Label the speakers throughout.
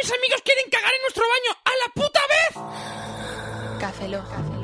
Speaker 1: tres amigos quieren cagar en nuestro baño a la puta vez.
Speaker 2: Café Lock.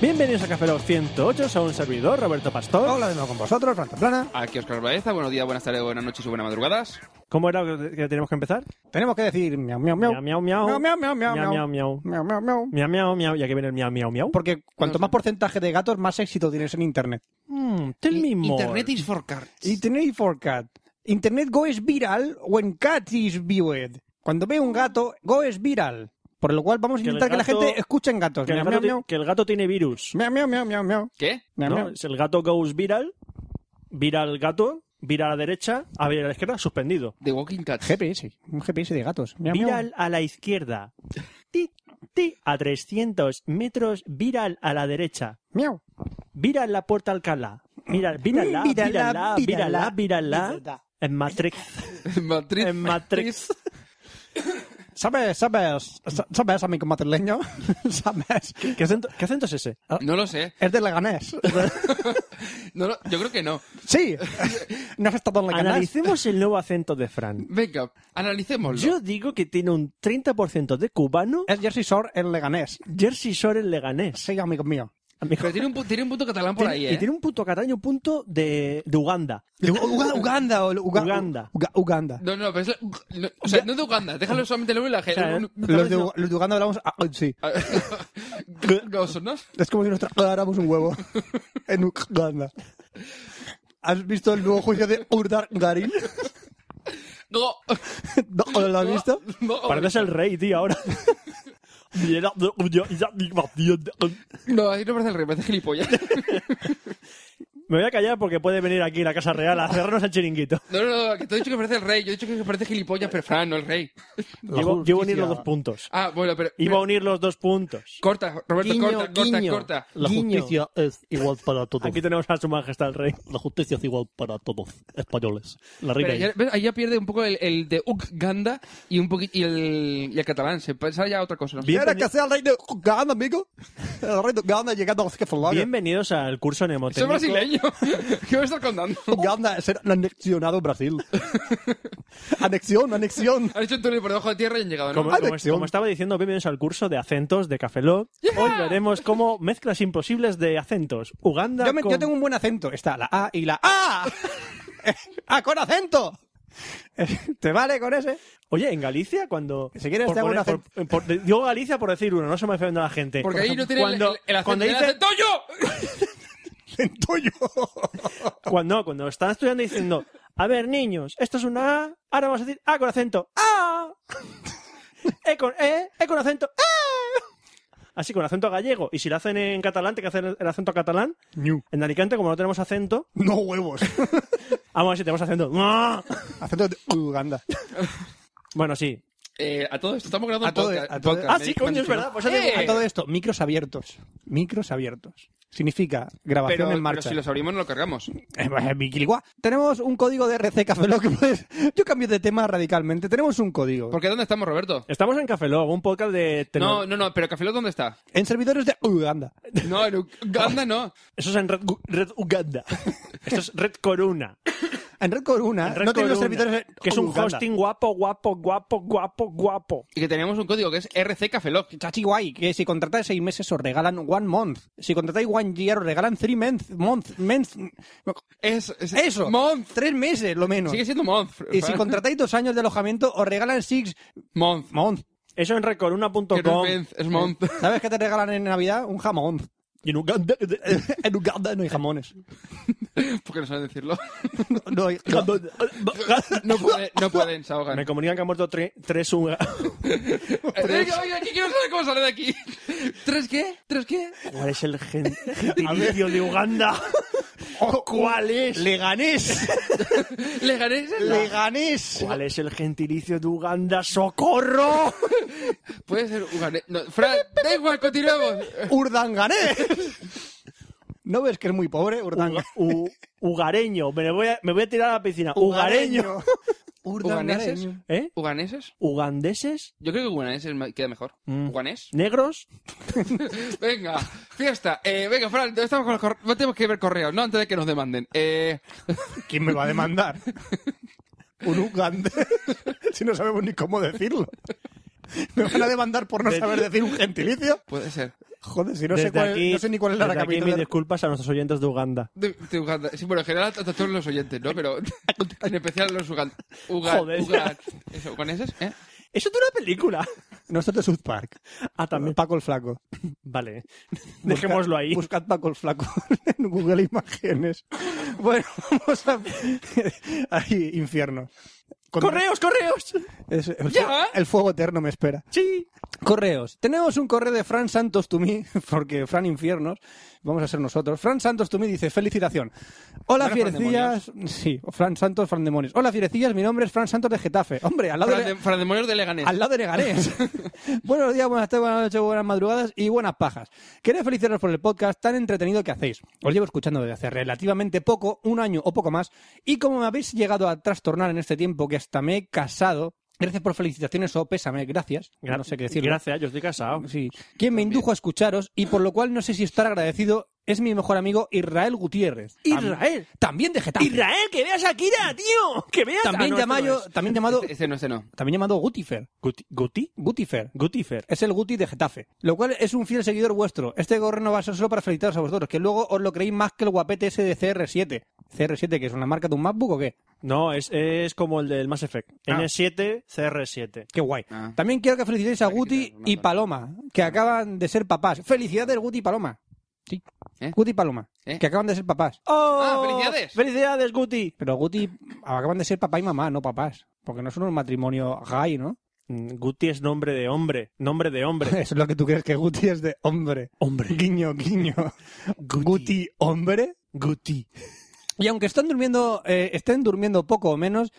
Speaker 3: Bienvenidos a Café Lock 108, soy un servidor, Roberto Pastor.
Speaker 4: Hola de nuevo con vosotros, Planta Plana.
Speaker 5: Aquí Oscar Baeza, buenos días, buenas tardes, buenas noches y buenas madrugadas.
Speaker 3: ¿Cómo era que que teníamos que empezar?
Speaker 4: Tenemos que decir miau miau miau.
Speaker 3: Miau, miau, miau.
Speaker 4: Miau miau miau
Speaker 3: Miau,
Speaker 4: miau.
Speaker 3: miau, miau.
Speaker 4: Miau miau miau.
Speaker 3: Miau, miau, miau. Y aquí viene el miau, miau, miau.
Speaker 4: Porque cuanto
Speaker 5: No sé.
Speaker 4: más porcentaje de gatos, más éxito tienes en internet.
Speaker 3: Mm, tell me more.
Speaker 5: Internet is for cards.
Speaker 4: Internet for cat. Internet goes viral when cat is viewed. Cuando ve un gato, goes viral. Por lo cual vamos a
Speaker 3: Que el
Speaker 4: intentar que la
Speaker 3: gato-
Speaker 4: gente escuche en gatos.
Speaker 3: que, el
Speaker 4: Miau
Speaker 3: gato
Speaker 4: miau
Speaker 3: ti-
Speaker 4: miau.
Speaker 3: que el gato tiene virus.
Speaker 4: Miau miau miau miau miau.
Speaker 5: ¿Qué?
Speaker 4: Miau,
Speaker 3: ¿no?
Speaker 4: miau.
Speaker 3: Si el gato goes viral, viral gato, viral a la derecha, a viral a la izquierda, suspendido.
Speaker 5: The Walking Cat.
Speaker 4: GPS, un GPS de gatos. Miau, miau.
Speaker 3: Viral a la izquierda. Ti, ti, a 300 metros, viral a la derecha.
Speaker 4: Miau.
Speaker 3: Viral la puerta Alcalá.
Speaker 5: Mm.
Speaker 3: Viral, virala, virala, virala, virala. En Matrix.
Speaker 5: Matriz.
Speaker 3: En Matrix.
Speaker 4: ¿Sabes, sabes, sa- sabes, amigo madrileño? ¿Sabes?
Speaker 3: ¿Qué acento, qué acento es ese?
Speaker 5: No lo sé.
Speaker 4: Es de Leganés.
Speaker 5: No lo- yo creo que no.
Speaker 4: Sí. No has estado en Leganés.
Speaker 3: Analicemos el nuevo acento de Fran.
Speaker 5: Venga, analicémoslo.
Speaker 3: Yo digo que tiene un 30% de cubano,
Speaker 5: Eh.
Speaker 4: Es Jersey Shore en Leganés.
Speaker 3: Jersey Shore en leganés.
Speaker 4: Sí, amigo mío.
Speaker 3: Amigo.
Speaker 5: Pero tiene un, pu- tiene un punto catalán por
Speaker 3: Tiene-
Speaker 5: ahí, ¿eh?
Speaker 3: Y tiene un punto cataño, un punto de, de Uganda.
Speaker 4: Uganda o Uga-
Speaker 3: Uganda.
Speaker 4: Uga- Uganda.
Speaker 5: No, no, pero es... la- no, o sea, no de Uganda. Déjalo solamente el la
Speaker 3: sea,
Speaker 5: gente.
Speaker 4: Los de, Uga- los de Uganda hablamos. ah, sí.
Speaker 5: ¿no?
Speaker 4: Es como si nos tragáramos un huevo. En Uganda. ¿Has visto el nuevo juicio de Urdar Garin?
Speaker 5: No.
Speaker 4: ¿No lo has visto?
Speaker 5: No.
Speaker 3: Parece el rey, tío, ahora.
Speaker 5: No, ahí no parece el rey, parece gilipollas.
Speaker 3: Me voy a callar porque puede venir aquí la Casa Real a cerrarnos el chiringuito.
Speaker 5: No, no, no, que te he dicho que parece el rey. Yo he dicho que parece gilipollas, pero Fran, no el rey.
Speaker 3: Llevo, llevo a unir los dos puntos.
Speaker 5: Ah, bueno, pero...
Speaker 3: Iba a unir los dos puntos.
Speaker 5: Corta, Roberto, corta, corta, corta.
Speaker 6: La
Speaker 3: Guiño.
Speaker 6: justicia es igual para todos.
Speaker 3: Aquí tenemos a su majestad el rey.
Speaker 6: La justicia es igual para todos. Españoles. La
Speaker 5: Pero
Speaker 6: reina.
Speaker 5: ya, ¿ves? Ahí ya pierde un poco el, el de Uganda y un poquito y el, y el catalán. Se pasa ya a otra cosa. ¿no?
Speaker 3: Bien.
Speaker 4: ¿Quieres que sea el rey de Uganda, amigo? El rey de Uganda llegando a los jefes
Speaker 3: Bienvenidos al curso
Speaker 5: Soy
Speaker 3: mnemotécnico.
Speaker 5: brasileño. ¿Qué me estás contando?
Speaker 4: Uganda es ser anexionado Brasil. anexión, anexión.
Speaker 5: Han hecho un túnel por debajo de tierra y han llegado, ¿no?
Speaker 3: Como,
Speaker 4: Hay
Speaker 3: como-
Speaker 4: lección.
Speaker 3: como estaba diciendo, bienvenidos al curso de acentos de Café Lock. Hoy veremos cómo mezclas imposibles de acentos. Uganda
Speaker 4: Yo, me-
Speaker 3: con-
Speaker 4: yo tengo un buen acento. Está la A y la A. ¡A con acento! ¿Te vale con ese?
Speaker 3: Oye, en Galicia cuando...
Speaker 4: Si quieres,
Speaker 3: por
Speaker 4: te hago
Speaker 3: poner-
Speaker 4: un acento.
Speaker 3: por- por- de- Digo Galicia por decir uno, no se me ofenda la gente.
Speaker 5: Porque
Speaker 3: Por
Speaker 5: ahí
Speaker 3: ejemplo,
Speaker 5: no tiene el- el, el acento.
Speaker 3: cuando
Speaker 5: ¡El
Speaker 3: dice-
Speaker 5: acento yo!
Speaker 4: Centollo.
Speaker 3: Cuando, no, cuando están estudiando diciendo, a ver, niños, esto es una A, ahora vamos a decir A con acento, A. E con E, E con acento, A. Así, con acento gallego. Y si lo hacen en catalán, tiene que hacer el acento catalán. En Alicante, como no tenemos acento,
Speaker 4: No huevos.
Speaker 3: vamos a ver si tenemos acento.
Speaker 4: Acento de Uganda.
Speaker 3: Bueno, sí.
Speaker 5: Eh, a todo esto, estamos grabando
Speaker 4: A
Speaker 5: un
Speaker 4: todo-
Speaker 5: podcast.
Speaker 4: a todo-
Speaker 5: podcast,
Speaker 3: Ah,
Speaker 5: me-
Speaker 3: sí,
Speaker 5: me han
Speaker 3: coño, es
Speaker 5: dicho,
Speaker 3: verdad.
Speaker 5: ¿no?
Speaker 3: Pues ha dicho-
Speaker 5: Eh,
Speaker 4: A todo esto, micros abiertos. Micros abiertos. Significa grabación
Speaker 5: pero,
Speaker 4: en
Speaker 5: pero
Speaker 4: marcha.
Speaker 5: si los abrimos no lo cargamos.
Speaker 4: Eh, eh, mi quiligua. Tenemos un código de RC Café Lock, que puedes- Yo cambio de tema radicalmente. Tenemos un código.
Speaker 5: Porque ¿dónde estamos, Roberto?
Speaker 3: Estamos en Café Lock, un podcast de...
Speaker 5: No,
Speaker 3: tecno-
Speaker 5: no, no, pero Café Lock, ¿dónde está?
Speaker 4: En servidores de Uganda.
Speaker 5: No, en Uganda no.
Speaker 3: Eso es en Red, Gu- Red Uganda. Esto es Red Corona.
Speaker 4: En Red Corona.
Speaker 3: En Red
Speaker 4: Ah, no tienen los
Speaker 3: Corona,
Speaker 4: servidores de
Speaker 3: Que es un
Speaker 4: Uganda.
Speaker 3: hosting guapo, guapo, guapo, guapo, guapo.
Speaker 5: Y que tenemos un código que es RC Café Lock.
Speaker 4: Chachi guay, que si contratáis seis meses os regalan one month. Si contratáis one year os regalan three month, month, month.
Speaker 5: Es, es-
Speaker 4: Eso.
Speaker 5: Month.
Speaker 4: Tres meses, lo menos.
Speaker 5: Sigue siendo Month.
Speaker 4: y si contratáis dos años de alojamiento os regalan six
Speaker 5: Month.
Speaker 4: month.
Speaker 3: Eso en
Speaker 5: Que no
Speaker 3: redcorona.com.
Speaker 5: es month, es Month.
Speaker 4: ¿Sabes qué te regalan en Navidad? Un jamón.
Speaker 3: Y en Uganda...
Speaker 4: en Uganda no hay jamones.
Speaker 5: Porque no saben decirlo.
Speaker 4: No, no hay
Speaker 5: No, puede- no pueden, se ahogan. Eh,
Speaker 3: Me comunican que han muerto tre- tres unga-
Speaker 5: Tres. Oiga, oiga, que quiero saber cómo sale de aquí. ¿Tres qué? ¿Tres qué?
Speaker 3: ¿Cuál es el gen- gentilicio de Uganda?
Speaker 4: ¿Cuál es? Leganés.
Speaker 5: Le gané esa.
Speaker 4: Leganés.
Speaker 3: ¿Cuál es el gentilicio de Uganda? ¡Socorro!
Speaker 5: Puede ser Ugané. No, Fran, da igual, continuamos.
Speaker 4: Urdanganés. ¿No ves que es muy pobre, Urdanganés?
Speaker 3: U- ugareño. Me voy, a, me voy a tirar a la piscina. Ugareño.
Speaker 5: ¿Uganeses?
Speaker 4: Urdangareño.
Speaker 3: ¿Eh?
Speaker 5: ¿Uganeses?
Speaker 3: ¿Ugandeses?
Speaker 5: Yo creo que uganeses me queda mejor. ¿Uganés?
Speaker 3: ¿Negros?
Speaker 5: Venga, fiesta. Eh, venga, Fran, estamos con los corre- no tenemos que ver correos, ¿no? Antes de que nos demanden. Eh,
Speaker 4: ¿Quién me va a demandar? Un ugandés. si no sabemos ni cómo decirlo. ¿Me van a demandar por no saber decir un gentilicio?
Speaker 5: puede ser.
Speaker 4: Joder, si no,
Speaker 3: Desde
Speaker 4: sé, cuál,
Speaker 3: aquí-
Speaker 4: no sé ni cuál es la
Speaker 3: desde aquí mis
Speaker 4: capital.
Speaker 3: disculpas a nuestros oyentes de Uganda.
Speaker 5: De- de Uganda. Sí, bueno, en general a todos los oyentes, ¿no? Pero en especial a los ugan... ugan...
Speaker 3: Joder.
Speaker 5: ugan- eso, ¿Uganeses? ¿Eh?
Speaker 3: ¡Eso de una película!
Speaker 4: No, esto es de South Park.
Speaker 3: Ah, también.
Speaker 4: Paco el Flaco.
Speaker 3: Vale. Dejémoslo ahí.
Speaker 4: Buscad Paco el Flaco en Google Imágenes. Bueno, vamos a... Ahí, infierno. Con-
Speaker 3: ¡Correos, correos!
Speaker 4: Es- el,
Speaker 5: Ya.
Speaker 4: fuego, el fuego eterno me espera.
Speaker 3: Sí.
Speaker 4: Correos. Tenemos un correo de Fran Santos Tumí, porque Fran Infiernos, vamos a ser nosotros. Fran Santos Tumí dice, felicitación. Hola,
Speaker 5: Bueno,
Speaker 4: fierecillas. Sí, Fran Santos, Fran Demonios. Hola, fierecillas, mi nombre es Fran Santos de Getafe. Hombre, al lado
Speaker 5: Fran,
Speaker 4: de...
Speaker 5: de... Fran de Moyer de Leganés.
Speaker 4: Al lado de Leganés. Buenos días, buenas tardes, buenas noches, buenas madrugadas y buenas pajas. Quería felicitaros por el podcast tan entretenido que hacéis. Os llevo escuchando desde hace relativamente poco, un año o poco más, y como me habéis llegado a trastornar en este tiempo que hasta me he casado, gracias por felicitaciones o pésame, gracias. no sé qué decir.
Speaker 3: Gracias, yo estoy casado.
Speaker 4: Sí. Quien me indujo a escucharos y por lo cual no sé si estar agradecido es mi mejor amigo Israel Gutiérrez. Tam-
Speaker 3: Israel.
Speaker 4: También de Getafe.
Speaker 3: Israel, que veas a Akira, tío. Que veas
Speaker 4: También,
Speaker 3: Ah, no,
Speaker 4: llamayo-
Speaker 3: esto no es.
Speaker 4: también llamado,
Speaker 5: Este no, este no.
Speaker 4: también llamado Gutifer.
Speaker 3: Guti- Guti.
Speaker 4: Gutifer.
Speaker 3: Gutifer.
Speaker 4: Es el Guti de Getafe. Lo cual es un fiel seguidor vuestro. Este gorro no va a ser solo para felicitaros a vosotros, que luego os lo creéis más que el guapete ese de CR7. ¿CR7 que es una marca de un MacBook o qué?
Speaker 3: No, es, es como el del Mass Effect.
Speaker 4: Ah.
Speaker 3: N7, CR7.
Speaker 4: Qué guay.
Speaker 5: Ah.
Speaker 4: También quiero que felicitéis a
Speaker 5: Felicitar,
Speaker 4: Guti
Speaker 5: una
Speaker 4: y
Speaker 5: zona.
Speaker 4: Paloma, que acaban de ser papás. Felicidades, Guti y Paloma. Sí.
Speaker 5: ¿Eh?
Speaker 4: Guti y Paloma,
Speaker 5: ¿Eh?
Speaker 4: que acaban de ser papás.
Speaker 3: ¡Oh!
Speaker 5: Ah, felicidades.
Speaker 3: ¡Felicidades, Guti!
Speaker 4: Pero Guti acaban de ser papá y mamá, no papás. Porque no son un matrimonio gay, ¿no?
Speaker 3: Mm, Guti es nombre de hombre. Nombre de hombre.
Speaker 4: Eso es lo que tú crees que Guti es de hombre.
Speaker 3: hombre.
Speaker 4: Guiño, guiño.
Speaker 3: Guti.
Speaker 4: Guti, hombre.
Speaker 3: Guti.
Speaker 4: Y aunque están durmiendo, eh, estén durmiendo poco o menos,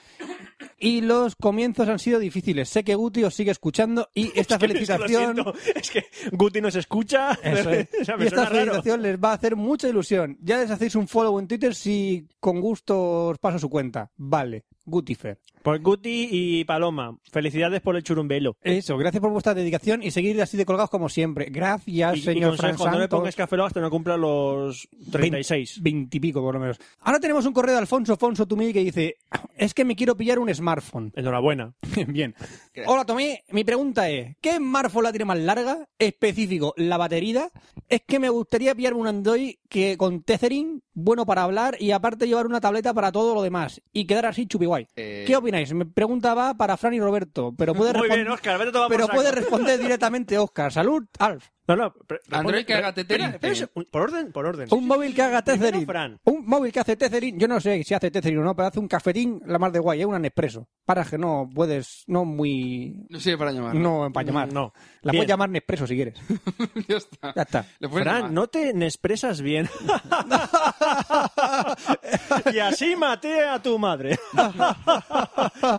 Speaker 4: y los comienzos han sido difíciles. Sé que Guti os sigue escuchando y esta
Speaker 3: Es que
Speaker 4: felicitación.
Speaker 3: lo siento, Es que Guti nos escucha.
Speaker 4: Eso es.
Speaker 3: O sea, me
Speaker 4: y esta
Speaker 3: suena raro.
Speaker 4: felicitación les va a hacer mucha ilusión. Ya les hacéis un follow en Twitter si con gusto os paso su cuenta. Vale, Gutifer.
Speaker 3: Pues Guti y Paloma, felicidades por el churumbelo.
Speaker 4: Eso, gracias por vuestra dedicación y seguir así de colgados como siempre. Gracias,
Speaker 3: Y, y
Speaker 4: señor Fran
Speaker 3: consejo, no le
Speaker 4: Santos.
Speaker 3: pongas café Lock hasta no cumpla los 36.
Speaker 4: 20 y pico, por lo menos. Ahora tenemos un correo de Alfonso Fonso Tumí que dice: Es que me quiero pillar un smartphone.
Speaker 3: Enhorabuena.
Speaker 4: Bien.
Speaker 5: Gracias.
Speaker 4: Hola, Tomé. Mi pregunta es, ¿qué smartphone la tiene más larga? Específico, la batería. Es que me gustaría pillarme un Android que con tethering, bueno para hablar y aparte llevar una tableta para todo lo demás y quedar así chupiguay.
Speaker 5: Eh,
Speaker 4: ¿Qué opináis? Me preguntaba para Fran y Roberto, pero puede,
Speaker 3: Muy
Speaker 4: respon-
Speaker 3: bien, Oscar, vete a tomar por
Speaker 4: pero
Speaker 3: saco.
Speaker 4: puede responder directamente Oscar. Salud, Alf.
Speaker 3: No, no. pre-
Speaker 5: Android
Speaker 3: responde-
Speaker 5: que haga tetera.
Speaker 3: Espera, espera, un- Por orden, por orden.
Speaker 4: Un móvil que haga
Speaker 3: Primero
Speaker 4: tethering.
Speaker 3: Fran.
Speaker 4: Un móvil que hace tethering. Yo no sé si hace tethering o no, pero hace un cafetín la más de guay, es un Nespresso. Para que no puedes, no muy...
Speaker 5: No sirve para llamar.
Speaker 4: No, para llamar.
Speaker 3: No.
Speaker 4: La
Speaker 3: Bien.
Speaker 4: puedes llamar Nespresso si quieres.
Speaker 5: ya está.
Speaker 4: Ya está.
Speaker 5: Le puedes llamar.
Speaker 3: Fran, no te expresas bien. y así maté a tu madre.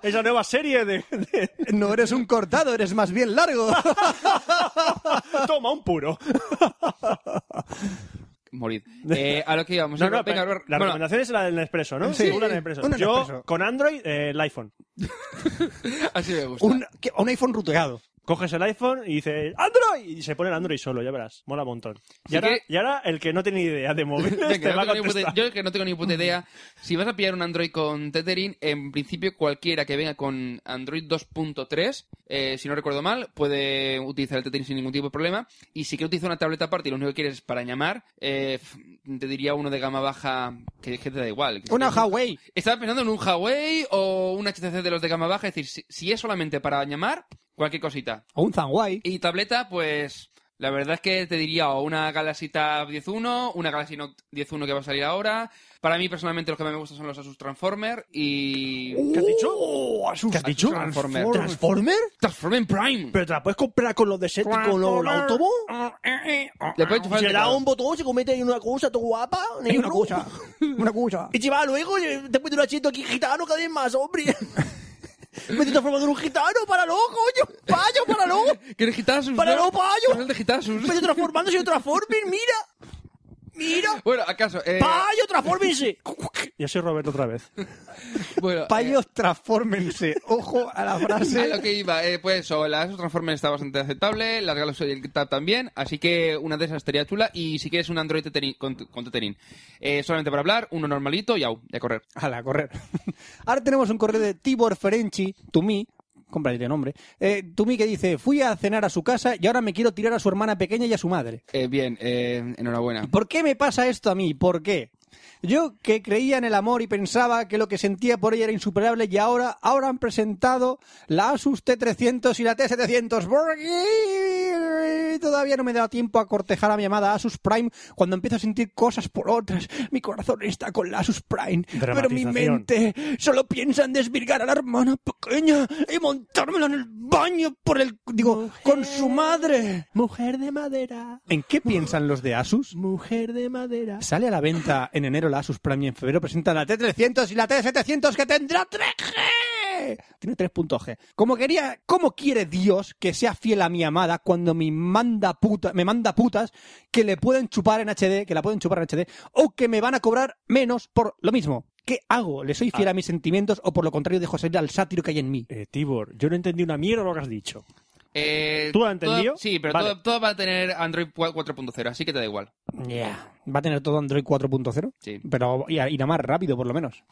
Speaker 3: Esa nueva serie de, de-
Speaker 4: No eres un cortado, eres más bien largo.
Speaker 3: Toma un puro.
Speaker 5: Morid. Eh, a lo que íbamos.
Speaker 3: No, no,
Speaker 5: venga,
Speaker 3: pero
Speaker 5: Albert.
Speaker 3: la
Speaker 5: Bueno,
Speaker 3: recomendación es la del Nespresso, ¿no?
Speaker 4: Sí,
Speaker 3: Una Nespresso.
Speaker 4: una
Speaker 3: Yo,
Speaker 4: Nespresso.
Speaker 3: con Android, eh, el iPhone.
Speaker 5: así me gusta.
Speaker 4: un, que- un iPhone ruteado.
Speaker 3: Coges el iPhone y dices ¡Android! Y se pone el Android solo, ya verás. Mola un montón. Y,
Speaker 5: Sí
Speaker 3: ahora,
Speaker 5: que-
Speaker 3: y ahora el que no tiene ni idea de móviles
Speaker 5: Venga,
Speaker 3: te
Speaker 5: no
Speaker 3: Este va a
Speaker 5: tengo ni puta-
Speaker 3: contestar.
Speaker 5: yo que no tengo ni puta idea. Si vas a pillar un Android con Tethering, en principio cualquiera que venga con Android 2.3, eh, si no recuerdo mal, puede utilizar el Tethering sin ningún tipo de problema. Y si quieres utilizar una tableta aparte y lo único que quieres es para llamar, eh, f- te diría uno de gama baja que, que te da igual. Que
Speaker 4: Una
Speaker 5: si-
Speaker 4: Huawei.
Speaker 5: Estaba pensando en un Huawei o un HTC de los de gama baja. Es decir, si, si es solamente para llamar, cualquier cosita.
Speaker 4: O un Zanguay.
Speaker 5: Y tableta, pues La verdad es que te diría o una Galaxy Tab 10.1, una Galaxy Note 10.1 que va a salir ahora. Para mí, personalmente, los que más me gustan son los Asus Transformer y...
Speaker 3: ¿Qué has dicho?
Speaker 4: ¡Oh! Asus.
Speaker 3: ¿Qué has dicho?
Speaker 5: Transformer.
Speaker 3: ¿Transformer?
Speaker 5: Transformer Prime.
Speaker 3: ¿Pero te la puedes comprar con los de Seti, con los- el autobús?
Speaker 5: Le puedes enchufar el
Speaker 3: ¿Será
Speaker 5: teclado.
Speaker 3: un botón? ¿Se comete en una cosa todo guapa?
Speaker 4: Es
Speaker 3: negro?
Speaker 4: una cosa. Una cosa.
Speaker 3: Y lleva luego, eh, te pone un asiento aquí gitano cada vez más, hombre. Me estoy transformando en un gitano, para loco, oye, payo, para loco.
Speaker 5: ¿Quieres Gitasus?
Speaker 3: Para
Speaker 5: no?
Speaker 3: los payos.
Speaker 5: Pues el de Gitasus.
Speaker 3: Me estoy transformando, soy un transforming, mira. Mira.
Speaker 5: Bueno, acaso... eh,
Speaker 3: Payo, transformense. Ya soy Roberto otra vez.
Speaker 5: bueno, eh,
Speaker 4: Payos, transfórmense. Ojo a la
Speaker 5: A
Speaker 4: frase.
Speaker 5: lo que iba, eh, pues eso, la Asus Transformer está bastante aceptable, las Galaxy Tab también, así que una de esas estaría chula. Y si quieres un Android Tethering- con, con Tethering, eh, solamente para hablar, uno normalito y au, y a correr.
Speaker 4: A la correr. Ahora tenemos un correo de Tibor Ferenci, to me, compraré el nombre, eh, to me que dice, fui a cenar a su casa y ahora me quiero tirar a su hermana pequeña y a su madre.
Speaker 5: Eh, bien, eh, enhorabuena.
Speaker 4: ¿Por qué me pasa esto a mí? ¿Por qué? Yo que creía en el amor y pensaba que lo que sentía por ella era insuperable y ahora, ahora han presentado la Asus T300 y la T700. ¿Por qué? Todavía no me he dado tiempo a cortejar a mi amada Asus Prime cuando empiezo a sentir cosas por otras. Mi corazón está con la Asus Prime, pero mi
Speaker 3: Dramatización.
Speaker 4: mente solo piensa en desvirgar a la hermana pequeña y montármela en el baño por el... digo, con su madre.
Speaker 3: Mujer de madera,
Speaker 4: ¿En qué piensan los de Asus?
Speaker 3: mujer de madera.
Speaker 4: Sale a la venta en enero la Asus Prime y en febrero presenta la T300 y la T700 que tendrá 3G. Tiene 3.g. Como quería, ¿cómo quiere Dios que sea fiel a mi amada cuando me manda, puta, me manda putas que le pueden chupar en HD, que la pueden chupar en HD, o que me van a cobrar menos por lo mismo? ¿Qué hago? ¿Le soy fiel a mis sentimientos o por lo contrario dejo salir al sátiro que hay en mí?
Speaker 3: Eh, Tibor, yo no entendí una mierda lo que has dicho.
Speaker 5: Eh,
Speaker 3: ¿Tú lo has entendido?
Speaker 5: todo- sí, pero
Speaker 3: Vale.
Speaker 5: todo, todo va a tener Android 4.0, así que te da igual.
Speaker 4: ¿Va a tener todo Android 4.0?
Speaker 5: Sí.
Speaker 4: Pero irá irá más rápido, por lo menos.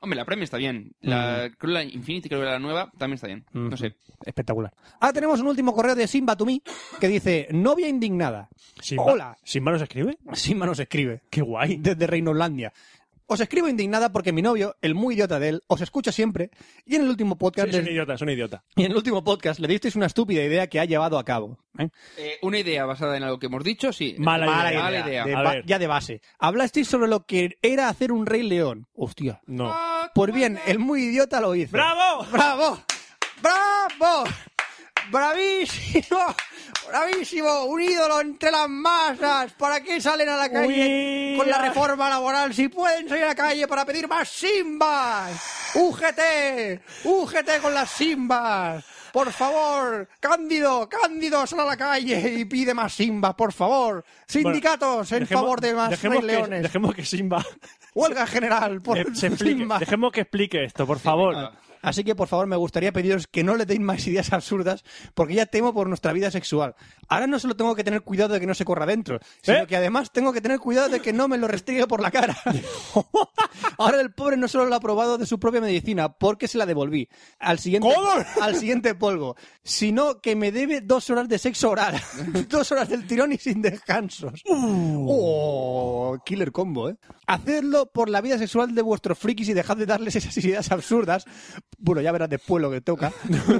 Speaker 4: Hombre,
Speaker 5: la Prime está bien. La,
Speaker 3: Mm.
Speaker 5: creo la Infinity, creo que la nueva, también está bien. No sé.
Speaker 4: Espectacular. Ahora Ah, tenemos un último correo de Simba to me que dice: Novia indignada.
Speaker 3: Simba-
Speaker 4: Hola.
Speaker 3: ¿Simba nos escribe?
Speaker 4: Simba nos escribe.
Speaker 3: Qué guay.
Speaker 4: Desde Reinolandia. Os escribo indignada porque mi novio, el muy idiota de él, os escucha siempre y en el último podcast,
Speaker 3: Es un
Speaker 4: le,
Speaker 3: idiota, es un idiota.
Speaker 4: y en el último podcast le disteis una estúpida idea que ha llevado a cabo. ¿eh?
Speaker 5: Eh, una idea basada en algo que hemos dicho, sí.
Speaker 3: Mala idea.
Speaker 5: Mala idea.
Speaker 4: De
Speaker 3: A
Speaker 4: ba-
Speaker 3: ver.
Speaker 4: ya de base. Hablasteis sobre lo que era hacer un rey león. Hostia.
Speaker 3: No.
Speaker 4: Pues bien, el muy idiota lo hizo.
Speaker 3: ¡Bravo!
Speaker 4: ¡Bravo! ¡Bravo! ¡Bravísimo! ¡Bravísimo! Un ídolo entre las masas. ¿Para qué salen a la calle
Speaker 3: Uy,
Speaker 4: con la
Speaker 3: ay.
Speaker 4: reforma laboral si pueden salir a la calle para pedir más simbas? ¡UGT! ¡UGT con las simbas! Por favor, Cándido, Cándido, sal a la calle y pide más simbas, por favor. Sindicatos en
Speaker 3: Dejemos-
Speaker 4: favor de más
Speaker 3: dejemos
Speaker 4: rey
Speaker 3: que,
Speaker 4: leones.
Speaker 3: Dejemos que Simba
Speaker 4: Huelga general por
Speaker 3: eh, se explique.
Speaker 4: Simba.
Speaker 3: Dejemos que explique esto, por favor.
Speaker 5: venga.
Speaker 4: Así que, por favor, me gustaría pediros que no le deis más ideas absurdas, porque ya temo por nuestra vida sexual. Ahora no solo tengo que tener cuidado de que no se corra dentro, sino
Speaker 3: ¿Eh?
Speaker 4: que además tengo que tener cuidado de que no me lo restringe por la cara. Ahora el pobre no solo lo ha probado de su propia medicina, porque se la devolví. Al siguiente, al siguiente polvo. Sino que me debe dos horas de sexo oral. dos horas del tirón y sin descansos. Oh, killer combo, ¿eh? Hacedlo por la vida sexual de vuestros frikis y dejad de darles esas ideas absurdas. Bueno, ya verás después lo que toca.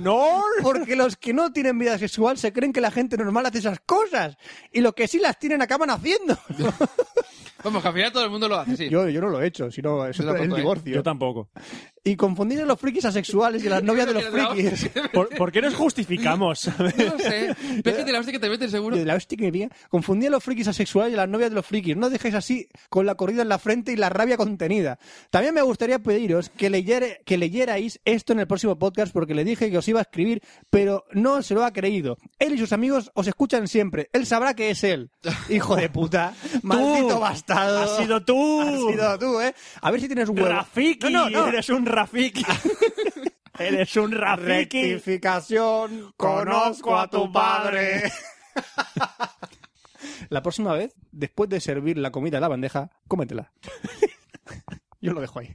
Speaker 3: ¡No!
Speaker 4: Porque los que no tienen vida sexual se creen que la gente normal hace esas cosas. Y los que sí las tienen acaban haciendo.
Speaker 5: Vamos, que al final todo el mundo lo hace, sí.
Speaker 4: Yo, yo no lo he hecho, sino es
Speaker 5: Yo tampoco,
Speaker 4: el
Speaker 5: ¿eh?
Speaker 4: divorcio.
Speaker 3: Yo tampoco.
Speaker 4: Y confundir a los frikis asexuales y a las novias de los frikis.
Speaker 3: ¿Por, por qué nos justificamos?
Speaker 5: No lo sé. Pero es que te la hostia que te meten seguro.
Speaker 4: Yo de la hostia que me pilla. Confundí a los frikis asexuales y a las novias de los frikis. No dejéis así con la corrida en la frente y la rabia contenida. También me gustaría pediros que, leyere- que leyerais esto en el próximo podcast porque le dije que os iba a escribir, pero no se lo ha creído. Él y sus amigos os escuchan siempre. Él sabrá que es él. Hijo de puta. Maldito
Speaker 3: Tú.
Speaker 4: bastardo.
Speaker 3: Has sido tú.
Speaker 4: Has sido tú, ¿eh? A ver si tienes un huevo.
Speaker 3: Rafiki,
Speaker 4: No, no, no.
Speaker 3: eres un Rafiki. eres un Rafiki.
Speaker 4: Rectificación, conozco a tu padre. La próxima vez, después de servir la comida a la bandeja, cómetela. Yo lo dejo ahí.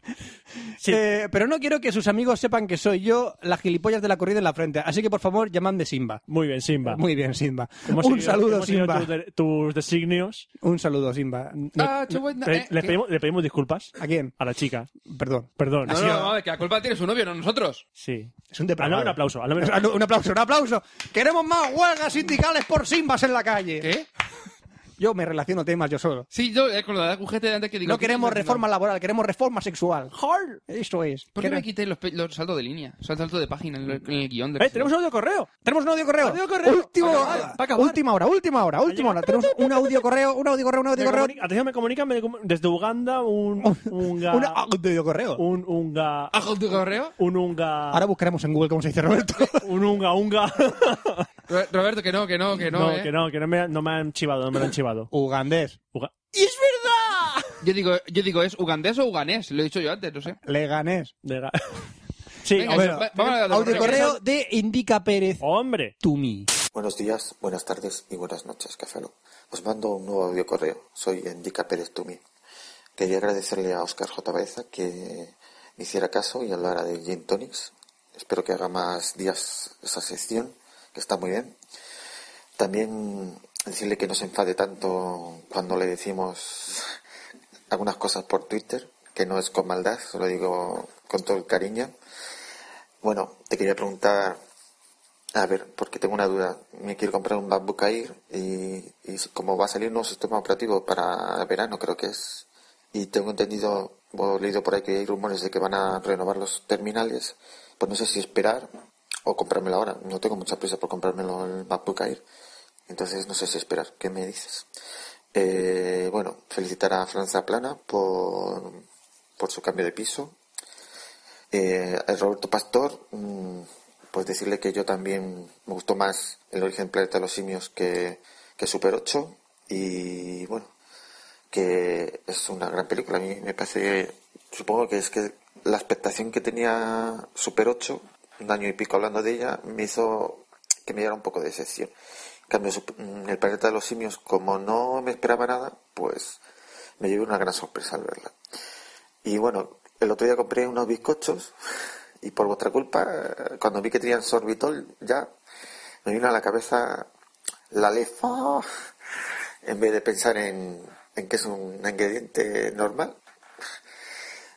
Speaker 3: Sí.
Speaker 4: Eh, pero no quiero que sus amigos sepan que soy yo la gilipollas de la corrida en la frente. Así que, por favor, llamadme Simba.
Speaker 3: Muy bien, Simba.
Speaker 4: Muy bien, Simba.
Speaker 3: Hemos
Speaker 4: Un
Speaker 3: seguido-
Speaker 4: saludo,
Speaker 3: hemos seguido
Speaker 4: Simba.
Speaker 3: Tus, de- tus designios.
Speaker 4: Un saludo, Simba.
Speaker 5: Ah, Chihuahua,
Speaker 3: Le,
Speaker 5: eh,
Speaker 3: le
Speaker 5: que-
Speaker 3: pedimos, le pedimos disculpas
Speaker 4: ¿A quién?
Speaker 3: a la chica.
Speaker 4: Perdón.
Speaker 3: Perdón. Ah,
Speaker 5: No, no, no, es que la culpa tiene su novio, no nosotros.
Speaker 3: Sí.
Speaker 4: Es un
Speaker 3: Al
Speaker 4: depravado.
Speaker 3: nombre un aplauso. al nombre-
Speaker 4: Ah, no, Un aplauso, un aplauso. Queremos más huelgas sindicales por Simbas en la calle.
Speaker 5: ¿Qué?
Speaker 4: Yo me relaciono temas yo solo.
Speaker 5: ¿Eh? Sí, yo eh, con lo de la cujete de antes que digo...
Speaker 4: No queremos
Speaker 5: ¿qué-
Speaker 4: reforma laboral, queremos reforma sexual. Eso es.
Speaker 5: ¿Por qué
Speaker 4: Quere-
Speaker 5: me quitáis los, pe- los saltos de línea? O sea, el salto de página en el, en el guión. de
Speaker 3: ¡Eh, tenemos un audio correo!
Speaker 4: Tenemos un audio correo.
Speaker 3: Audio correo. Va
Speaker 4: Último-
Speaker 3: a acabar, va a acabar.
Speaker 4: última hora, última hora, última hora. Tenemos un audio correo, un audio correo, un
Speaker 3: Me
Speaker 4: audio correo.
Speaker 3: comuni- atención, me comunican me comu- desde Uganda un unga.
Speaker 4: Ah, Un audio correo.
Speaker 3: un unga.
Speaker 5: ¿Hago tu Ah, correo?
Speaker 3: Un unga.
Speaker 4: Ahora buscaremos en Google cómo se dice Roberto.
Speaker 3: Un unga, unga.
Speaker 5: Ro- Roberto, que no, que no, que no,
Speaker 3: No,
Speaker 5: eh.
Speaker 3: que no, que no me, no me han chivado, no me lo han chivado.
Speaker 4: Ugandés.
Speaker 3: Uga-
Speaker 1: ¡Y es verdad!
Speaker 5: Yo digo, yo digo, ¿es ugandés o uganés? Lo he dicho yo antes, no sé.
Speaker 4: Leganés.
Speaker 3: de ga- sí,
Speaker 5: Venga,
Speaker 3: hombre.
Speaker 5: va- vamos a
Speaker 4: audio correo de Indica Pérez
Speaker 3: hombre.
Speaker 4: Tumi.
Speaker 2: Buenos días, buenas tardes y buenas noches, Cafelo. Os mando un nuevo audio correo. Soy Endica Pérez Tumi. Quería agradecerle a Oscar J. Baeza que me hiciera caso y hablara de Gin Tonics. Espero que haga más días esa sección, que está muy bien. También decirle que no se enfade tanto cuando le decimos algunas cosas por Twitter, que no es con maldad, se lo digo con todo el cariño. Bueno, te quería preguntar a ver, porque tengo una duda. Me quiero comprar un MacBook Air y, y como va a salir un nuevo sistema operativo para verano, creo que es, y tengo entendido, o leído por ahí que hay rumores de que van a renovar los terminales, pues no sé si esperar o comprármelo ahora. No tengo mucha prisa por comprármelo el MacBook Air, entonces no sé si esperar. ¿Qué me dices? Eh, bueno, felicitar a Franza Plana por, por su cambio de piso eh, a Roberto Pastor, mm, pues decirle que yo también me gustó más El origen planeta de los simios que, que Super 8 y bueno, que es una gran película. A mí me parece, supongo que es que la expectación que tenía Super 8, un año y pico hablando de ella, me hizo que me diera un poco de decepción. En cambio, Sup- mm, El planeta de los simios, como no me esperaba nada, pues me llevé una gran sorpresa al verla. Y bueno, el otro día compré unos bizcochos y por vuestra culpa, eh, cuando vi que tenían sorbitol, ya me vino a la cabeza la lefa en vez de pensar en, en que es un ingrediente normal.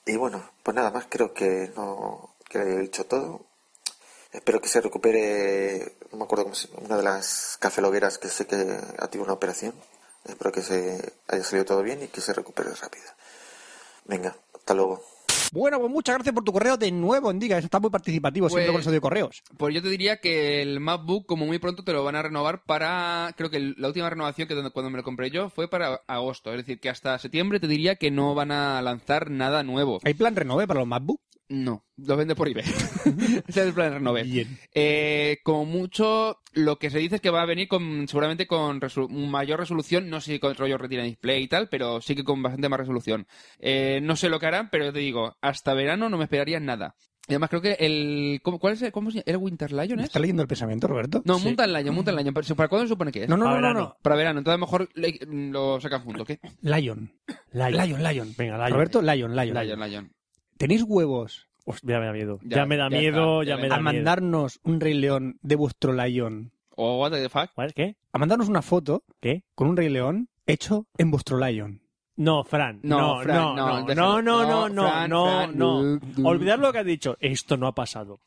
Speaker 2: Y bueno, pues nada más, creo que no que lo he dicho todo. Espero que se recupere, no me acuerdo cómo se- una de las cafelogueras que sé que ha tenido una operación. Espero que se haya salido todo bien y que se recupere rápido. Venga, hasta luego.
Speaker 4: Bueno, pues muchas gracias por tu correo de nuevo, Indica. Eso está muy participativo siempre
Speaker 5: Pues-
Speaker 4: con los audio correos.
Speaker 5: Pues yo te diría que el MacBook, como muy pronto, te lo van a renovar para. Creo que el- la última renovación que cuando me lo compré yo fue para agosto. Es decir, que hasta septiembre te diría que no van a lanzar nada nuevo.
Speaker 4: ¿Hay plan renove para los MacBook?
Speaker 5: No, los vende por eBay. Ese es el plan de Renove.
Speaker 6: Bien.
Speaker 5: Eh, como mucho, lo que se dice es que va a venir con seguramente con resolu- mayor resolución, no sé si con rollo retina display y tal, pero sí que con bastante más resolución. Eh, no sé lo que harán, pero te digo, hasta verano no me esperaría nada. Y además creo que el... ¿cómo, ¿Cuál es el, cómo se llama? ¿El Winter Lion
Speaker 4: ¿Me
Speaker 5: es?
Speaker 4: ¿Estás leyendo el pensamiento, Roberto?
Speaker 5: No, Mountain Lion, Mountain Lion. Pero, ¿Para cuándo se supone que es?
Speaker 4: no, no,
Speaker 3: Para
Speaker 4: no, no,
Speaker 3: verano.
Speaker 4: no.
Speaker 5: Para verano, entonces a lo mejor le- lo sacan junto, ¿qué?
Speaker 4: Lion.
Speaker 3: Lion.
Speaker 4: Lion, Lion.
Speaker 3: Venga, Lion.
Speaker 4: Roberto, Lion, Lion.
Speaker 5: Lion, Lion.
Speaker 4: ¿Tenéis huevos
Speaker 3: Hostia, me da miedo. Ya,
Speaker 5: Ya,
Speaker 3: me da
Speaker 5: ya
Speaker 3: miedo,
Speaker 5: está,
Speaker 3: ya
Speaker 5: ya
Speaker 3: me
Speaker 5: está.
Speaker 3: da
Speaker 4: a
Speaker 3: miedo.
Speaker 4: mandarnos un Rey León de vuestro Lion?
Speaker 5: Oh, what the fuck.
Speaker 3: ¿Cuál es? ¿Qué?
Speaker 4: A mandarnos una foto
Speaker 3: ¿Qué?
Speaker 4: con un Rey León hecho en vuestro Lion.
Speaker 3: No, Fran. No,
Speaker 5: No, Fran,
Speaker 3: no, no,
Speaker 5: no,
Speaker 3: no,
Speaker 5: déjalo.
Speaker 3: no, no, no,
Speaker 5: No, Fran,
Speaker 3: no,
Speaker 5: Fran,
Speaker 3: no.
Speaker 5: du- du-
Speaker 3: Olvidar lo que has dicho. Esto no ha pasado.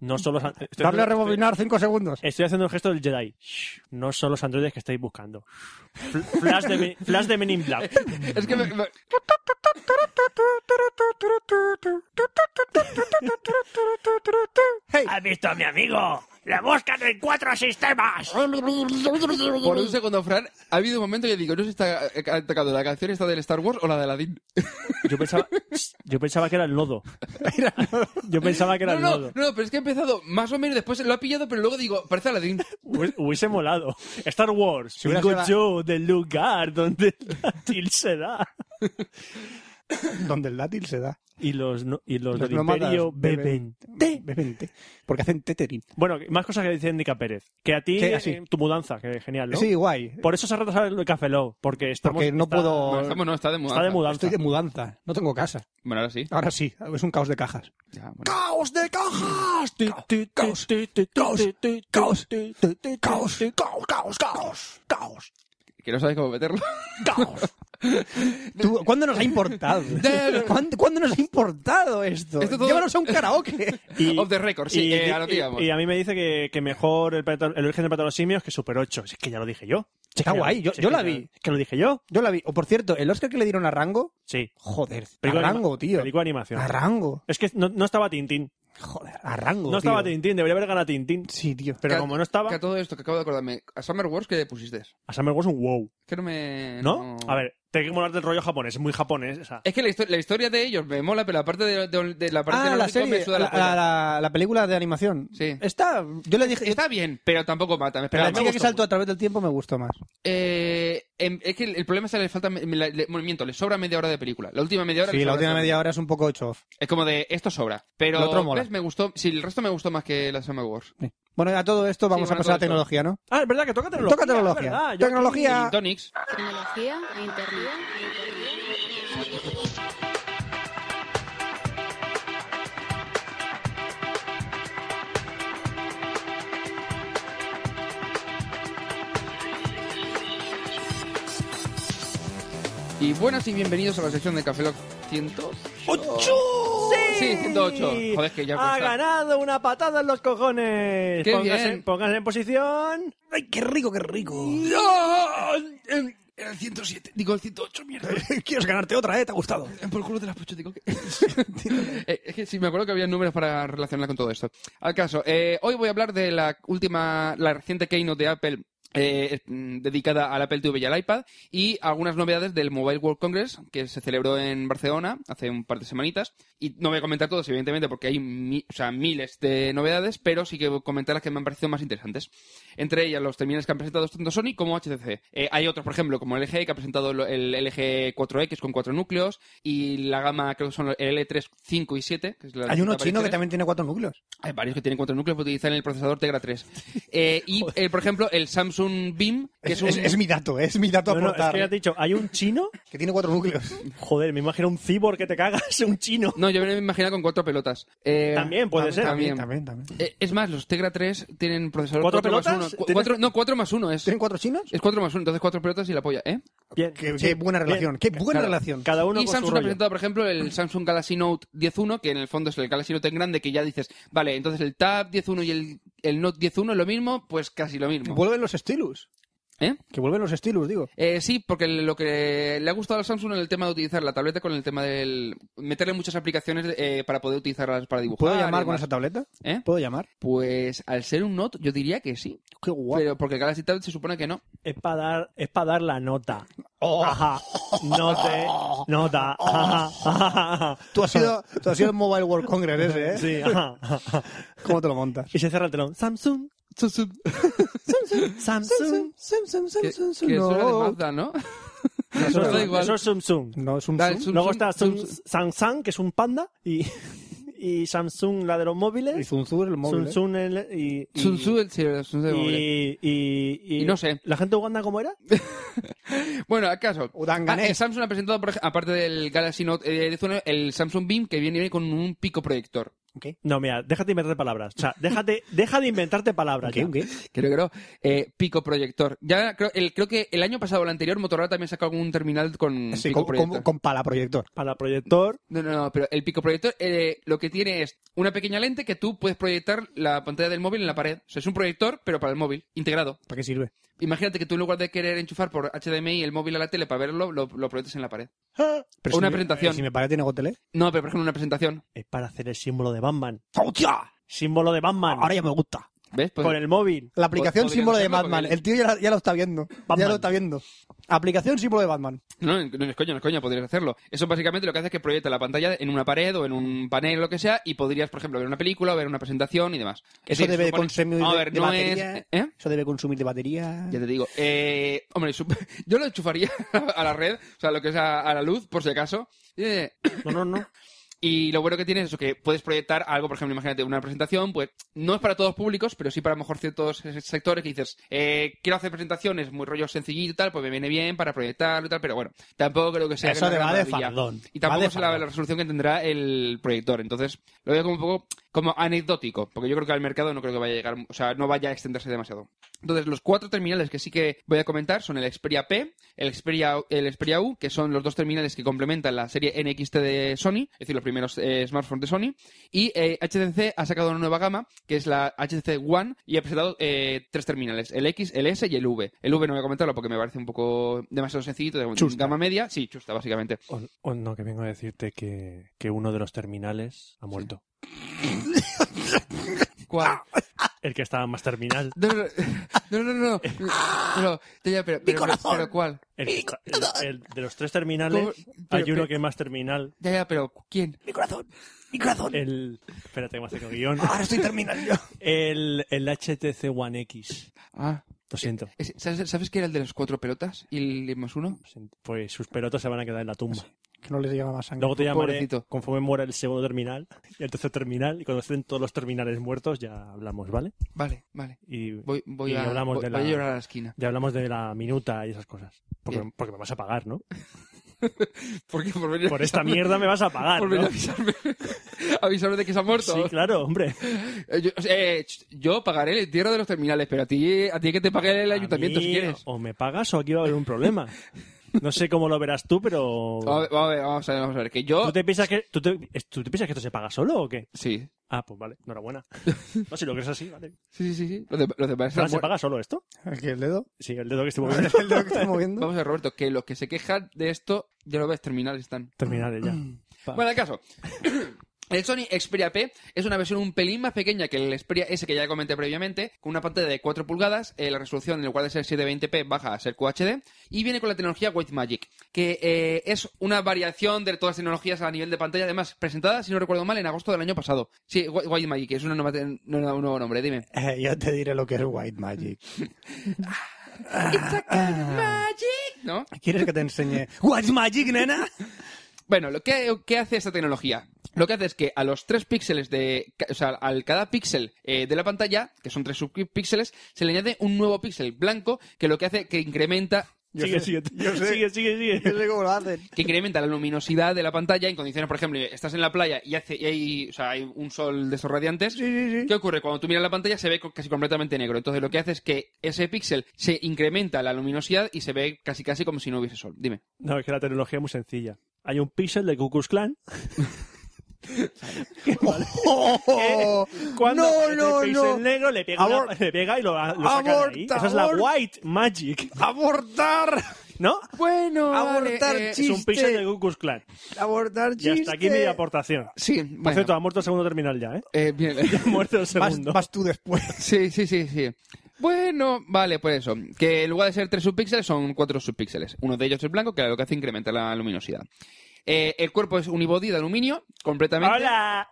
Speaker 3: No solo los an- estoy,
Speaker 4: Darle a
Speaker 3: haciendo-
Speaker 4: rebobinar cinco segundos.
Speaker 3: estoy haciendo el gesto del Jedi. Shh. No son los androides que estáis buscando. Fl- Flash de, Men- Flash de Men in Black.
Speaker 5: Es que me- me-
Speaker 4: Hey,
Speaker 3: ¿Has visto a mi amigo? ¡La buscan en cuatro sistemas!
Speaker 5: Por un segundo, Fran, ha habido un momento que digo, no sé si está eh, ha tocado la canción esta del Star Wars o la de Aladdin.
Speaker 3: Yo pensaba, yo pensaba que era el lodo. Yo pensaba que era
Speaker 5: No,
Speaker 3: el
Speaker 5: no,
Speaker 3: lodo.
Speaker 5: no, pero es que ha empezado más o menos después, lo ha pillado, pero luego digo, parece Aladdin.
Speaker 3: Hubiese- Hubiese molado. Star Wars.
Speaker 4: hubiera
Speaker 3: Digo
Speaker 4: sido la-
Speaker 3: yo del lugar donde la til se da.
Speaker 4: donde el dátil se da.
Speaker 3: Y los, no- y los,
Speaker 4: Los
Speaker 3: del
Speaker 4: nómadas
Speaker 3: imperio
Speaker 4: beben
Speaker 3: beben té.
Speaker 4: Beben té, Porque hacen tetering.
Speaker 3: Bueno, más cosas que dice Endika Pérez. Que a ti,
Speaker 4: Sí, así.
Speaker 3: eh, tu mudanza, que genial, ¿no?
Speaker 4: Sí, guay.
Speaker 3: Por eso se ha retrasado el Café Lock, porque estamos...
Speaker 4: Porque no
Speaker 3: está-
Speaker 4: puedo-
Speaker 5: No, estamos, no, está de mudanza.
Speaker 3: Está de mudanza.
Speaker 4: Estoy de mudanza. No tengo casa.
Speaker 5: Bueno, ahora sí.
Speaker 4: Ahora sí, es un caos de cajas.
Speaker 5: Ya, bueno.
Speaker 4: ¡Caos de cajas!
Speaker 3: Caos, caos, caos.
Speaker 4: caos, caos, caos, caos, caos,
Speaker 5: Que no sabes cómo meterlo.
Speaker 4: caos. Tú, ¿Cuándo nos ha importado? ¿Cuándo, cuándo nos ha importado esto?
Speaker 5: Esto todo-
Speaker 4: Llévanos a un karaoke.
Speaker 3: Y-
Speaker 5: Off the record, sí,
Speaker 3: y,
Speaker 5: eh,
Speaker 3: y-
Speaker 5: ahora
Speaker 3: y-
Speaker 5: digamos.
Speaker 3: y a mí me dice que, que mejor el, planeta- el origen del planeta de los simios que Super 8. Es que ya lo dije yo.
Speaker 4: Está
Speaker 3: Es que-
Speaker 4: guay, yo-
Speaker 3: es
Speaker 4: yo
Speaker 3: que
Speaker 4: la
Speaker 3: ya-
Speaker 4: vi.
Speaker 3: ¿Que lo dije yo?
Speaker 4: Yo la vi. O por cierto, el Oscar que le dieron a Rango.
Speaker 3: Sí.
Speaker 4: Joder,
Speaker 3: Película
Speaker 4: a
Speaker 3: anima-
Speaker 4: Rango, tío.
Speaker 3: Película de animación.
Speaker 4: A Rango.
Speaker 3: Es que no, no estaba Tintín.
Speaker 4: Joder, a Rango.
Speaker 3: No estaba
Speaker 4: tío.
Speaker 3: Tintín, debería haber ganado Tintín.
Speaker 4: Sí, tío. Ah,
Speaker 3: Pero
Speaker 5: Que-
Speaker 3: como no estaba,
Speaker 5: Que a todo esto que acabo de acordarme, a Summer Wars que pusiste.
Speaker 3: a Summer Wars un wow.
Speaker 5: Que no me.
Speaker 3: ¿No? A ver, te que molar del rollo japonés, es muy japonés. O sea,
Speaker 5: Es que la, histo- la historia de ellos me mola, pero la parte de, de- de la parte
Speaker 4: Ah, la
Speaker 5: tecnológica
Speaker 4: serie,
Speaker 5: me suda
Speaker 4: la,
Speaker 5: la, polla.
Speaker 4: la- la- la película de animación.
Speaker 5: Sí.
Speaker 4: Está, yo le dije,
Speaker 5: Está bien, pero tampoco mata. Me
Speaker 4: pero
Speaker 5: esperaba
Speaker 4: la
Speaker 5: más.
Speaker 4: chica que saltó a través del tiempo me gustó más.
Speaker 5: Eh, em, es que el, el problema es que le falta. me- la- le- bueno, miento, le sobra media hora de película. La última media hora.
Speaker 4: Sí,
Speaker 5: le
Speaker 4: la
Speaker 5: sobra
Speaker 4: última
Speaker 5: sobra.
Speaker 4: media hora es un poco off.
Speaker 5: Es como de esto sobra. Pero
Speaker 4: Lo otro mola.
Speaker 5: ¿ves? me gustó. Sí, el resto me gustó más que la Summer Wars.
Speaker 4: Bueno, a todo esto vamos
Speaker 5: bueno,
Speaker 4: a pasar
Speaker 5: todo
Speaker 4: a
Speaker 5: esto.
Speaker 4: tecnología, ¿no?
Speaker 3: Ah, es verdad que toca tecnología.
Speaker 4: Toca tecnología.
Speaker 3: es verdad, yo aquí-
Speaker 4: Tecnología.
Speaker 5: Y Tonics.
Speaker 7: Tecnología e Internet.
Speaker 5: Y buenas y bienvenidos a la sección de Café Lock 108.
Speaker 3: ¡Ocho! ¡Sí!
Speaker 5: Sí, 108. Joder, que ya
Speaker 3: Ha
Speaker 5: cuesta.
Speaker 3: ganado una patada en los cojones.
Speaker 5: Qué
Speaker 3: póngase,
Speaker 5: bien.
Speaker 3: póngase en posición.
Speaker 4: ¡Ay, qué rico, qué rico!
Speaker 5: ¡Ah! El, el 107. Digo, el 108, mierda.
Speaker 4: ¿Quieres ganarte otra, eh? ¿Te ha gustado?
Speaker 5: Por el culo de las pocho, digo que... Eh, es que sí, me acuerdo que había números para relacionar con todo esto. Al caso, eh, hoy voy a hablar de la última, la reciente keynote de Apple eh, mm, dedicada al Apple TV y al iPad y algunas novedades del Mobile World Congress que se celebró en Barcelona hace un par de semanitas. Y no voy a comentar todos, evidentemente, porque hay mi- o sea, miles de novedades, pero sí que voy a comentar las que me han parecido más interesantes. Entre ellas, los terminales que han presentado tanto Sony como HTC. Eh, hay otros, por ejemplo, como LG, E, que ha presentado lo- el LG 4X con cuatro núcleos y la gama, creo que son el L3, 5 y 7. que es la
Speaker 4: Hay uno chino que
Speaker 5: distinta variaciones.
Speaker 4: también tiene cuatro núcleos.
Speaker 5: Hay varios que tienen cuatro núcleos que utilizan el procesador Tegra 3. Eh, y, eh, por ejemplo, el Samsung Beam, que es,
Speaker 4: Es,
Speaker 5: un...
Speaker 4: es- es mi dato, es mi dato
Speaker 3: No,
Speaker 4: a
Speaker 3: no, es
Speaker 4: aportar.
Speaker 3: que ya te he dicho, hay un chino.
Speaker 4: que tiene cuatro núcleos.
Speaker 3: Joder, me imagino un cibor que te cagas, un chino.
Speaker 5: No, yo me lo imaginaba con cuatro pelotas. Eh,
Speaker 3: También pues. puede ser.
Speaker 5: También.
Speaker 4: también, también.
Speaker 5: Eh, es más, los Tegra 3 tienen procesador
Speaker 3: ¿Cuatro
Speaker 5: 4 más
Speaker 3: pelotas?
Speaker 5: 1. Cu-
Speaker 3: ¿Tienes-
Speaker 5: cuatro- no, 4 más 1 es.
Speaker 4: ¿Tienen cuatro chinos?
Speaker 5: Es 4 más 1, entonces 4 pelotas y la polla, ¿eh?
Speaker 3: Bien,
Speaker 4: Qué,
Speaker 3: sí,
Speaker 4: qué buena
Speaker 3: bien.
Speaker 4: relación, qué buena
Speaker 5: Claro.
Speaker 4: relación.
Speaker 3: Cada uno con
Speaker 5: y
Speaker 3: su
Speaker 5: Samsung ha
Speaker 3: rollo.
Speaker 5: presentado, por ejemplo, el Samsung Galaxy Note 10.1, que en el fondo es el Galaxy Note en grande, que ya dices, vale, entonces el Tab 10.1 y el, el Note 10.1 es lo mismo, pues casi lo mismo.
Speaker 4: Vuelven los estilos.
Speaker 5: ¿Eh?
Speaker 4: Que vuelven los estilos, digo.
Speaker 5: Eh, sí, porque lo que le ha gustado al Samsung es el tema de utilizar la tableta con el tema del... meterle muchas aplicaciones eh, para poder utilizarlas para dibujar.
Speaker 4: ¿Puedo
Speaker 5: y
Speaker 4: llamar con
Speaker 5: demás.
Speaker 4: esa tableta?
Speaker 5: ¿Eh?
Speaker 4: ¿Puedo llamar?
Speaker 5: Pues al ser un Note, yo diría que sí.
Speaker 4: Qué guapo.
Speaker 5: Pero porque el Galaxy Tab se supone que no.
Speaker 3: Es para dar, es para dar la nota.
Speaker 4: Oh,
Speaker 3: Ajá. Note, nota. Ajá, ajá, ajá.
Speaker 4: Tú has sido, tú has sido el Mobile World Congress ese, ¿eh?
Speaker 3: Sí, ajá, ajá.
Speaker 4: ¿Cómo te lo montas?
Speaker 3: Y se cierra el telón. Samsung, Samsung.
Speaker 5: Que, que eso era de Mazda, ¿no? Eso da igual.
Speaker 3: Eso es Samsung.
Speaker 4: No, es un
Speaker 5: Da el
Speaker 4: Zoom.
Speaker 5: zoom,
Speaker 3: Luego
Speaker 5: zoom,
Speaker 3: está
Speaker 5: zoom,
Speaker 3: Sam-
Speaker 5: zoom.
Speaker 3: Samsung, que es un panda, y, y Samsung, la de los
Speaker 4: Y
Speaker 3: móviles.
Speaker 4: Zoom Zoom, el móvil. ¿eh?
Speaker 3: Samsung el- y, y,
Speaker 5: Sun Tzu, el- sí, el Sun Tzu de móvil.
Speaker 3: y, y-
Speaker 5: Y no sé.
Speaker 3: ¿La gente de Uganda cómo era?
Speaker 5: Bueno, acaso.
Speaker 4: Udanganés.
Speaker 5: Ah, Samsung ha presentado, por ej- aparte del Galaxy Note eh, 10, el Samsung Beam, que viene con un pico proyector.
Speaker 3: No, mira, déjate inventarte palabras. O sea, déjate, deja de inventarte palabras.
Speaker 4: ¿Qué?
Speaker 3: ya.
Speaker 4: ¿Qué?
Speaker 5: Creo que no. Eh, pico proyector. Ya creo, el, creo que el año pasado o el anterior, Motorola también sacó algún terminal con
Speaker 4: Sí,
Speaker 5: pico
Speaker 4: con,
Speaker 5: proyector.
Speaker 4: con, con pala proyector.
Speaker 3: Para proyector.
Speaker 5: No, no, no, pero el pico proyector eh, lo que tiene es una pequeña lente que tú puedes proyectar la pantalla del móvil en la pared. O sea, es un proyector, pero para el móvil, integrado.
Speaker 4: ¿Para qué sirve?
Speaker 5: Imagínate que tú en lugar de querer enchufar por HDMI el móvil a la tele para verlo, lo, lo proyectas en la pared.
Speaker 4: Pero
Speaker 5: Una
Speaker 4: me-
Speaker 5: presentación.
Speaker 4: Si me parece, tiene Gotelé.
Speaker 5: No, pero por ejemplo, una presentación.
Speaker 3: Es para hacer el símbolo de Batman.
Speaker 4: ¡Hostia!
Speaker 3: Símbolo de Batman.
Speaker 4: Ahora ya me gusta.
Speaker 5: ¿Ves? Pues-
Speaker 3: Con el móvil.
Speaker 4: La aplicación
Speaker 5: Podrían
Speaker 4: símbolo de
Speaker 5: hacerlo
Speaker 4: Batman.
Speaker 5: porque-
Speaker 4: El tío ya, la- ya lo está viendo. Ya
Speaker 3: Batman.
Speaker 4: lo está viendo. Aplicación símbolo de Batman.
Speaker 5: No, no es coño, no es coño, podrías hacerlo. Eso básicamente lo que hace es que proyecta la pantalla en una pared o en un panel o lo que sea y podrías, por ejemplo, ver una película, ver una presentación y demás. Es
Speaker 4: Eso
Speaker 5: decir,
Speaker 4: debe
Speaker 5: supone-
Speaker 4: consumir
Speaker 5: Vamos
Speaker 4: de,
Speaker 5: a ver,
Speaker 4: de
Speaker 5: no
Speaker 4: batería.
Speaker 5: es... ¿eh?
Speaker 4: Eso debe consumir de batería.
Speaker 5: Ya te digo. Eh, hombre, sup- yo lo enchufaría a la red, o sea, lo que es a, a la luz, por si acaso. Eh,
Speaker 3: No, no, no.
Speaker 5: Y lo bueno que tiene es eso, que puedes proyectar algo, por ejemplo, imagínate una presentación, pues no es para todos públicos, pero sí para a lo mejor ciertos sectores que dices, eh, quiero hacer presentaciones muy rollo sencillito y tal, pues me viene bien para proyectarlo y tal, pero bueno, tampoco creo que sea
Speaker 4: Eso
Speaker 5: gran
Speaker 4: te va de
Speaker 5: maravilla.
Speaker 4: faldón.
Speaker 5: Y tampoco
Speaker 4: Va de
Speaker 5: es la,
Speaker 4: faldón.
Speaker 5: la resolución que tendrá el proyector. Entonces, lo veo como un poco como anecdótico, porque yo creo que al mercado no creo que vaya a llegar, o sea, no vaya a extenderse demasiado. Entonces, los cuatro terminales que sí que voy a comentar son el Xperia P, el Xperia, el Xperia U, que son los dos terminales que complementan la serie NXT de Sony, es decir, los primeros eh, smartphones de Sony, y eh, HTC ha sacado una nueva gama, que es la HTC One, y ha presentado eh, tres terminales, el X, el S y el V. El V no voy a comentarlo porque me parece un poco demasiado sencillito, de
Speaker 3: Chusta.
Speaker 5: gama media, sí, chusta, básicamente.
Speaker 3: O, o Oh, no, que vengo a decirte que, que uno de los terminales ha muerto.
Speaker 5: ¿Cuál?
Speaker 3: El que estaba más terminal.
Speaker 5: No, no, no, no, no. Pero, ya, pero, pero, pero ¿cuál?
Speaker 3: El, que está- el- el de los tres terminales,
Speaker 5: ¿Cómo?
Speaker 3: hay
Speaker 5: Pero-
Speaker 3: uno
Speaker 5: pero-
Speaker 3: que es más terminal.
Speaker 5: Ya, ya, pero ¿quién?
Speaker 3: El. Espérate, que me hace con guión.
Speaker 4: Ahora estoy terminando yo.
Speaker 3: El, el HTC One X.
Speaker 5: Ah,
Speaker 3: Lo siento.
Speaker 5: es- ¿sabes, ¿sabes que era el de las cuatro pelotas y el más uno?
Speaker 3: Lo siento. Pues sus pelotas se van a quedar en la tumba.
Speaker 4: Que no les llega más sangre.
Speaker 3: Luego te llamaré
Speaker 5: Pobrecito.
Speaker 3: conforme muera el segundo terminal y el tercer terminal. Y cuando estén todos los terminales muertos, ya hablamos, ¿vale?
Speaker 5: Vale, vale.
Speaker 3: Y,
Speaker 5: Voy, voy,
Speaker 3: y
Speaker 5: a,
Speaker 3: hablamos
Speaker 5: voy,
Speaker 3: de la-
Speaker 5: voy a llorar a la esquina.
Speaker 3: ya hablamos de la minuta y esas cosas. Porque,
Speaker 5: Bien.
Speaker 3: porque me vas a pagar, ¿no?
Speaker 5: ¿Por qué? Por, venir a
Speaker 3: Por esta
Speaker 5: avisarme-
Speaker 3: mierda me vas a pagar.
Speaker 5: Por venir
Speaker 3: ¿no?
Speaker 5: a avisarme. avisarme de que se ha muerto.
Speaker 3: Sí, claro, hombre.
Speaker 5: Eh, yo, o sea, eh, ch- yo pagaré el entierro de los terminales, pero a ti, a ti que te pague el
Speaker 3: A
Speaker 5: ayuntamiento
Speaker 3: mí, oh.
Speaker 5: si quieres.
Speaker 3: O me pagas o aquí va a haber un problema. No sé cómo lo verás tú, pero.
Speaker 5: Vamos a ver, oh. vamos a ver, vamos a ver. Que yo.
Speaker 3: ¿Tú te, piensas que, tú, te, tú te piensas que esto se paga solo o qué?
Speaker 5: Sí.
Speaker 3: Ah, pues vale, enhorabuena. No, si lo crees así, vale.
Speaker 5: Sí, sí, sí, sí. Los, de, los demás
Speaker 3: Fran,
Speaker 5: están
Speaker 3: ¿Se
Speaker 5: muer-
Speaker 3: paga solo esto?
Speaker 4: Aquí el dedo.
Speaker 3: Sí, el dedo que estoy moviendo.
Speaker 4: el dedo que estoy moviendo.
Speaker 5: Vamos a ver, Roberto, que los que se quejan de esto, ya lo ves, terminales están.
Speaker 3: Terminaré ya. Pa.
Speaker 5: Bueno, el caso. El Sony Xperia P es una versión un pelín más pequeña que el Xperia S que ya comenté previamente, con una pantalla de 4 pulgadas, eh, la resolución en lugar de ser 720p baja a ser QHD, y viene con la tecnología White Magic, que eh, es una variación de todas las tecnologías a nivel de pantalla, además presentada, si no recuerdo mal, en agosto del año pasado. Sí, Whi- White Magic, es una nueva te- no, no, un nuevo nombre, dime.
Speaker 4: Eh, yo te diré lo que es White Magic.
Speaker 5: ¿No?
Speaker 4: ¿Quieres que te enseñe White Magic, nena?
Speaker 5: Bueno, lo que, ¿qué hace esta tecnología? Lo que hace es que a los tres píxeles de. ca- O sea, al cada píxel eh, de la pantalla, que son tres subpíxeles, se le añade un nuevo píxel blanco que lo que hace que incrementa.
Speaker 3: Sigue, sigue, sigue, sigue, sigue.
Speaker 4: Yo sé cómo lo hacen.
Speaker 5: Que incrementa la luminosidad de la pantalla en condiciones, por ejemplo, estás en la playa y, hace, y hay, o sea, hay un sol de esos radiantes.
Speaker 4: sí,
Speaker 5: ¿Qué ocurre? Cuando tú miras la pantalla se ve co- casi completamente negro. Entonces lo que hace es que ese píxel se incrementa la luminosidad y se ve casi casi como si no hubiese sol. Dime.
Speaker 3: No, es que la tecnología es muy sencilla. Hay un pixel de Ku Klux Klan.
Speaker 5: Oh,
Speaker 3: oh. Cuando
Speaker 4: no, no,
Speaker 3: el pixel
Speaker 4: no.
Speaker 3: negro le pega, una-
Speaker 4: Abor-
Speaker 3: le pega y lo, lo saca de ahí.
Speaker 4: Aborta,
Speaker 3: Esa es la
Speaker 4: aborta.
Speaker 3: White Magic,
Speaker 4: ¡Abortar!
Speaker 3: ¿no?
Speaker 5: Bueno,
Speaker 4: Ah, Abortar
Speaker 3: Es un
Speaker 4: Chiste.
Speaker 3: pixel de Ku Klux Klan.
Speaker 4: ¡Abortar,
Speaker 3: Y
Speaker 4: chiste!
Speaker 3: hasta aquí mi aportación.
Speaker 5: Sí,
Speaker 3: Por
Speaker 5: bueno.
Speaker 3: cierto, ha muerto el segundo terminal ya, ¿eh?
Speaker 5: Eh, bien.
Speaker 3: Ha muerto el
Speaker 4: Vas,
Speaker 3: segundo.
Speaker 4: vas tú después.
Speaker 5: Sí, sí, sí, sí. Bueno, vale, pues eso. Que en lugar de ser tres subpíxeles, son cuatro subpíxeles. Uno de ellos es blanco, que lo que hace incrementa la luminosidad. Eh, el cuerpo es unibody de aluminio, completamente.
Speaker 3: ¡Hola!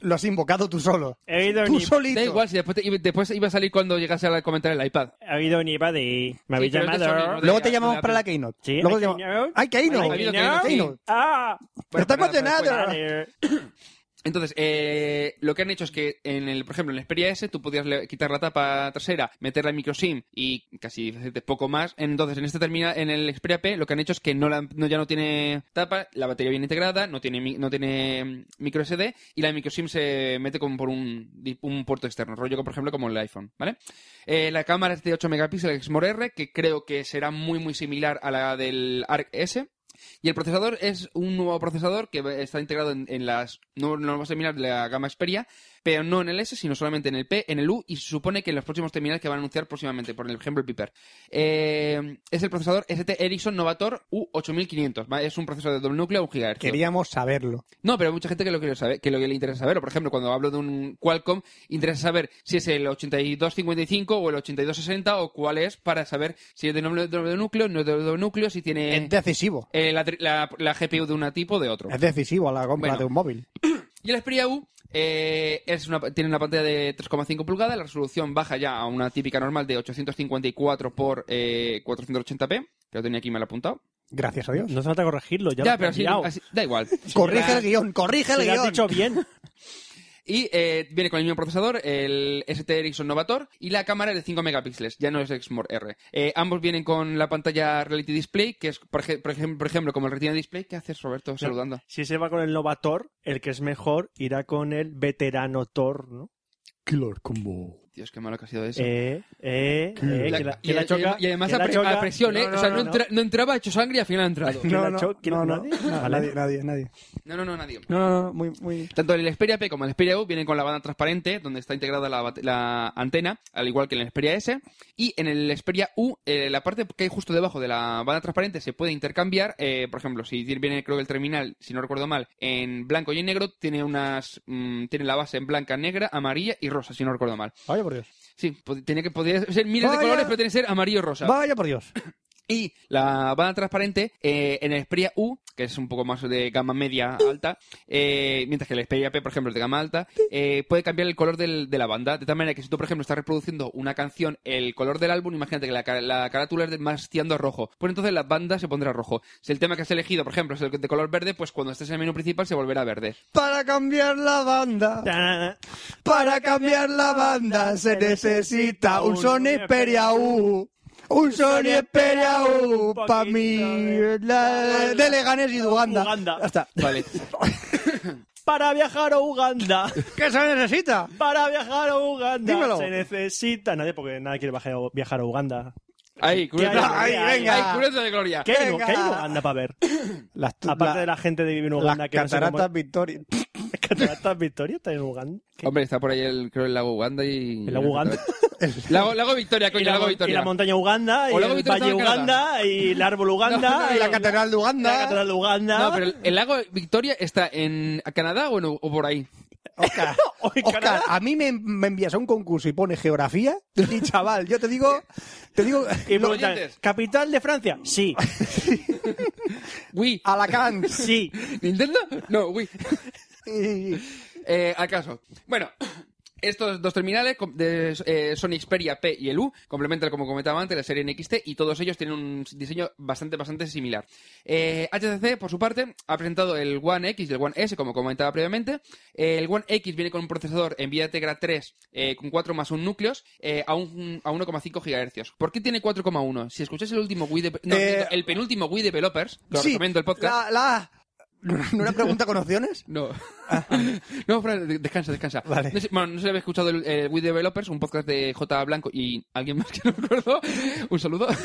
Speaker 4: Lo has invocado tú solo.
Speaker 3: He oído
Speaker 4: Tú
Speaker 3: ni...
Speaker 4: solito.
Speaker 5: Da igual, si después, te- i- después iba a salir cuando llegase a comentar el iPad.
Speaker 3: He oído ni padre. Me habéis
Speaker 5: Sí, pero es de Sony,
Speaker 3: llamado.
Speaker 5: no de-
Speaker 4: Luego te
Speaker 5: de
Speaker 4: llamamos
Speaker 5: Apple.
Speaker 4: para la Keynote.
Speaker 3: Sí,
Speaker 4: Luego
Speaker 3: hay
Speaker 4: te llam-
Speaker 3: Keynote.
Speaker 4: ¡Ay, Keynote!
Speaker 5: Hay
Speaker 4: ¡Ay,
Speaker 5: Keynote,
Speaker 4: Keynote!
Speaker 3: ¡Ah!
Speaker 5: Bueno,
Speaker 4: ¡Está
Speaker 5: para nada, para
Speaker 4: emocionado!
Speaker 5: después.
Speaker 3: Vale.
Speaker 5: Entonces, eh, lo que han hecho es que, en el, por ejemplo, en el Xperia S, tú podías le- quitar la tapa trasera, meterla en microSIM y casi hacerte poco más. Entonces, en este terminal, en el Xperia P, lo que han hecho es que no, la- no- ya no tiene tapa, la batería viene integrada, no tiene, mi- no tiene mm, micro SD y la microSIM se mete como por un, di- un puerto externo, rollo, por ejemplo, como el iPhone, ¿vale? Eh, la cámara es de 8 megapíxeles XMORE R, que creo que será muy, muy similar a la del ARC S. Y el procesador es un nuevo procesador que está integrado en, en las nuevas terminales de la gama Xperia, pero no en el S, sino solamente en el P, en el U, y se supone que en los próximos terminales que van a anunciar próximamente, por ejemplo el Piper. Eh, es el procesador ST Ericsson Novator U8500, ¿va? es un procesador de doble núcleo a un gigahertz.
Speaker 4: Queríamos saberlo.
Speaker 5: No, pero hay mucha gente que lo que, lo sabe, que lo que le interesa saberlo. Por ejemplo, cuando hablo de un Qualcomm, interesa saber si es el 8255 o el 8260 o cuál es para saber si es de doble, doble núcleo, no es de doble núcleo, si tiene
Speaker 4: es decisivo.
Speaker 5: eh, la, tri- la- la GPU de una tipo o de otro.
Speaker 4: Es decisivo a la compra
Speaker 5: Bueno.
Speaker 4: de un móvil.
Speaker 5: Y el Xperia U eh, es una, tiene una pantalla de 3,5 pulgadas, la resolución baja ya a una típica normal de 854 por eh, 480p, que lo tenía aquí mal apuntado.
Speaker 4: Gracias a Dios.
Speaker 3: No hace falta corregirlo, ya, lo
Speaker 5: ya,
Speaker 3: has
Speaker 5: pero así,
Speaker 3: cambiado.
Speaker 5: así- da igual.
Speaker 4: corrige
Speaker 5: Ya-
Speaker 4: el guión, corrige el
Speaker 3: Lo has
Speaker 4: guión.
Speaker 3: dicho bien.
Speaker 5: Y eh, viene con el mismo procesador, el ST Ericsson Novator, y la cámara es de 5 megapíxeles, ya no es Exmor R. Eh, ambos vienen con la pantalla Reality Display, que es, por, ej- por ejem- por ejemplo, como el Retina Display. ¿Qué haces, Roberto, saludando?
Speaker 3: Si se va con el novator, el que es mejor irá con el veterano Thor, ¿no?
Speaker 6: Killer Combo.
Speaker 5: Dios, qué malo que ha sido eso.
Speaker 3: Eh, eh, eh,
Speaker 6: La-
Speaker 3: que la, que
Speaker 5: y,
Speaker 3: la
Speaker 5: y-
Speaker 3: choca.
Speaker 5: y además
Speaker 3: que
Speaker 5: a,
Speaker 3: la
Speaker 5: pre-
Speaker 3: choca.
Speaker 5: a presión, ¿eh?
Speaker 3: No, no,
Speaker 5: o sea, no,
Speaker 3: no, no.
Speaker 5: entra- no entraba hecho sangre y al final ha entrado.
Speaker 3: ¿Quién la cho- quién-
Speaker 4: no, no,
Speaker 3: nadie?
Speaker 4: no,
Speaker 3: Vale.
Speaker 4: nadie, nadie, nadie.
Speaker 5: No, no, no, nadie.
Speaker 4: No, no, no, muy, muy.
Speaker 5: Tanto el Xperia P como el Xperia U vienen con la banda transparente, donde está integrada la, bate- la antena, al igual que en el Xperia S. Y en el Xperia U, eh, la parte que hay justo debajo de la banda transparente se puede intercambiar. eh, por ejemplo, si viene, creo que el terminal, si no recuerdo mal, en blanco y en negro, tiene unas mm, tiene la base en blanca, negra, amarilla y rosa, si no recuerdo mal.
Speaker 4: Vaya por Dios.
Speaker 5: Sí, pod- tenía que podía ser miles
Speaker 4: Vaya.
Speaker 5: de colores, pero tiene que ser amarillo y rosa.
Speaker 4: Vaya por Dios.
Speaker 5: Y la banda transparente eh, en el Xperia U, que es un poco más de gama media alta, eh, mientras que el Xperia P, por ejemplo, es de gama alta, eh, puede cambiar el color del- de la banda. De tal manera que si tú, por ejemplo, estás reproduciendo una canción, el color del álbum, imagínate que la, ca- la carátula es de- más tiendo a rojo, pues entonces la banda se pondrá rojo. Si el tema que has elegido, por ejemplo, es el de color verde, pues cuando estés en el menú principal se volverá verde.
Speaker 4: Para cambiar la banda,
Speaker 3: Ta-
Speaker 4: para cambiar la banda se necesita un Sony Xperia U. Un Sony Xperia U pa' mí. la- de Leganés y de Uganda.
Speaker 3: Uganda.
Speaker 4: Ya está.
Speaker 5: Vale.
Speaker 3: Para viajar a Uganda.
Speaker 4: ¿Qué se necesita?
Speaker 3: Para viajar a Uganda.
Speaker 4: Dímelo.
Speaker 3: Se necesita. Nadie, porque nadie quiere bajar a- viajar a Uganda.
Speaker 5: Ahí,
Speaker 3: ¿Qué
Speaker 5: curiosa.
Speaker 3: hay?
Speaker 5: Ahí,
Speaker 4: Venga.
Speaker 5: ahí, curiosa de gloria.
Speaker 3: ¿Qué hay, en-
Speaker 4: Venga.
Speaker 3: qué hay en Uganda para ver?
Speaker 4: Las, tu-
Speaker 3: Aparte
Speaker 4: la-
Speaker 3: de la gente de vivir en
Speaker 4: las
Speaker 3: Uganda que no sé cómo-
Speaker 4: cataratas Victoria.
Speaker 3: ¿Cataratas Victoria está en Uganda? ¿Qué?
Speaker 5: Hombre, está por ahí el, creo, el lago Uganda y...
Speaker 3: El lago Uganda.
Speaker 5: Lago, lago Victoria, coño,
Speaker 3: y, la,
Speaker 5: lago
Speaker 3: mon-
Speaker 5: Victoria.
Speaker 3: y la montaña Uganda, y
Speaker 5: O Lago
Speaker 3: el
Speaker 5: Victoria
Speaker 3: valle
Speaker 5: está en Canadá.
Speaker 3: Uganda, y el árbol Uganda,
Speaker 4: Y la
Speaker 3: y
Speaker 4: catedral de
Speaker 3: la
Speaker 4: Uganda.
Speaker 3: catedral de Uganda.
Speaker 5: No, pero el, el lago Victoria está en Canadá o, en- o por ahí.
Speaker 4: Oscar,
Speaker 3: O en
Speaker 4: Oscar,
Speaker 3: Canadá.
Speaker 5: ah,
Speaker 4: a mí me, me envías a un concurso y pone geografía. Y chaval, yo te digo, te digo,
Speaker 3: Y
Speaker 5: Los
Speaker 3: preguntan,
Speaker 5: oyentes.
Speaker 3: ¿capital de Francia? Sí,
Speaker 5: Ah. Wii.
Speaker 4: Ah. Alacant.
Speaker 3: sí.
Speaker 5: ¿Nintendo? No, Wii.
Speaker 4: Y-
Speaker 5: Eh, al caso. Bueno. Estos dos terminales com- de eh, Sony Xperia P y el U complementan, como comentaba antes, la serie NXT y todos ellos tienen un diseño bastante, bastante similar. Eh, HTC, por su parte, ha presentado el One X y el One S, como comentaba previamente. Eh, el One X viene con un procesador NVIDIA Tegra 3 eh, con 4 más 1 núcleos eh, a, un- a 1,5 GHz. ¿Por qué tiene 4,1? Si escucháis el último Wii de, no,
Speaker 4: Eh,
Speaker 5: miento, el penúltimo Wii Developers, lo
Speaker 4: Sí,
Speaker 5: recomiendo el
Speaker 4: La,
Speaker 5: podcast.
Speaker 4: la- ¿No era pregunta con opciones?
Speaker 5: No. no, Fran, de- descansa, descansa.
Speaker 4: Vale.
Speaker 5: No sé, bueno, no sé si habéis escuchado el, eh, We Developers, un podcast de J. Blanco y alguien más que no me acuerdo. Un saludo.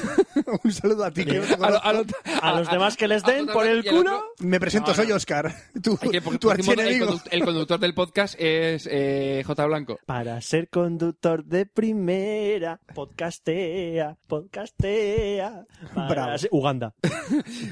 Speaker 4: un saludo a ti. que no te
Speaker 5: Eh, A, lo-
Speaker 4: conozco.
Speaker 5: a lo-
Speaker 3: A los demás que les
Speaker 5: a- a
Speaker 3: den
Speaker 5: J.
Speaker 3: por el
Speaker 5: Blanco Ah, pues y al
Speaker 3: culo.
Speaker 5: otro-
Speaker 4: Me presento,
Speaker 5: No, no.
Speaker 4: soy Oscar. Tu,
Speaker 5: Hay que- porque,
Speaker 4: tu
Speaker 5: por encima, el,
Speaker 4: archienemigo.
Speaker 5: conduct- el conductor del podcast es eh, J. Blanco.
Speaker 3: Para ser conductor de primera, podcastea, podcastea. Para
Speaker 4: Bravo.
Speaker 3: ser- Uganda.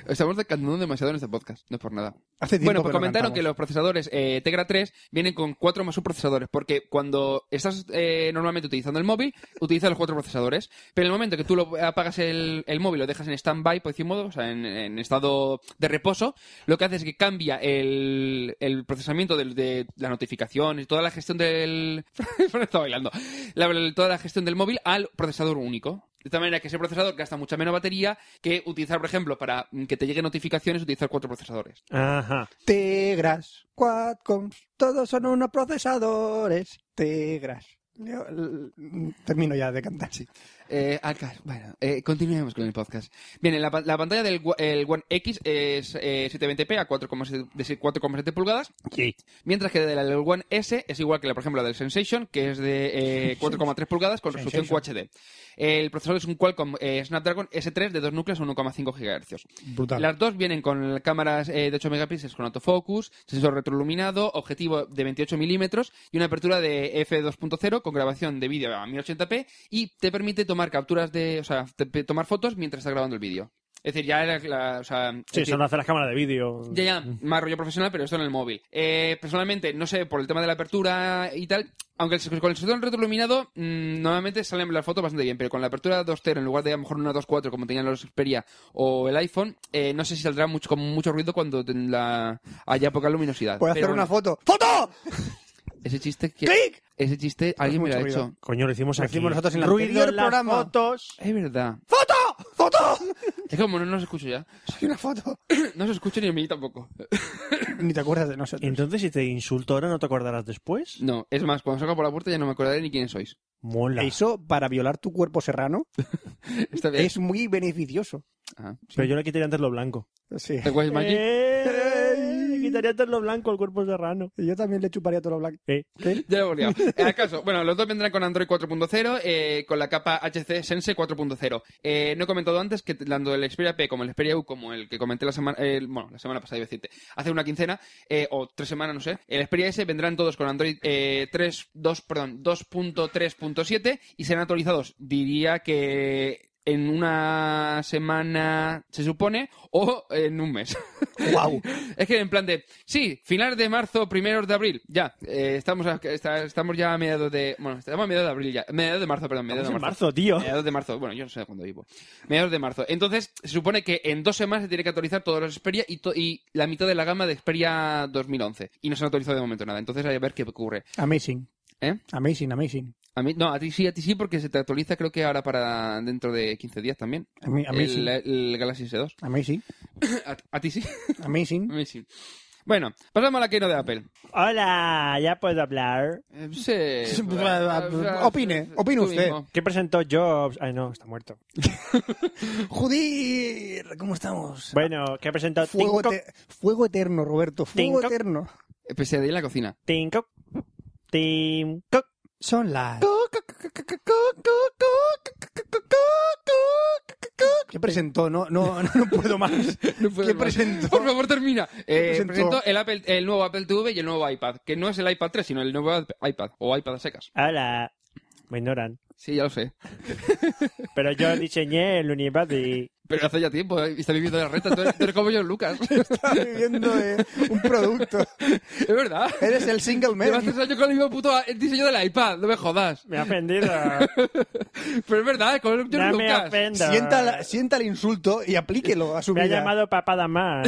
Speaker 5: Estamos cantando demasiado en este podcast, no es por nada.
Speaker 4: Hace tiempo
Speaker 5: Bueno,
Speaker 4: que
Speaker 5: pues
Speaker 4: no
Speaker 5: comentaron
Speaker 4: cantamos.
Speaker 5: que los procesadores eh, Tegra 3 vienen con cuatro más subprocesadores, porque cuando estás eh, normalmente utilizando el móvil, utiliza los cuatro procesadores, pero en el momento que tú lo apagas el, el móvil, lo dejas en stand-by, por decir modo, o sea, en, en estado de reposo, lo que hace es que cambia el, el procesamiento del- de, la notificación y toda la gestión del... Fran está bailando. La- toda la gestión del móvil al procesador único. De tal manera que ese procesador gasta mucha menos batería que utilizar, por ejemplo, para mm, que te lleguen notificaciones, utilizar cuatro procesadores.
Speaker 3: Ajá.
Speaker 4: Tegras, Quadcoms, todos son unos procesadores. Tegras. Yo, l- termino mm, ya de cantar, sí.
Speaker 5: Eh, Alca- bueno, eh, continuemos con el podcast. Bien, en la, pa- la pantalla del gua- el One X es eh, 720p a 4,7 de 4,7 pulgadas,
Speaker 4: Sí.
Speaker 5: mientras que de la del One S es igual que, la, por ejemplo, la del Sensation, que es de eh, 4,3 pulgadas con resolución QHD. El procesador es un Qualcomm eh, Snapdragon S3 de dos núcleos a 1,5 GHz.
Speaker 4: Brutal.
Speaker 5: Las dos vienen con cámaras eh, de 8 megapíxeles con autofocus, sensor retroiluminado, objetivo de 28 milímetros y una apertura de f2.0 con grabación de vídeo a 1080p y te permite tomar capturas de, o sea, te- pe- tomar fotos mientras estás grabando el vídeo. Es decir, ya era la, o sea, es
Speaker 3: Sí,
Speaker 5: decir,
Speaker 3: eso lo hace las cámaras de vídeo.
Speaker 5: ya, ya, más rollo profesional, pero esto en el móvil. Eh, personalmente, no sé, por el tema de la apertura y tal, aunque el- con el sensor retroiluminado, mm, normalmente salen las fotos bastante bien, pero con la apertura 2.0 en lugar de a lo mejor una 2.4 como tenían los Xperia o el iPhone, eh, no sé si saldrá mucho, con mucho ruido cuando ten- la, haya poca luminosidad.
Speaker 4: Por hacer
Speaker 5: Pero bueno,
Speaker 4: una foto. ¡Foto!
Speaker 5: Ese chiste que...
Speaker 4: ¡Clic!
Speaker 5: Ese chiste alguien me lo ha
Speaker 4: mucho
Speaker 5: hecho.
Speaker 3: Coño, lo hicimos
Speaker 4: Lo
Speaker 3: aquí.
Speaker 4: hicimos nosotros en el
Speaker 3: Ruido
Speaker 4: anterior
Speaker 3: en las
Speaker 4: programa.
Speaker 3: fotos.
Speaker 5: Es verdad.
Speaker 4: ¡Foto! ¡Foto!
Speaker 5: Es que como no nos escucho ya.
Speaker 4: Soy una foto.
Speaker 5: No se escucha ni a mí tampoco.
Speaker 4: Ni te acuerdas de nosotros.
Speaker 3: Entonces, si te insulto ahora, ¿no te acordarás después?
Speaker 5: No, es más, cuando salga por la puerta ya no me acordaré ni quiénes sois.
Speaker 3: Mola.
Speaker 4: Eso, para violar tu cuerpo serrano,
Speaker 5: Está bien.
Speaker 4: es muy beneficioso.
Speaker 5: Ah, sí.
Speaker 3: Pero yo le quitaría antes lo blanco.
Speaker 4: Sí.
Speaker 5: ¿Te acuerdas, Maggie?
Speaker 3: ¡Eh! Le quitaría antes lo blanco al cuerpo serrano.
Speaker 4: Yo también le chuparía todo lo blanco.
Speaker 3: Eh.
Speaker 5: Ya lo hemos liado. Eh, ¿Acaso? Bueno, los dos vendrán con Android 4.0, eh, con la capa HC Sense 4.0. Eh, no he comentado antes que tanto el Xperia P como el Xperia U, como el que comenté la semana, eh, bueno, la semana pasada, iba a decirte, hace una quincena, eh, o tres semanas, no sé, el Xperia S vendrán todos con Android eh, 3, 2, perdón, 2.3.7 y serán actualizados, diría que en una semana, se supone, o en un mes.
Speaker 4: ¡Wow!
Speaker 5: Es que en plan de, sí, final de marzo, primeros de abril, ya. eh, estamos, a- está- estamos ya a mediados de. Bueno, estamos a mediados de abril ya. Mediados de marzo, perdón, mediados
Speaker 3: Estamos
Speaker 5: de
Speaker 3: en
Speaker 5: marzo.
Speaker 3: marzo, tío.
Speaker 5: Mediados de marzo, bueno, yo no sé cuándo vivo. Mediados de marzo. Entonces, se supone que en dos semanas se tiene que actualizar todos los Xperia y, to- y la mitad de la gama de Xperia 2011. Y no se han actualizado de momento nada. Entonces, hay que ver qué ocurre.
Speaker 4: Amazing.
Speaker 5: ¿Eh?
Speaker 4: Amazing, amazing.
Speaker 5: A mí, no, a ti sí, a ti sí, porque se te actualiza creo que ahora para dentro de 15 días también.
Speaker 4: Ami-
Speaker 5: El,
Speaker 4: Amazing.
Speaker 5: el Galaxy S2.
Speaker 4: Amazing.
Speaker 5: A, a ti sí. A
Speaker 4: Amazing.
Speaker 5: mí sí. Bueno, pasamos a la keynote de Apple.
Speaker 3: Hola, ya puedo hablar.
Speaker 5: Eh, sí.
Speaker 4: Opine, opine
Speaker 5: Tú
Speaker 4: usted.
Speaker 5: mismo.
Speaker 3: ¿Qué presentó Jobs? Ay, no, está muerto.
Speaker 4: ¡Judir! ¿Cómo estamos?
Speaker 3: Bueno, ¿qué ha presentado
Speaker 4: Fuego,
Speaker 3: Tinko?
Speaker 4: ete- fuego eterno, Roberto. Fuego
Speaker 3: Tinco.
Speaker 4: eterno.
Speaker 5: Especialidad en la cocina.
Speaker 3: Tinko. Tinko.
Speaker 4: Son las... ¿Qué presentó? No, no, no puedo más.
Speaker 5: No puedo
Speaker 4: ¿Qué
Speaker 5: más.
Speaker 4: presentó?
Speaker 5: Por favor, termina. Eh,
Speaker 4: presentó?
Speaker 5: presentó el, Apple, el nuevo Apple TV y el nuevo iPad. Que no es el iPad 3, sino el nuevo iPad. O iPad a secas.
Speaker 3: Hola. Me ignoran.
Speaker 5: Sí, ya lo sé.
Speaker 3: Pero yo diseñé el Unibody.
Speaker 5: Pero hace ya tiempo. eh, y Está viviendo la reta. Tú eres, tú eres como yo, Lucas.
Speaker 4: Está viviendo de un producto.
Speaker 5: es verdad.
Speaker 4: Eres el single man.
Speaker 5: Llevas tres años con el mismo puto el diseño del iPad. No me jodas.
Speaker 3: Me ha ofendido.
Speaker 5: Pero es verdad. eh, Con yo,
Speaker 3: No me
Speaker 5: Lucas.
Speaker 3: ofendo.
Speaker 4: Sienta, la- sienta el insulto y aplíquelo a su
Speaker 3: Me ha
Speaker 4: vida.
Speaker 3: llamado Papadamán.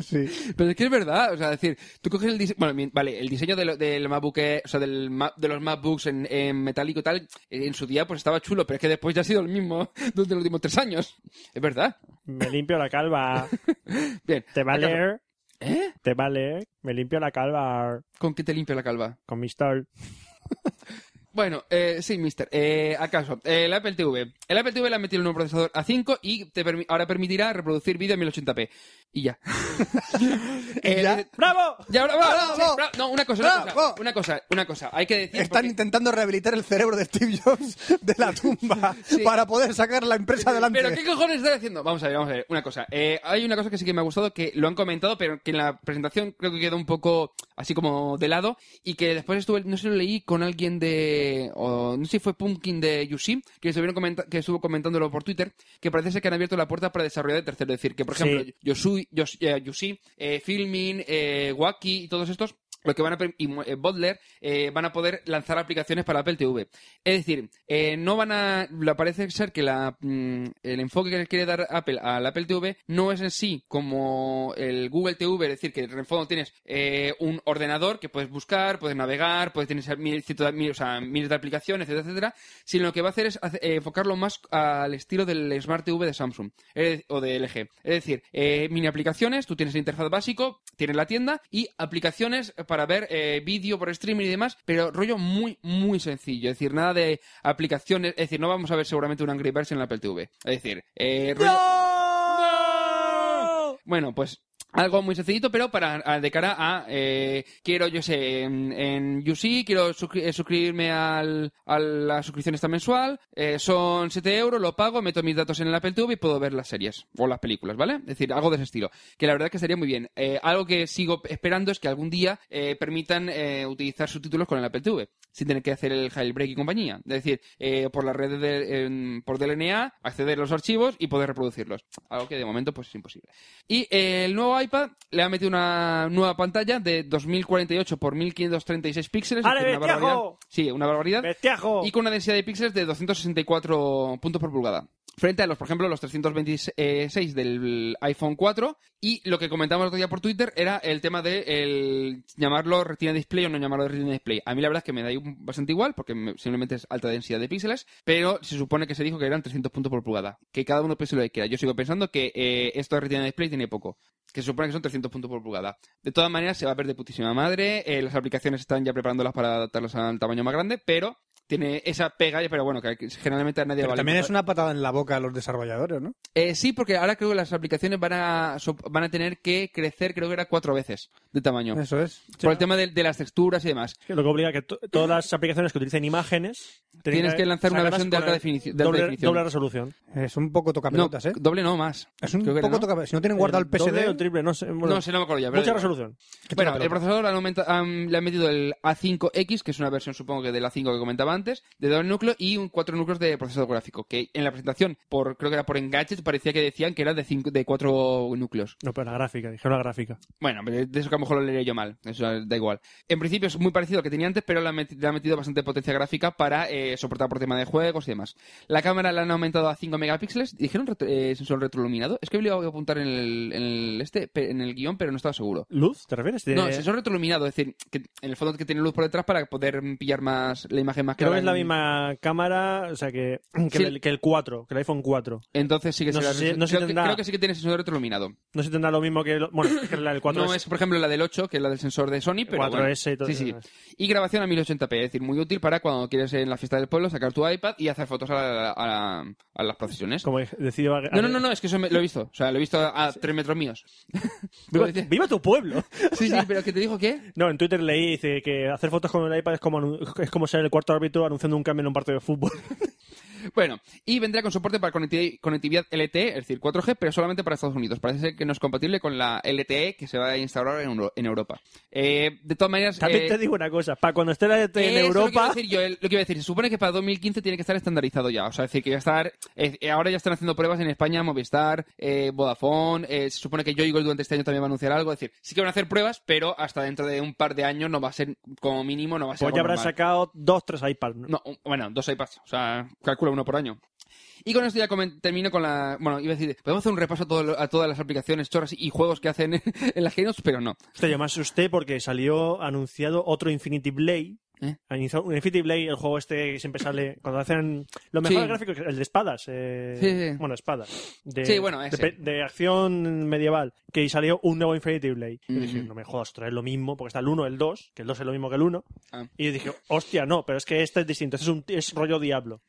Speaker 4: Sí.
Speaker 5: Pero es que es verdad, o sea, es decir, tú coges el diseño, bueno, mi- vale, el diseño de lo- del MacBook, Air- o sea, del ma- de los MacBooks en, en metálico y tal, eh, en su día pues estaba chulo, pero es que después ya ha sido el mismo durante los últimos tres años. Es verdad.
Speaker 3: Me limpio la calva.
Speaker 5: Bien.
Speaker 3: ¿Te va a
Speaker 5: ¿Acaso-
Speaker 3: leer?
Speaker 5: ¿Eh?
Speaker 3: ¿Te va a leer? Me limpio la calva
Speaker 5: ¿Con qué te limpia la calva?
Speaker 3: con mi stol.
Speaker 5: Bueno, eh, sí, mister. Eh, ¿Acaso? El Apple TV. El Apple TV le ha metido un nuevo procesador A5 y te permi- ahora permitirá reproducir vídeo a 1080p. Y ya. Eh,
Speaker 4: ya?
Speaker 3: ¡Bravo!
Speaker 5: ya, bravo,
Speaker 4: ¡Bravo!
Speaker 5: sí, bravo. No, una cosa, una
Speaker 4: ¡Bravo!
Speaker 5: cosa, una cosa, una cosa. Hay que decir...
Speaker 4: Están
Speaker 5: porque-
Speaker 4: intentando rehabilitar el cerebro de Steve Jobs de la tumba
Speaker 5: Sí.
Speaker 4: para poder sacar la empresa adelante.
Speaker 5: Pero ¿qué cojones están haciendo? Vamos a ver, vamos a ver. Una cosa. Eh, hay una cosa que sí que me ha gustado, que lo han comentado, pero que en la presentación creo que quedó un poco así como de lado. Y que después estuve, no sé, lo leí con alguien de. o no sé si fue Pumpkin de Yusim, que, estuvieron comenta- que estuvo comentándolo por Twitter, que parece ser que han abierto la puerta para desarrollar de tercero. Es decir, que por
Speaker 3: Sí.
Speaker 5: ejemplo, Yosui, Yos- eh, Yusim, eh, Filmin, eh, Wacky y todos estos. Lo que van a per- y Mu- eh, Butler eh, van a poder lanzar aplicaciones para Apple TV. Es decir, eh, no van a. la- Parece ser que la, mm, el enfoque que le quiere dar Apple al Apple TV no es en sí como el Google TV, es decir, que en el fondo tienes eh, un ordenador que puedes buscar, puedes navegar, puedes tener mil- ciento de- mil- o sea, miles de aplicaciones, etcétera, etcétera, sino lo que va a hacer es hace- eh, enfocarlo más al estilo del Smart TV de Samsung eh, o de LG. Es decir, eh, mini aplicaciones, tú tienes el interfaz básico, tienes la tienda y aplicaciones para ver eh, vídeo por streaming y demás, pero rollo muy, muy sencillo. Es decir, nada de aplicaciones. Es decir, no vamos a ver seguramente un Angry Birds en la Apple TV. Es decir, eh, rollo- bueno, pues algo muy sencillito, pero para a- de cara a eh, quiero, yo sé, en, en UC, quiero suscri- eh, suscribirme al, a la suscripción esta mensual, eh, son 7 euros, lo pago, meto mis datos en el Apple TV y puedo ver las series o las películas, ¿vale? Es decir, algo de ese estilo, que la verdad es que estaría muy bien. Eh, algo que sigo esperando es que algún día eh, permitan eh, utilizar subtítulos con el Apple TV sin tener que hacer el jailbreak y compañía. Es decir, eh, por las redes de, en- por DLNA, acceder a los archivos y poder reproducirlos. Algo que de momento pues es imposible. Y eh, el nuevo iPad le ha metido una nueva pantalla de 2048 por 1536 píxeles. es
Speaker 3: ¡Ale,
Speaker 5: decir, una
Speaker 3: bestiajo!
Speaker 5: barbaridad. Sí, una barbaridad
Speaker 3: ¡Bestiajo!
Speaker 5: y con una densidad de píxeles de 264 puntos por pulgada. Frente a los, por ejemplo, los 326 del iPhone 4. Y lo que comentábamos el otro día por Twitter era el tema de el llamarlo retina display o no llamarlo retina display. A mí la verdad es que me da un- bastante igual porque me- simplemente es alta densidad de píxeles, pero se supone que se dijo que eran 300 puntos por pulgada. Que cada uno piense lo que quiera. Yo sigo pensando que eh, esto de retina display tiene poco que se supone que son 300 puntos por pulgada. De todas maneras, se va a ver de putísima madre. eh, las aplicaciones están ya preparándolas para adaptarlas al tamaño más grande, pero tiene esa pega, pero bueno, que generalmente a nadie
Speaker 8: Pero
Speaker 5: vale.
Speaker 8: también es una patada en la boca a los desarrolladores, ¿no?
Speaker 5: Eh, sí, porque ahora creo que las aplicaciones van a, so- van a tener que crecer, creo que era cuatro veces de tamaño.
Speaker 8: Eso es.
Speaker 5: Por el tema de, de las texturas y demás.
Speaker 3: Que Lo que obliga a que to- todas las aplicaciones que utilicen imágenes... tienen
Speaker 5: Tienes que lanzar una
Speaker 3: sacarlas
Speaker 5: versión de
Speaker 3: con
Speaker 5: alta
Speaker 3: el-
Speaker 5: definici- de alta
Speaker 3: doble,
Speaker 5: definición.
Speaker 3: doble resolución.
Speaker 8: Es un poco
Speaker 5: No,
Speaker 8: tocapelotas, ¿eh?
Speaker 5: doble no más.
Speaker 8: Es un
Speaker 5: Creo que era,
Speaker 8: poco
Speaker 5: ¿no?
Speaker 8: tocapelotas. Si no tienen guardado el
Speaker 3: Doble o
Speaker 8: PSD,
Speaker 3: triple, no sé. bueno,
Speaker 5: No sé, no me acuerdo ya. pero da
Speaker 3: mucha
Speaker 5: igual.
Speaker 3: resolución.
Speaker 8: toca
Speaker 5: Bueno, el
Speaker 8: pelota.
Speaker 5: procesador han aumenta- han- le han metido el A5X, que es una versión supongo que del A5 que comentaba antes, de dos núcleos y un cuatro núcleos de procesador gráfico, que en la presentación, por creo que era por Engadget, parecía que decían que era de, cinco, de cuatro núcleos.
Speaker 3: No, pero la gráfica, dijeron la gráfica.
Speaker 5: Bueno, de de eso que a lo mejor lo leeré yo mal, eso da igual. En principio es muy parecido al que tenía antes, pero le han meti- le han metido, bastante potencia gráfica para eh, soportar por tema de juegos y demás. La cámara la han aumentado a 5 megapíxeles. ¿Dijeron retro- eh, sensor retroiluminado? Es que lo iba a apuntar en el, en el este, pe- en el guión, pero no estaba seguro.
Speaker 3: ¿Luz? ¿Te refieres? De-
Speaker 5: No, sensor retroiluminado, es decir, que en el fondo que tiene luz por detrás para poder mm, pillar más la imagen más
Speaker 3: Creo
Speaker 5: clara.
Speaker 3: que es la
Speaker 5: en-
Speaker 3: misma cámara, o sea, que, que,
Speaker 5: Sí.
Speaker 3: el, que el 4, que el iPhone 4.
Speaker 5: Entonces sí que
Speaker 3: No
Speaker 5: será-
Speaker 3: sé si- no sé si
Speaker 5: creo, que,
Speaker 3: tendrá-
Speaker 5: creo que sí que tiene sensor retroiluminado.
Speaker 3: No sé si tendrá lo mismo que... el- bueno, que la del 4
Speaker 5: No es, por ejemplo, la del 8, que es la del sensor de Sony, pero
Speaker 3: 4S
Speaker 5: bueno.
Speaker 3: y todo
Speaker 5: Sí,
Speaker 3: eso.
Speaker 5: sí. Y grabación a 1080p, es decir, muy útil para cuando quieres en la fiesta del pueblo sacar tu iPad y hacer fotos a, la- a la- a las procesiones.
Speaker 3: Como decía...
Speaker 5: No, no, no, no, es que eso me- lo he visto. O sea, lo he visto a, a tres metros míos.
Speaker 3: ¡Viva,
Speaker 5: Como decía-
Speaker 3: viva tu pueblo!
Speaker 5: Sí, sí, pero que te dijo qué?
Speaker 3: No, en Twitter leí dice que hacer fotos con el iPad es como, anu- es como ser el cuarto árbitro anunciando un cambio en un partido de fútbol.
Speaker 5: Bueno, y vendrá con soporte para conecti- conectividad LTE, es decir, 4G, pero solamente para Estados Unidos. Parece ser que no es compatible con la LTE que se va a instaurar en, Euro- en Europa. Eh, de todas maneras...
Speaker 3: También
Speaker 5: eh,
Speaker 3: te digo una cosa, para cuando esté la ET en
Speaker 5: eso Lo que, iba a
Speaker 3: Europa...
Speaker 5: decir yo, el- lo que iba a decir, se supone que para 2015 tiene que estar estandarizado ya. O sea, es decir, que ya estar. eh, ahora ya están haciendo pruebas en España, Movistar, eh, Vodafone. eh, se supone que Yoigo durante este año también va a anunciar algo. Es decir, sí que van a hacer pruebas, pero hasta dentro de un par de años no va a ser, como mínimo, no va a ser.
Speaker 3: Pues
Speaker 5: algo
Speaker 3: ya habrán
Speaker 5: normal.
Speaker 3: sacado dos, tres iPads. ¿no?
Speaker 5: No, un- bueno, dos iPads. O sea, calcula uno por año. Y con esto ya comen- termino con la... Bueno, iba a decir, podemos hacer un repaso a, todo lo- a todas las aplicaciones chorras y juegos que hacen en las Keynote, pero no.
Speaker 3: Hostia, yo me asusté porque salió anunciado otro Infinity Blade.
Speaker 5: ¿Eh?
Speaker 3: Anunció Un Infinity Blade, el juego este que siempre sale cuando hacen los mejores
Speaker 5: Sí.
Speaker 3: gráficos, el de espadas. eh,
Speaker 5: Sí, sí.
Speaker 3: Bueno, espadas. De,
Speaker 5: Sí, bueno,
Speaker 3: de
Speaker 5: ese.
Speaker 3: pe- De, acción medieval. Que salió un nuevo Infinity Blade. Y yo dije,
Speaker 5: Ujú.
Speaker 3: no me jodas, otra vez lo mismo, porque está el 1, el 2, que el 2 es lo mismo que el 1.
Speaker 5: Ah.
Speaker 3: Y yo dije, hostia, no, pero es que este es distinto, este es, un, es rollo Diablo.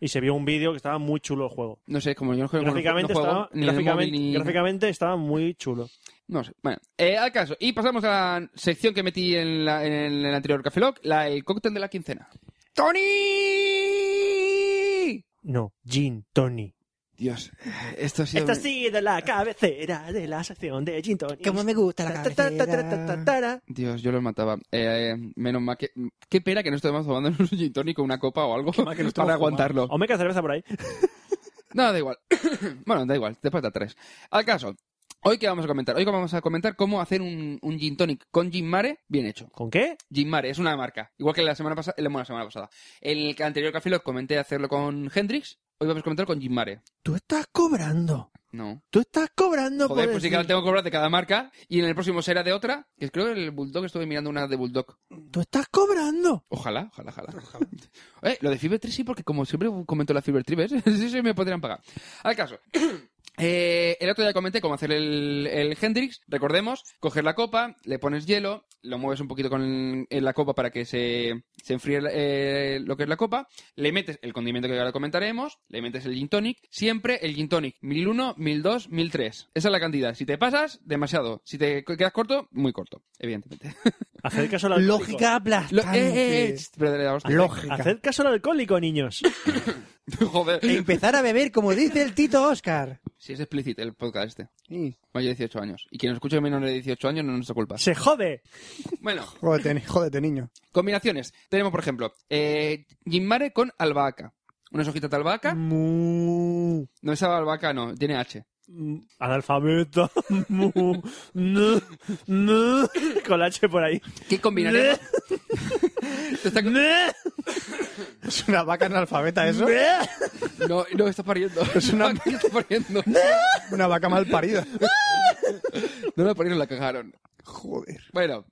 Speaker 3: Y se vio un vídeo que estaba muy chulo el juego.
Speaker 5: Ah, No sé, como yo no juego, no
Speaker 3: Gráficamente,
Speaker 5: juego
Speaker 3: estaba,
Speaker 5: ni en el
Speaker 3: gráficamente-
Speaker 5: móvil, ni-
Speaker 3: gráficamente estaba muy chulo.
Speaker 5: No sé. Bueno, eh, al caso. Y pasamos a la sección que metí en, la- en el anterior Café Lock, la, el cóctel de la quincena. ¡Tony!
Speaker 3: No, Gin Tony.
Speaker 5: Dios, esto ha sido...
Speaker 3: Esta sigue de la cabecera de la sección de Gin Tony.
Speaker 8: Como me gusta la cabecera.
Speaker 5: Dios, yo los mataba. Eh, menos mal que... Qué pena que no estemos tomando un gin tonic o una copa o algo
Speaker 8: mal que no estemos
Speaker 5: para aguantarlo.
Speaker 3: O me cae cerveza por ahí.
Speaker 5: No, da igual. bueno, da igual, te falta tres. Al caso, hoy que vamos a comentar. Hoy vamos a comentar cómo hacer un, un gin tonic con gin mare bien hecho.
Speaker 3: ¿Con qué?
Speaker 5: Gin Mare es una marca. Igual que la semana pasada, bueno, la semana pasada. El anterior café lo comenté hacerlo con Hendrix. Hoy vamos a comentar con Gin Mare.
Speaker 1: Tú estás cobrando.
Speaker 5: No.
Speaker 1: Tú estás cobrando
Speaker 5: Joder,
Speaker 1: por
Speaker 5: pues sí que la
Speaker 1: decir-
Speaker 5: tengo que cobrar de cada marca. Y en el próximo será de otra. Que creo que el Bulldog estuve mirando una de Bulldog.
Speaker 1: Tú estás cobrando.
Speaker 5: Ojalá, ojalá, ojalá. Eh, lo de Fiber Tree sí, porque como siempre comento la Fiber Tree, ¿ves? sí, sí, me podrían pagar. Al caso. Eh, el otro día comenté cómo hacer el, el Hendrix. Recordemos, coger la copa, le pones hielo, lo mueves un poquito con en la copa para que se, se enfríe eh, lo que es la copa, le metes el condimento que ahora comentaremos, le metes el gin tonic, siempre el gin tonic 1001, 1002, 1003. Esa es la cantidad. Si te pasas, demasiado. Si te quedas corto, muy corto, evidentemente.
Speaker 3: Haced caso al alcohólico.
Speaker 1: Lógica
Speaker 5: Lo- eh,
Speaker 1: aplastante.
Speaker 5: eh, eh, ch, pero de la hostia.
Speaker 3: Haced caso al alcohólico, niños.
Speaker 5: Joder,
Speaker 1: Empezar a beber, como dice el Tito Oscar.
Speaker 5: si es explícito el podcast este. Mayor de 18 años. Y quien nos escuche menos de 18 años no es nuestra culpa.
Speaker 3: Se jode.
Speaker 5: Bueno,
Speaker 8: Jódete, ni- jódete, niño.
Speaker 5: combinaciones. Tenemos, por ejemplo, eh, gin mare con albahaca. Unas hojitas de albahaca.
Speaker 4: Mm.
Speaker 3: Mu.
Speaker 5: No, esa albahaca no, tiene H.
Speaker 3: Mm, Analfabeto. Mu. Nu. Nu. Con la H por ahí.
Speaker 5: ¿Qué combinaremos? Esto está-
Speaker 3: Ne.
Speaker 8: Es una vaca analfabeta eso.
Speaker 3: Ne.
Speaker 5: No, no, está pariendo.
Speaker 8: una-
Speaker 5: Aquí está pariendo.
Speaker 8: Una vaca mal parida.
Speaker 5: No la parieron, la cagaron.
Speaker 8: Joder.
Speaker 5: Bueno,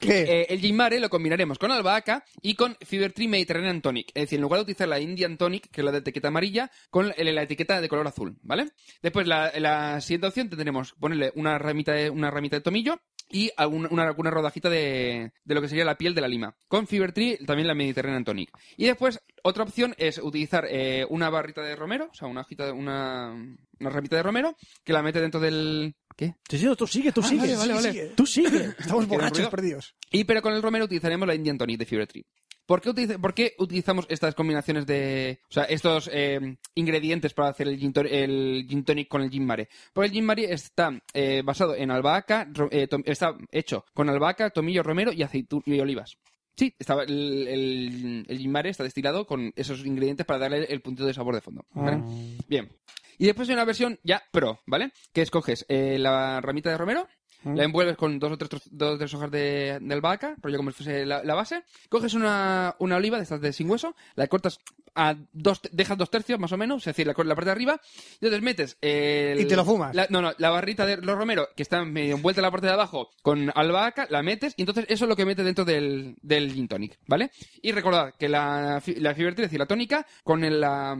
Speaker 8: ¿Qué?
Speaker 5: eh, el gin mare lo combinaremos con albahaca y con Fever Tree Mediterranean Tonic. Es decir, en lugar de utilizar la Indian Tonic, que es la de etiqueta amarilla, con la, la etiqueta de color azul, ¿vale? Después, la, la siguiente opción tendremos ponerle una ramita de, una ramita de tomillo y alguna una, una rodajita de, de lo que sería la piel de la lima. Con Fever Tree, también la Mediterranean Tonic. Y después, otra opción es utilizar eh, una barrita de romero, o sea, una hojita de, una, una ramita de romero, que la mete dentro del... ¿Qué?
Speaker 3: Sí, sí, no, tú sigue, tú
Speaker 5: Ah,
Speaker 3: sigue.
Speaker 5: vale, vale, vale.
Speaker 3: Tú sigue.
Speaker 8: Estamos
Speaker 5: ¿Qué
Speaker 8: borrachos
Speaker 5: ruido?
Speaker 8: perdidos.
Speaker 5: Y pero con el romero utilizaremos la Indian Tonic de Fibre Tree. ¿Por qué, utiliza- por qué utilizamos estas combinaciones de... O sea, estos eh, ingredientes para hacer el gin, toni- el gin tonic con el gin mare? Porque el gin mare está eh, basado en albahaca, ro- eh, tom- está hecho con albahaca, tomillo, romero y aceitu- y olivas. Sí, estaba el, el, el gin mare está destilado con esos ingredientes para darle el puntito de sabor de fondo. ¿vale? Bien. Y después hay una versión ya pro, ¿vale? Que escoges eh, la ramita de romero, la envuelves con dos o tres, tro- dos o tres hojas de, de albahaca, rollo como si fuese la, la base. Coges una, una oliva de estas de sin hueso, la cortas a dos, te- dejas dos tercios más o menos, es decir, la, cor- la parte de arriba, y entonces metes el-
Speaker 8: Y te lo fumas.
Speaker 5: la- no, no, la barrita de los romeros, que está medio envuelta en la parte de abajo, con albahaca, la metes, y entonces eso es lo que metes dentro del, del gin tonic, ¿vale? Y recordad que la, fi- la fibra, es decir, la tónica, con el- la...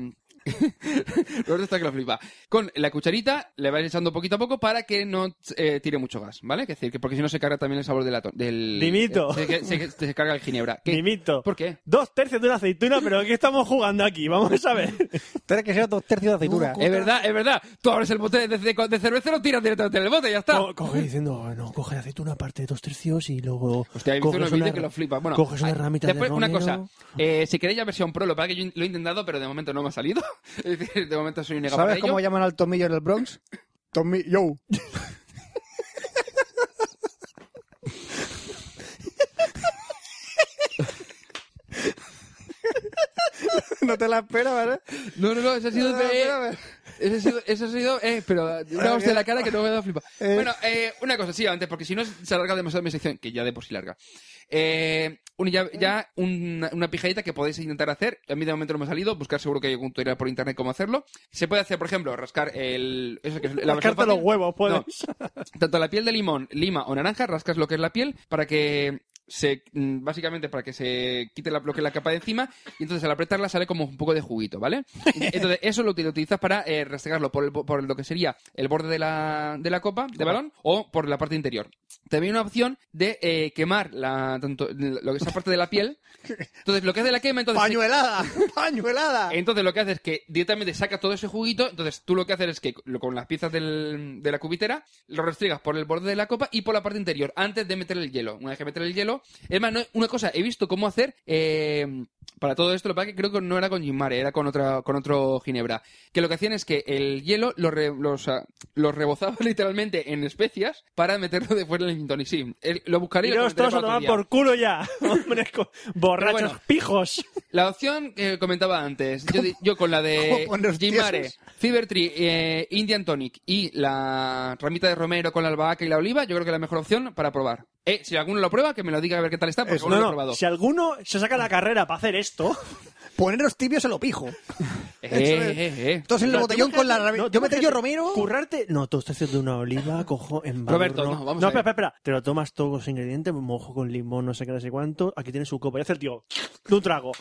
Speaker 5: Roberto está que lo flipa. Con la cucharita le vais echando poquito a poco para que no eh, tire mucho gas, ¿vale? Que decir, que porque si no se carga también el sabor de la to- del...
Speaker 3: Dimito.
Speaker 5: eh, se, se- se- se carga el ginebra. ¿Qué?
Speaker 3: Mimito.
Speaker 5: ¿Por qué?
Speaker 3: Dos tercios de una aceituna, pero ¿qué estamos jugando aquí? Vamos a ver.
Speaker 8: Espera que sea dos tercios de aceituna.
Speaker 5: Es verdad, es verdad. Tú abres el bote de, de- de cerveza y lo tiras directamente en el bote y ya está.
Speaker 8: Eh.
Speaker 1: Co- coge diciendo, no, coge la aceituna aparte de dos tercios y luego.
Speaker 5: Hostia, he visto unos
Speaker 1: coges
Speaker 5: vídeos
Speaker 1: una-
Speaker 5: que lo flipas. Bueno,
Speaker 1: coges una
Speaker 5: ah,
Speaker 1: ramita
Speaker 5: después,
Speaker 1: de
Speaker 5: una cosa.
Speaker 1: romero.
Speaker 5: Eh, si queréis la versión pro, lo que pasa es que yo lo he intentado, pero de momento no me ha salido. Es decir, de momento soy un negado
Speaker 8: ¿Sabes
Speaker 5: para
Speaker 8: cómo
Speaker 5: ello.
Speaker 8: llaman al tomillo en el Bronx? Tomillo. no te la ¿eh? esperaba, ¿verdad?
Speaker 5: No, no, no, eso ha sido...
Speaker 8: No, no,
Speaker 5: eh,
Speaker 8: espérame.
Speaker 5: eso ha sido... Eso ha sido... Eh, pero... Una hostia en la cara que no me ha dado flipa.
Speaker 8: Eh.
Speaker 5: Bueno, eh, una cosa, sí, antes, porque si no se alarga demasiado mi sección, que ya de por sí larga. Eh, un- ya ya una, una pijadita que podéis intentar hacer. A mí de momento no me ha salido. Buscar seguro que hay algún tutorial por internet cómo hacerlo. Se puede hacer, por ejemplo, rascar el... Eso que es la versión
Speaker 3: Rascarte los
Speaker 5: fácil.
Speaker 3: huevos, puedes.
Speaker 5: No, tanto la piel de limón, lima o naranja, rascas lo que es la piel para que se mm, básicamente para que se quite la, lo que es la capa de encima y entonces al apretarla sale como un poco de juguito, ¿vale? Entonces eso lo, util- lo utilizas para eh, rastrearlo por, el bo- por lo que sería el borde de la, de la copa de balón o por la parte interior. También hay una opción de eh, quemar la, tanto, lo que es esa parte de la piel. Entonces lo que hace la quema entonces se-
Speaker 8: ¡Pañuelada! ¡Pañuelada!
Speaker 5: entonces lo que hace es que directamente saca todo ese juguito, entonces tú lo que haces es que lo- con las piezas del- de la cubitera lo restriegas por el borde de la copa y por la parte interior, antes de meter el hielo. Una vez que meter el hielo... Es más, no- una cosa, he visto cómo hacer eh, para todo esto, lo que pasa es que creo que no era con Gimare, era con, otra, con otro Ginebra, que lo que hacían es que el hielo lo, re- lo, o sea, lo rebozaba literalmente en especias para meterlo después en el gin tonic. Sí, eh, lo buscaré y lo
Speaker 3: Iros
Speaker 5: comentaré
Speaker 3: todos a
Speaker 5: para otro
Speaker 3: tomar
Speaker 5: día.
Speaker 3: por culo ya. Hombres co- borrachos
Speaker 5: Pero bueno.
Speaker 3: pijos.
Speaker 5: La opción que comentaba antes, yo, di- yo con la de
Speaker 8: cómo poner
Speaker 5: Jim
Speaker 8: tiesos?
Speaker 5: Mare, Fever Tree, eh, Indian Tonic y la ramita de romero con la albahaca y la oliva, yo creo que es la mejor opción para probar. Eh, si alguno lo prueba, que me lo diga a ver qué tal está, porque
Speaker 8: Eso,
Speaker 5: aún no,
Speaker 3: No,
Speaker 5: lo he
Speaker 3: no,
Speaker 5: probado.
Speaker 3: si alguno se saca la carrera para hacer esto,
Speaker 8: Poneros tibios se lo pijo.
Speaker 5: Eh, eh, eh, eh.
Speaker 8: Entonces en el
Speaker 3: No,
Speaker 8: botellón
Speaker 3: tú
Speaker 8: con la...
Speaker 3: imagínate-
Speaker 8: rabi-
Speaker 3: no, tú
Speaker 8: yo me traigo
Speaker 3: imagínate
Speaker 8: Romero...
Speaker 3: currarte. No, tú estás haciendo una oliva, cojo en barro.
Speaker 5: Oh. Roberto, no, vamos a ver.
Speaker 3: espera, espera, espera. Te lo tomas todos los ingredientes, mojo con limón, no sé qué, no sé cuánto. Aquí tienes su copa. Y hace el tío, de un trago.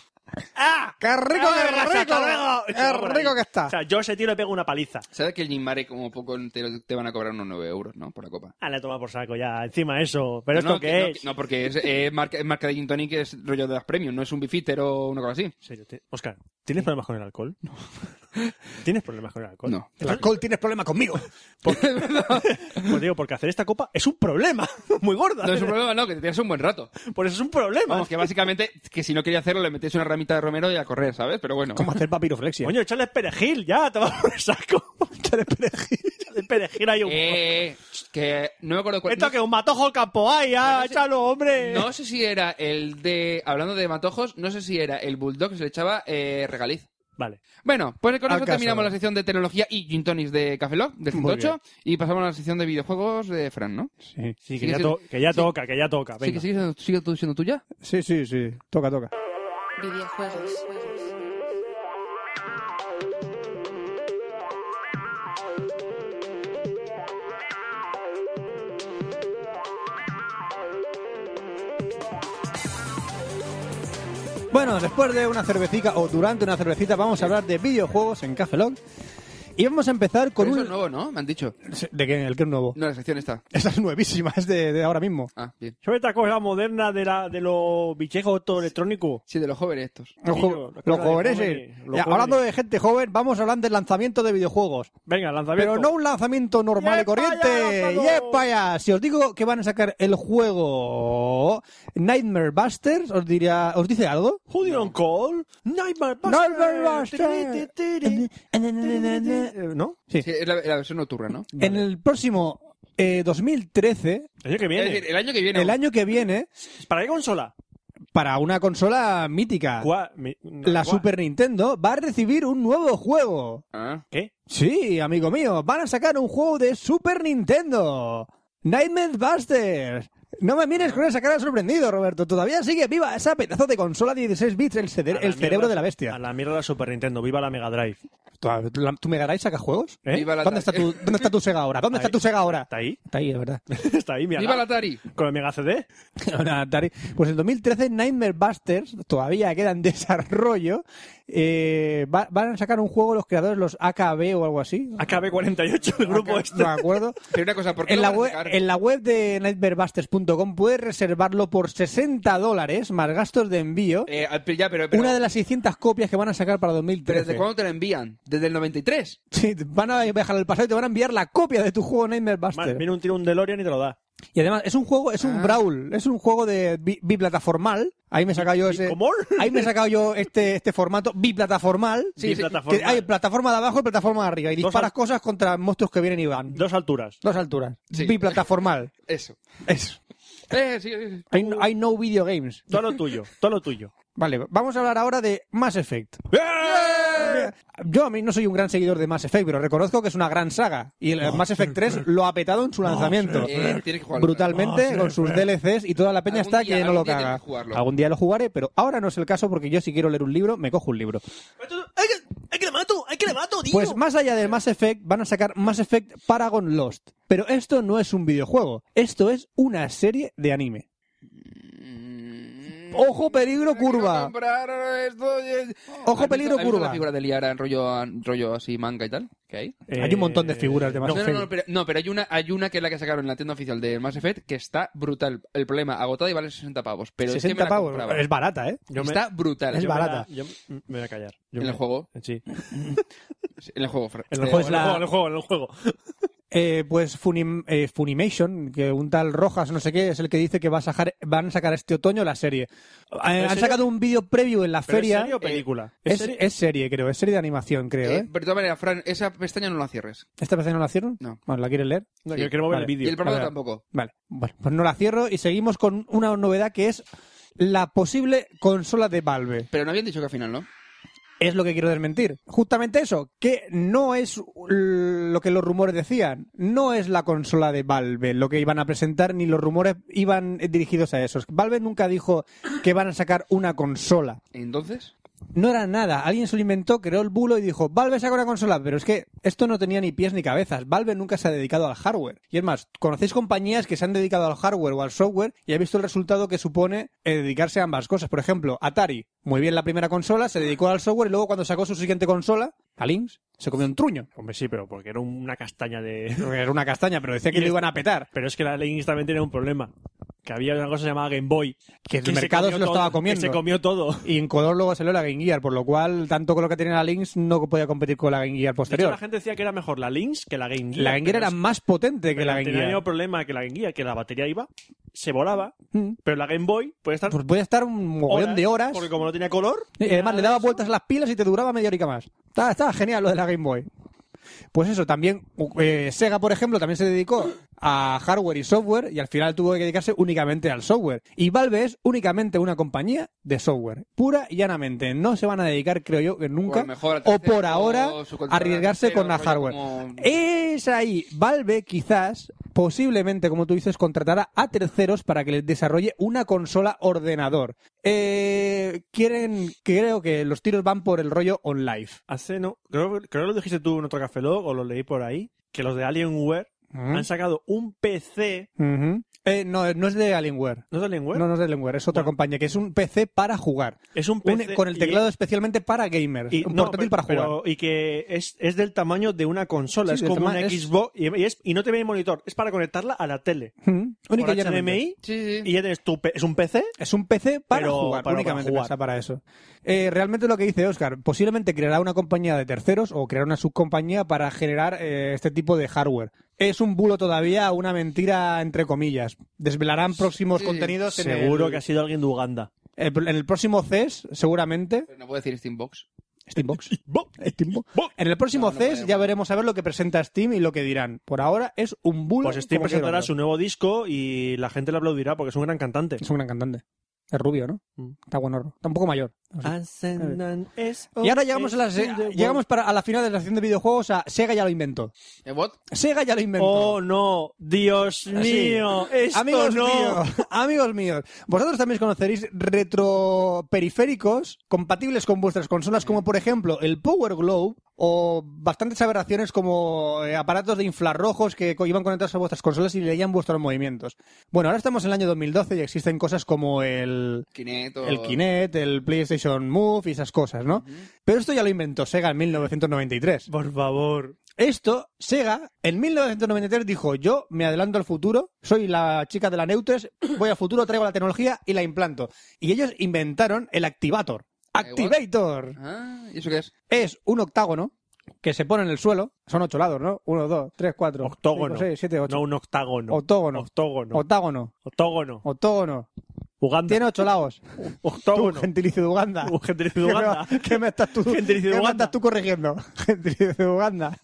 Speaker 3: ¡Ah!
Speaker 8: ¡Qué rico,
Speaker 3: ¡Ah,
Speaker 8: qué
Speaker 3: hasta
Speaker 8: rico!
Speaker 3: luego!
Speaker 8: ¡Qué
Speaker 3: Y se va por
Speaker 8: rico
Speaker 3: ahí.
Speaker 8: que está!
Speaker 3: O sea, yo ese tío le pego una paliza.
Speaker 5: Sabes que el Ginmare como poco te, te van a cobrar unos 9 euros, ¿no? Por la copa.
Speaker 3: Ah, la toma por saco ya. Encima eso. ¿Pero
Speaker 5: No,
Speaker 3: esto
Speaker 5: no,
Speaker 3: qué
Speaker 5: que- no,
Speaker 3: es?
Speaker 5: que- No, porque es eh, marca, es marca de Gin Tonic, es rollo de las premium, no es un bifitter o una cosa así.
Speaker 3: En serio, te- Oscar, ¿tienes problemas con el alcohol? No. ¿Tienes problemas con el alcohol?
Speaker 5: No.
Speaker 8: El alcohol tienes problema conmigo.
Speaker 3: Pues digo, porque hacer esta copa es un problema. Muy gorda.
Speaker 5: No es un problema, no, que te tiras un buen rato.
Speaker 3: Por eso es un problema.
Speaker 5: Vamos, que básicamente, que si no quería hacerlo, le metes una ramita de romero y a correr, ¿sabes? Pero bueno.
Speaker 8: Como hacer papiroflexia.
Speaker 3: Coño, échale perejil ya, te vas por el saco. Échale perejil. Échale perejil ahí un
Speaker 5: Eh, que no me acuerdo cuál.
Speaker 3: Esto que un matojo al campo hay, ya,
Speaker 5: Bueno, sí.
Speaker 3: échalo, hombre.
Speaker 5: No sé si era el de. Hablando de matojos, no sé si era el bulldog que se le echaba eh, regaliz.
Speaker 3: Vale.
Speaker 5: Bueno, pues con
Speaker 8: Al
Speaker 5: eso
Speaker 8: caso.
Speaker 5: terminamos la sección de tecnología y gin tonics de Café Lock, del
Speaker 8: Muy
Speaker 5: 108, y pasamos a la sección de videojuegos de Fran, ¿no?
Speaker 8: Sí.
Speaker 3: Sí, que,
Speaker 5: Sigue
Speaker 3: ya,
Speaker 5: siendo-
Speaker 3: to- que ya
Speaker 5: sí.
Speaker 3: toca, que ya toca.
Speaker 5: Sí,
Speaker 3: Venga.
Speaker 5: que sigue siendo, sigue tú siendo tuya.
Speaker 8: sí, sí, sí. Toca, toca.
Speaker 7: videojuegos,
Speaker 4: Bueno, después de una cervecita o durante una cervecita vamos a hablar de videojuegos en Café Lock. Y vamos a empezar con
Speaker 5: Pero eso es
Speaker 4: un...
Speaker 5: nuevo, ¿no? Me han dicho.
Speaker 4: ¿De qué? ¿El que es nuevo?
Speaker 5: No, la sección está.
Speaker 4: Esa es nuevísima, es de, de ahora mismo.
Speaker 5: Ah, bien.
Speaker 3: Sobre esta cosa moderna de, la, de los bichejos electrónicos.
Speaker 5: Sí, de los jóvenes estos.
Speaker 4: Los,
Speaker 3: Tío,
Speaker 4: jo-
Speaker 3: las
Speaker 4: los
Speaker 3: cosas de
Speaker 4: jóvenes.
Speaker 3: jóvenes,
Speaker 4: sí.
Speaker 3: los
Speaker 4: Ya,
Speaker 3: jóvenes.
Speaker 4: hablando de gente joven, vamos a hablar del lanzamiento de videojuegos.
Speaker 3: Venga, lanzamiento.
Speaker 4: Pero no un lanzamiento normal
Speaker 3: ¡Yepa
Speaker 4: y
Speaker 3: ya,
Speaker 4: corriente.
Speaker 3: lanzador!
Speaker 4: ¡Yepa ya! Si os digo que van a sacar el juego Nightmare Busters, os diría, ¿os dice algo?
Speaker 3: Who did on call? Nightmare Buster.
Speaker 4: Nightmare Buster.
Speaker 3: Tiri, tiri, tiri. ¿No?
Speaker 5: Sí, es la, la versión nocturna, ¿no?
Speaker 4: En el próximo eh, 2013,
Speaker 3: El año que viene.
Speaker 5: Es decir, el año que viene.
Speaker 4: el año que viene,
Speaker 3: ¿Para qué consola?
Speaker 4: para una consola mítica,
Speaker 3: Gua- mi-
Speaker 4: la
Speaker 3: gua-
Speaker 4: Super Nintendo, va a recibir un nuevo juego.
Speaker 5: Ah.
Speaker 3: ¿Qué?
Speaker 4: Sí, amigo mío, van a sacar un juego de Super Nintendo. Nightmare Busters. No me mires con esa cara de sorprendido, Roberto. Todavía sigue viva esa pedazo de consola de 16 bits, el, ceder-
Speaker 3: A la
Speaker 4: el cerebro
Speaker 3: mierda-
Speaker 4: de la
Speaker 3: A
Speaker 4: bestia.
Speaker 3: la mierda la Super Nintendo. Viva la Mega Drive.
Speaker 4: ¿Tú, la- tú Mega Drive sacas juegos?
Speaker 3: ¿Eh?
Speaker 5: Viva la
Speaker 4: ¿Dónde está,
Speaker 5: Atari.
Speaker 4: tu, ¿Dónde está tu Sega ahora? ¿Dónde está
Speaker 3: Ahí.
Speaker 4: tu Sega ahora?
Speaker 3: ¿Está ahí?
Speaker 4: Está ahí, es verdad.
Speaker 3: Está ahí, mira.
Speaker 5: ¡Viva la Atari!
Speaker 3: Con el Mega CD.
Speaker 4: Ahora Atari. Pues en 2013 Nightmare Busters todavía queda en desarrollo. Eh, va- van a sacar un juego los creadores, los AKB o algo así.
Speaker 3: AKB48, el grupo este.
Speaker 4: No me acuerdo.
Speaker 5: Pero una cosa, ¿por qué
Speaker 4: En
Speaker 5: lo
Speaker 4: la,
Speaker 5: van a
Speaker 4: web,
Speaker 5: sacar?
Speaker 4: en la web de nightmarebusters.com puedes reservarlo por 60 dólares más gastos de envío.
Speaker 5: Eh, al- ya, pero, pero-
Speaker 4: una de las 600 copias que van a sacar para
Speaker 5: pero
Speaker 4: 2013.
Speaker 5: ¿desde cuándo te la envían? ¿Desde el 93?
Speaker 4: Sí, te van a viajar al pasado y te van a enviar la copia de tu juego Nightmare
Speaker 3: Man,
Speaker 4: Buster.
Speaker 3: viene un tiro un DeLorean y te lo da.
Speaker 4: Y además es un juego, es un
Speaker 5: Ah.
Speaker 4: brawl, es un juego de bi- biplataformal. Ahí me he sacado yo ese.
Speaker 3: ¿Cómo?
Speaker 4: Ahí me he sacado yo este, este formato biplataformal.
Speaker 5: Sí, sí.
Speaker 3: Biplataformal.
Speaker 4: Que hay plataforma de abajo y plataforma de arriba. Y
Speaker 3: Dos
Speaker 4: disparas
Speaker 3: al-
Speaker 4: cosas contra monstruos que vienen y van.
Speaker 3: Dos alturas.
Speaker 4: Dos alturas.
Speaker 5: Sí.
Speaker 4: Biplataformal.
Speaker 5: Eso.
Speaker 4: Eso.
Speaker 5: Eh, sí, sí, sí.
Speaker 4: Hay, hay no video games.
Speaker 3: Todo lo tuyo. Todo lo tuyo.
Speaker 4: Vale, vamos a hablar ahora de Mass Effect.
Speaker 3: ¡Eh!
Speaker 4: Yo a mí no soy un gran seguidor de Mass Effect, pero reconozco que es una gran saga. Y el
Speaker 3: Ah,
Speaker 4: Mass Effect 3 lo ha petado en su lanzamiento.
Speaker 5: Eh, tienes que jugarlo.
Speaker 4: Brutalmente,
Speaker 3: Ah,
Speaker 4: con sus DLCs y toda la peña
Speaker 5: Algún
Speaker 4: está
Speaker 5: día-
Speaker 4: que no
Speaker 5: algún
Speaker 4: lo
Speaker 5: día tienes
Speaker 4: caga.
Speaker 5: que jugarlo.
Speaker 4: Algún día lo jugaré, pero ahora no es el caso porque yo si quiero leer un libro, me cojo un libro.
Speaker 3: ¡Ay, que, ay, que le mato! ¡Ay, que le mato, tío!
Speaker 4: Pues más allá del Mass Effect, van a sacar Mass Effect Paragon Lost. Pero esto no es un videojuego, esto es una serie de anime.
Speaker 5: Mm,
Speaker 4: Ojo, peligro,
Speaker 5: quiero
Speaker 4: curva.
Speaker 5: comprar esto, eh.
Speaker 4: Ojo,
Speaker 5: ¿Has visto-
Speaker 4: peligro,
Speaker 5: has visto
Speaker 4: curva.
Speaker 5: la figura de Liara, rollo, rollo así, manga y tal? ¿Qué hay?
Speaker 4: Hay un montón de
Speaker 3: Eh,
Speaker 4: figuras de Mass
Speaker 5: No, no,
Speaker 4: Effect.
Speaker 5: no, pero, no, pero hay una, hay una que es la que sacaron en la tienda oficial de Mass Effect que está brutal. El problema, agotada y vale 60 pavos. Pero es que me
Speaker 4: 60
Speaker 5: la
Speaker 4: pavos,
Speaker 5: compraba.
Speaker 4: es barata, ¿eh?
Speaker 3: Yo me-
Speaker 5: Está brutal.
Speaker 4: es
Speaker 3: yo me
Speaker 4: barata.
Speaker 3: la- yo me me voy a callar. Yo
Speaker 5: En
Speaker 3: me-
Speaker 5: el juego.
Speaker 3: Sí.
Speaker 5: En el juego. Fra-
Speaker 3: En
Speaker 5: eh,
Speaker 3: el juego,
Speaker 4: es
Speaker 3: en
Speaker 4: la-
Speaker 3: el juego, en el juego, en el juego.
Speaker 4: Eh, pues Funim- eh, Funimation, que un tal Rojas, no sé qué, es el que dice que va a sacar, van a sacar este otoño la serie. Eh, han
Speaker 3: serio?
Speaker 4: sacado un vídeo previo en la
Speaker 3: ¿Pero
Speaker 4: feria. Eh,
Speaker 3: ¿Es serie o película?
Speaker 4: Es,
Speaker 3: ¿Es serie?
Speaker 4: es serie, creo. Es serie de animación, creo.
Speaker 5: eh,
Speaker 4: ¿eh?
Speaker 5: pero de todas maneras, Fran, esa pestaña no la cierres.
Speaker 4: ¿Esta vez no la cierro?
Speaker 5: No.
Speaker 4: Bueno, ¿La quieres leer?
Speaker 3: No,
Speaker 5: sí.
Speaker 3: que quiero mover
Speaker 4: Vale.
Speaker 3: el vídeo.
Speaker 5: y el programa
Speaker 3: Vale.
Speaker 5: tampoco.
Speaker 4: Vale. Bueno, pues no la cierro y seguimos con una novedad que es la posible consola de Valve.
Speaker 5: Pero no habían dicho que al final, ¿no?
Speaker 4: Es lo que quiero desmentir. Justamente eso, que no es lo que los rumores decían. No es la consola de Valve lo que iban a presentar, ni los rumores iban dirigidos a eso. Valve nunca dijo que van a sacar una consola.
Speaker 5: Entonces,
Speaker 4: No era nada. Alguien se lo inventó, creó el bulo y dijo, Valve saca una consola. Pero es que esto no tenía ni pies ni cabezas. Valve nunca se ha dedicado al hardware. Y es más, conocéis compañías que se han dedicado al hardware o al software y habéis visto el resultado que supone eh, dedicarse a ambas cosas. Por ejemplo, Atari, muy bien la primera consola, se dedicó al software y luego cuando sacó su siguiente consola, a Lynx, se comió un truño.
Speaker 3: Hombre, sí, pero porque era una castaña de...
Speaker 4: Era una castaña, pero decía que
Speaker 3: Y
Speaker 4: lo
Speaker 3: es-
Speaker 4: iban a petar.
Speaker 3: Pero es que la Linux también tenía un problema. Que había una cosa llamada Game Boy.
Speaker 4: Que el
Speaker 3: se
Speaker 4: mercado
Speaker 3: comió
Speaker 4: se lo
Speaker 3: todo,
Speaker 4: estaba
Speaker 3: que
Speaker 4: comiendo.
Speaker 3: se comió todo.
Speaker 4: Y en color luego salió la Game Gear, por lo cual, tanto con lo que tenía la Lynx, no podía competir con la Game Gear
Speaker 3: De hecho,
Speaker 4: posterior.
Speaker 3: la gente decía que era mejor la Lynx que la Game Gear.
Speaker 4: la Game Gear
Speaker 3: pero
Speaker 4: era
Speaker 3: es-
Speaker 4: más potente
Speaker 3: pero
Speaker 4: que
Speaker 3: este
Speaker 4: la Game
Speaker 3: tenía el
Speaker 4: Gear.
Speaker 3: mismo problema que la Game Gear, que la batería iba, se volaba,
Speaker 4: Mm.
Speaker 3: pero la Game Boy puede estar
Speaker 4: Pues podía estar un mogollón de horas.
Speaker 3: porque como no tenía color...
Speaker 4: Y además,
Speaker 3: nada
Speaker 4: le daba
Speaker 3: de eso.
Speaker 4: vueltas a las pilas y te duraba media horica más. Estaba, estaba genial lo de la Game Boy. Pues eso, también u- eh, Sega, por ejemplo, también se dedicó a hardware y software y al final tuvo que dedicarse únicamente al software. Y Valve es únicamente una compañía de software, pura y llanamente. No se van a dedicar, creo yo, que
Speaker 5: O, a
Speaker 4: nunca
Speaker 5: lo mejor al
Speaker 4: o
Speaker 5: tercero,
Speaker 4: por ahora
Speaker 5: su control al
Speaker 4: arriesgarse
Speaker 5: tercero,
Speaker 4: con la
Speaker 5: rollo
Speaker 4: hardware. Eh,
Speaker 5: como-
Speaker 4: Es ahí, Valve quizás, posiblemente, como tú dices, contratará a terceros para que les desarrolle una consola ordenador. Eh, quieren, creo que los tiros van por el rollo on life.
Speaker 3: Hace, no, creo, creo que lo dijiste tú en otro Café Lock, o lo leí por ahí, que los de Alienware
Speaker 4: ¿Mm?
Speaker 3: han sacado un PC...
Speaker 4: Ujú. Eh, no, no es de Alienware.
Speaker 3: ¿No es de Alienware?
Speaker 4: No, no es de Alienware, es otra
Speaker 3: Bueno.
Speaker 4: compañía que es un PC para jugar.
Speaker 3: Es un
Speaker 4: Un-
Speaker 3: PC...
Speaker 4: con el
Speaker 3: y-
Speaker 4: teclado especialmente para gamers.
Speaker 3: y-
Speaker 4: un
Speaker 3: no, pero-
Speaker 4: portátil para jugar.
Speaker 3: pero- y que es, es del tamaño de una consola,
Speaker 4: Sí,
Speaker 3: es
Speaker 4: del
Speaker 3: como
Speaker 4: tamaño-
Speaker 3: una
Speaker 4: es-
Speaker 3: Xbox y, y es, y no te viene monitor, es para conectarla a la tele.
Speaker 4: Ujú. Única
Speaker 3: Por
Speaker 4: y llanamente.
Speaker 3: HDMI
Speaker 5: Sí, sí.
Speaker 3: y ya tienes tu pe- es un PC
Speaker 4: Es un PC para
Speaker 3: Pero para-
Speaker 4: jugar,
Speaker 3: para
Speaker 4: únicamente
Speaker 3: jugar.
Speaker 4: pensada para eso. Eh, realmente lo que dice Oscar, posiblemente creará una compañía de terceros o crear una subcompañía para generar eh, este tipo de hardware. Es un bulo todavía, una mentira entre comillas. Desvelarán próximos
Speaker 5: Sí,
Speaker 4: contenidos en
Speaker 3: seguro
Speaker 4: el,
Speaker 3: que ha sido alguien de Uganda.
Speaker 4: el- en el próximo CES, seguramente.
Speaker 5: Pero no puedo decir Steambox.
Speaker 4: Steambox.
Speaker 3: Bo-
Speaker 4: Steambox. En el próximo
Speaker 5: No, no
Speaker 4: CES
Speaker 5: podemos.
Speaker 4: ya veremos a ver lo que presenta Steam y lo que dirán. Por ahora es un bulo.
Speaker 3: Pues Steam
Speaker 4: como quiero
Speaker 3: presentará
Speaker 4: verlo.
Speaker 3: su nuevo disco y la gente le aplaudirá porque es un gran cantante.
Speaker 4: Es un gran cantante. Es rubio, ¿no?
Speaker 3: Mm.
Speaker 4: Está guanorro. Está un poco mayor.
Speaker 3: Y Oh,
Speaker 4: Y ahora llegamos a
Speaker 3: eh,
Speaker 4: la, llegamos para, a la final de la sección de videojuegos a Sega ya lo inventó.
Speaker 5: ¿Eh, bot?
Speaker 4: Sega ya lo inventó.
Speaker 3: Oh no, Dios mío, esto
Speaker 4: Ah, amigos
Speaker 3: no.
Speaker 4: míos, amigos míos, vosotros también conoceréis retroperiféricos compatibles con vuestras consolas, como por ejemplo el Power Globe o bastantes aberraciones como eh, aparatos de infrarrojos que co- iban conectados a vuestras consolas y leían vuestros movimientos. Bueno, ahora estamos en el año 2012 y existen cosas como el
Speaker 5: Kinect o-
Speaker 4: el
Speaker 3: Oh.
Speaker 4: Kinect, el PlayStation Move y esas cosas, ¿no? Pero esto ya lo inventó Sega en 1993.
Speaker 3: Por favor.
Speaker 4: Esto, Sega, en 1993 dijo, yo me adelanto al futuro, soy la chica de la Neutres, voy al futuro, traigo la tecnología y la implanto. Y ellos inventaron el Activator. Activator
Speaker 5: Ah, ¿y eso qué es?
Speaker 4: es un octágono que se pone en el suelo, son ocho lados, ¿no? Uno, dos, tres, cuatro,
Speaker 3: Octógono.
Speaker 4: cinco, seis, siete, ocho.
Speaker 3: No un octágono.
Speaker 4: Octógono.
Speaker 3: Octógono.
Speaker 4: Octágono,
Speaker 3: Octógono.
Speaker 4: octógono.
Speaker 3: Uganda.
Speaker 4: Tiene ocho lados. Tú,
Speaker 3: Octógono.
Speaker 4: gentilicio de Uganda.
Speaker 3: Un gentilicio de
Speaker 4: ¿Qué me
Speaker 3: Uganda.
Speaker 4: va- ¿Qué me estás tú,
Speaker 3: Gentilicio de
Speaker 4: qué me
Speaker 3: Uganda.
Speaker 4: estás tú corrigiendo? Gentilicio de Uganda.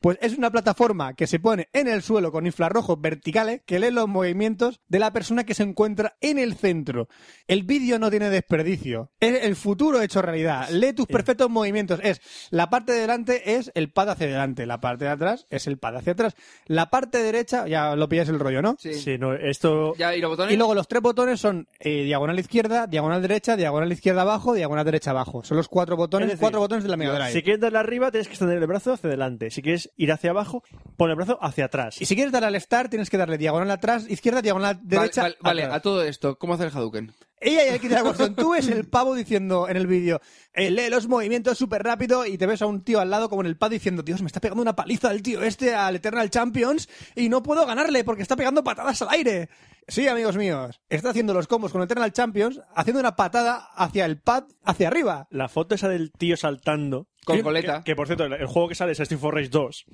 Speaker 4: Pues es una plataforma que se pone en el suelo con infrarrojos verticales que lee los movimientos de la persona que se encuentra en el centro. El vídeo no tiene desperdicio. Es el futuro hecho realidad. Lee tus perfectos movimientos. Es la parte de delante es el pad hacia adelante. La parte de atrás es el pad hacia atrás. La parte derecha, ya lo pillas el rollo, ¿no?
Speaker 5: Sí.
Speaker 3: Sí, no, esto
Speaker 5: Ya, ¿y los botones?
Speaker 4: Y luego los tres botones son eh, diagonal izquierda, diagonal derecha, diagonal izquierda abajo, diagonal derecha abajo. Son los cuatro botones,
Speaker 3: Es decir,
Speaker 4: cuatro botones de la Mega Drive.
Speaker 3: Si quieres darle arriba, tienes que extender el brazo hacia adelante. Si quieres ir hacia abajo, pon el brazo hacia atrás.
Speaker 4: E. Y si quieres dar al start, tienes que darle diagonal atrás, izquierda, diagonal
Speaker 5: Vale,
Speaker 4: derecha.
Speaker 5: vale, vale,
Speaker 4: atrás.
Speaker 5: a todo esto, ¿cómo hace el Hadouken?
Speaker 4: Ella y aquí te la cuestión. Tú ves el pavo diciendo en el vídeo, eh, lee los movimientos súper rápido y te ves a un tío al lado como en el pad diciendo, Dios, me está pegando una paliza el tío este al Eternal Champions y no puedo ganarle porque está pegando patadas al aire. Sí, amigos míos, está haciendo los combos con Eternal Champions, haciendo una patada hacia el pad, hacia arriba.
Speaker 3: La foto esa del tío saltando.
Speaker 5: Con
Speaker 3: Que-
Speaker 5: coleta.
Speaker 3: Que, que, por cierto, el, el juego que sale es Street for Rage 2.